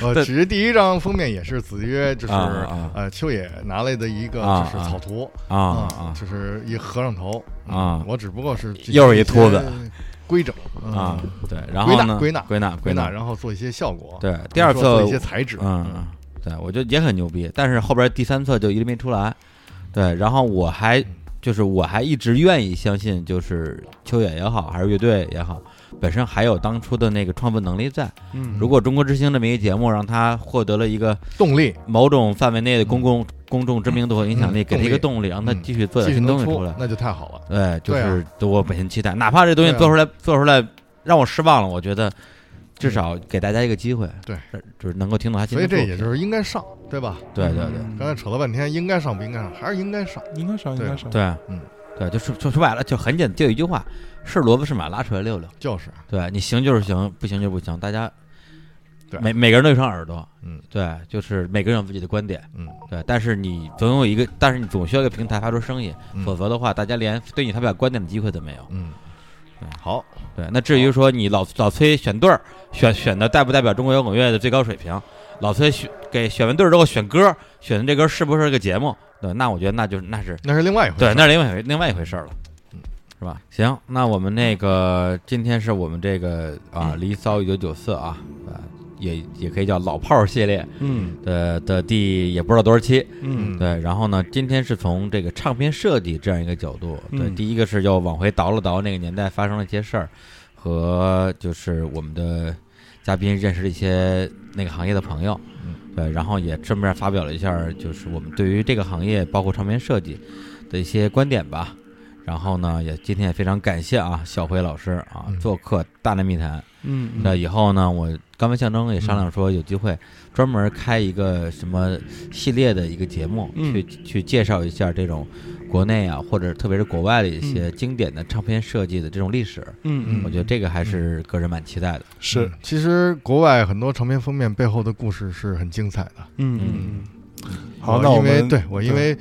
呃，对只是第一张封面也是子曰，就是啊啊啊呃秋野拿来的一个啊就是草图啊啊就是一和尚头嗯啊我只不过是进行又是一秃子些规整嗯啊，对，然后呢，归纳归纳归纳，然后做一些效果。对，比第如二说册做一些材质，嗯，对，我觉得也很牛逼，但是后边第三册就一直没出来。对，然后我还嗯就是我还一直愿意相信，就是秋野也好，还是乐队也好，本身还有当初的那个创作能力在。嗯，如果《中国之星》这么一个节目让他获得了一个动力某种范围内的公共公众知名度和影响力，嗯给他一个动力，让他继续做点继续新能东西出出来，。那就太好了。对，就对啊是我本身期待，哪怕这东西对啊做出来做出来让我失望了，我觉得至少给大家一个机会，呃对，就是能够听到他新的所以作这品。也就是应该上，对吧？对对对。嗯刚才扯了半天，应该上不应该上，还是应该上。应该上，应该上，对，嗯，对，就说说说白了，就很简，就一句话，是萝卜是马，拉出来溜溜。就是，对你行就是行，不行就不行，大家对每每个人都有一双耳朵，嗯，对，就是每个人有自己的观点，嗯，对，但是你总有一个，但是你总需要一个平台发出声音，嗯否则的话，大家连对你发表观点的机会都没有。嗯嗯，好，对，那至于说你老老崔选对儿，选选的代不代表中国摇滚乐的最高水平，老崔选给选完对儿之后选歌，选的这歌是不是个节目？对，那我觉得那就是那是那是另外一回事。对，那是另外一回另外一回事儿了嗯，是吧？行，那我们那个今天是我们这个啊，离骚一九九四啊，呃，也也可以叫老炮儿系列嗯的的第也不知道多少期，嗯嗯对。然后呢，今天是从这个唱片设计这样一个角度，对，嗯第一个是又往回倒了倒那个年代发生了一些事儿，和就是我们的嘉宾认识了一些那个行业的朋友，嗯对，然后也顺便发表了一下，就是我们对于这个行业，包括唱片设计的一些观点吧。然后呢，也今天也非常感谢啊，小辉老师啊嗯做客《大内密谈》。嗯，那以后呢，我刚跟向征也商量说，有机会专门开一个什么系列的一个节目，嗯去去介绍一下这种国内啊，或者特别是国外的一些经典的唱片设计的这种历史。嗯我嗯觉得这个还是个人蛮期待的。是，其实国外很多唱片封面背后的故事是很精彩的。嗯嗯嗯，好，那我我因为们对我因对为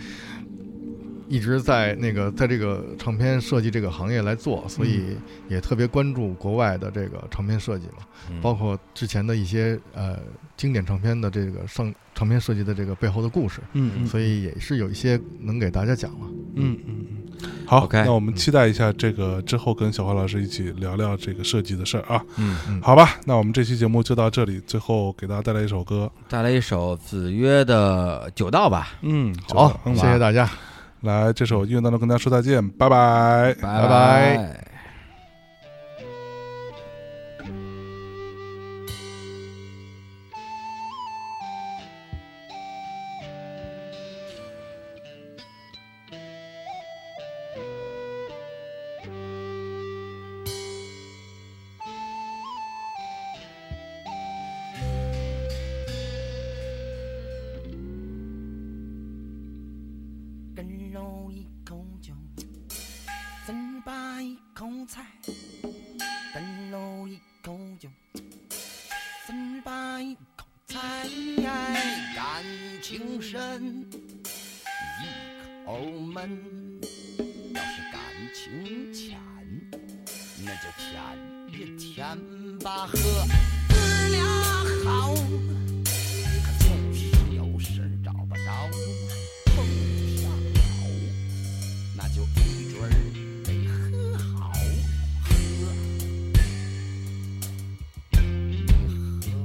一直在那个在这个唱片设计这个行业来嗯做，所以也特别关注国外的这个唱片设计嘛，嗯包括之前的一些呃经典唱片的这个上唱片设计的这个背后的故事，嗯嗯，所以也是有一些能给大家讲了。嗯嗯嗯，好 OK 那我们期待一下这个之后跟小花老师一起聊聊这个设计的事儿啊。嗯。嗯好吧，那我们这期节目就到这里，最后给大家带来一首歌。带来一首子曰的《九道》吧，嗯，好，嗯谢谢大家。来这首音乐当中跟大家说再见，拜拜。拜拜跟肉一口酒，糍粑一口菜，跟肉一口酒，糍粑一口菜，感情深，一口闷。要是感情浅，那就舔一舔吧，呵，哥俩好，可就是有时找不着。碰上了，那就一准儿得喝好喝。你喝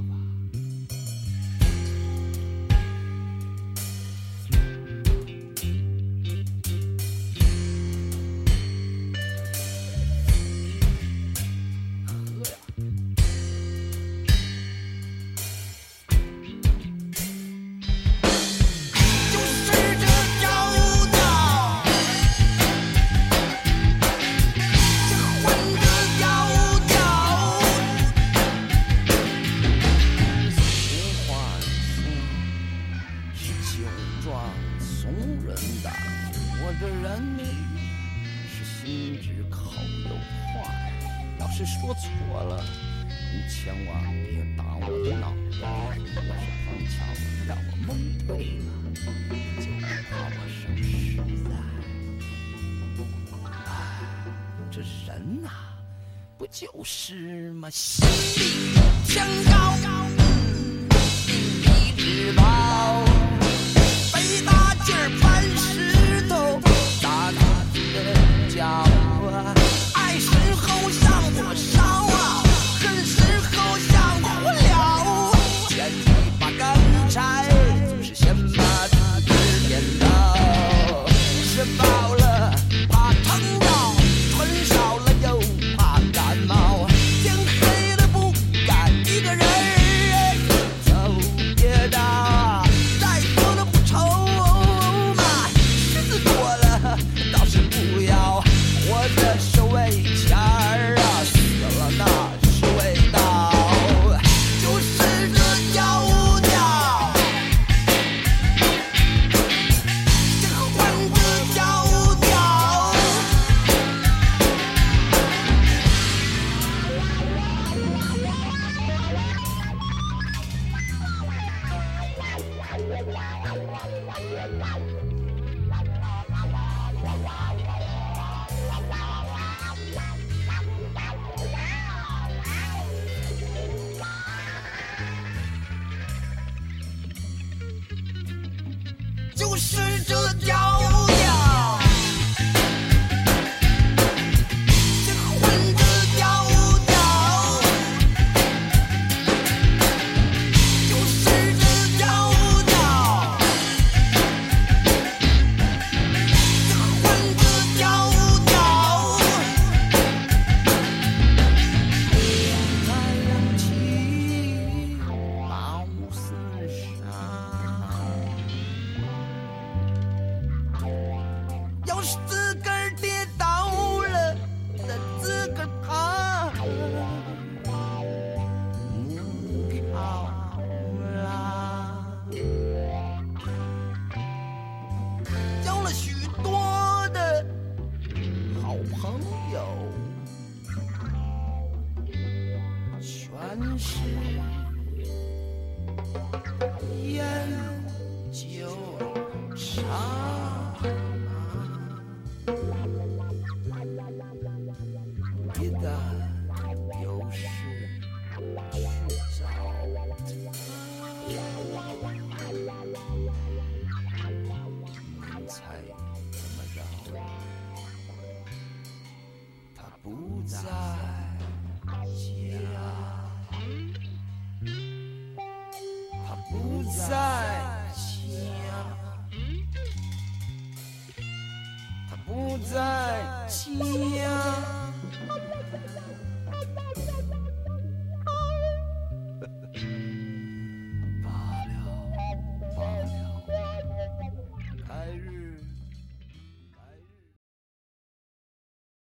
吧。喝呀！心直口又快，要是说错了，你千万别打我的脑袋。要是碰巧让我蒙对了，就怕我生实在。唉，这人呐、不就是嘛，心比天高，一直高。肥大劲儿搬石头，砸自己的脚啊！爱时候像火烧啊，恨时候像火燎。捡一把干柴，就是先把自己点着。吃饱了怕撑着，穿少了又怕感冒。天黑了不敢一个人儿走街道。再说了不愁嘛，日子多了倒是不要，活着是为钱儿啊，死了那是味道。就是这妖孽。这个关子要掉。就是这妖孽，这混子妖孽，就是这妖孽，这混子妖孽。太阳起，毛四上。要是自个儿跌倒了，得自个儿爬。不吵啦。交了许多的好朋友，全是烟酒茶。一旦有事去找他，你猜怎么着？他不在。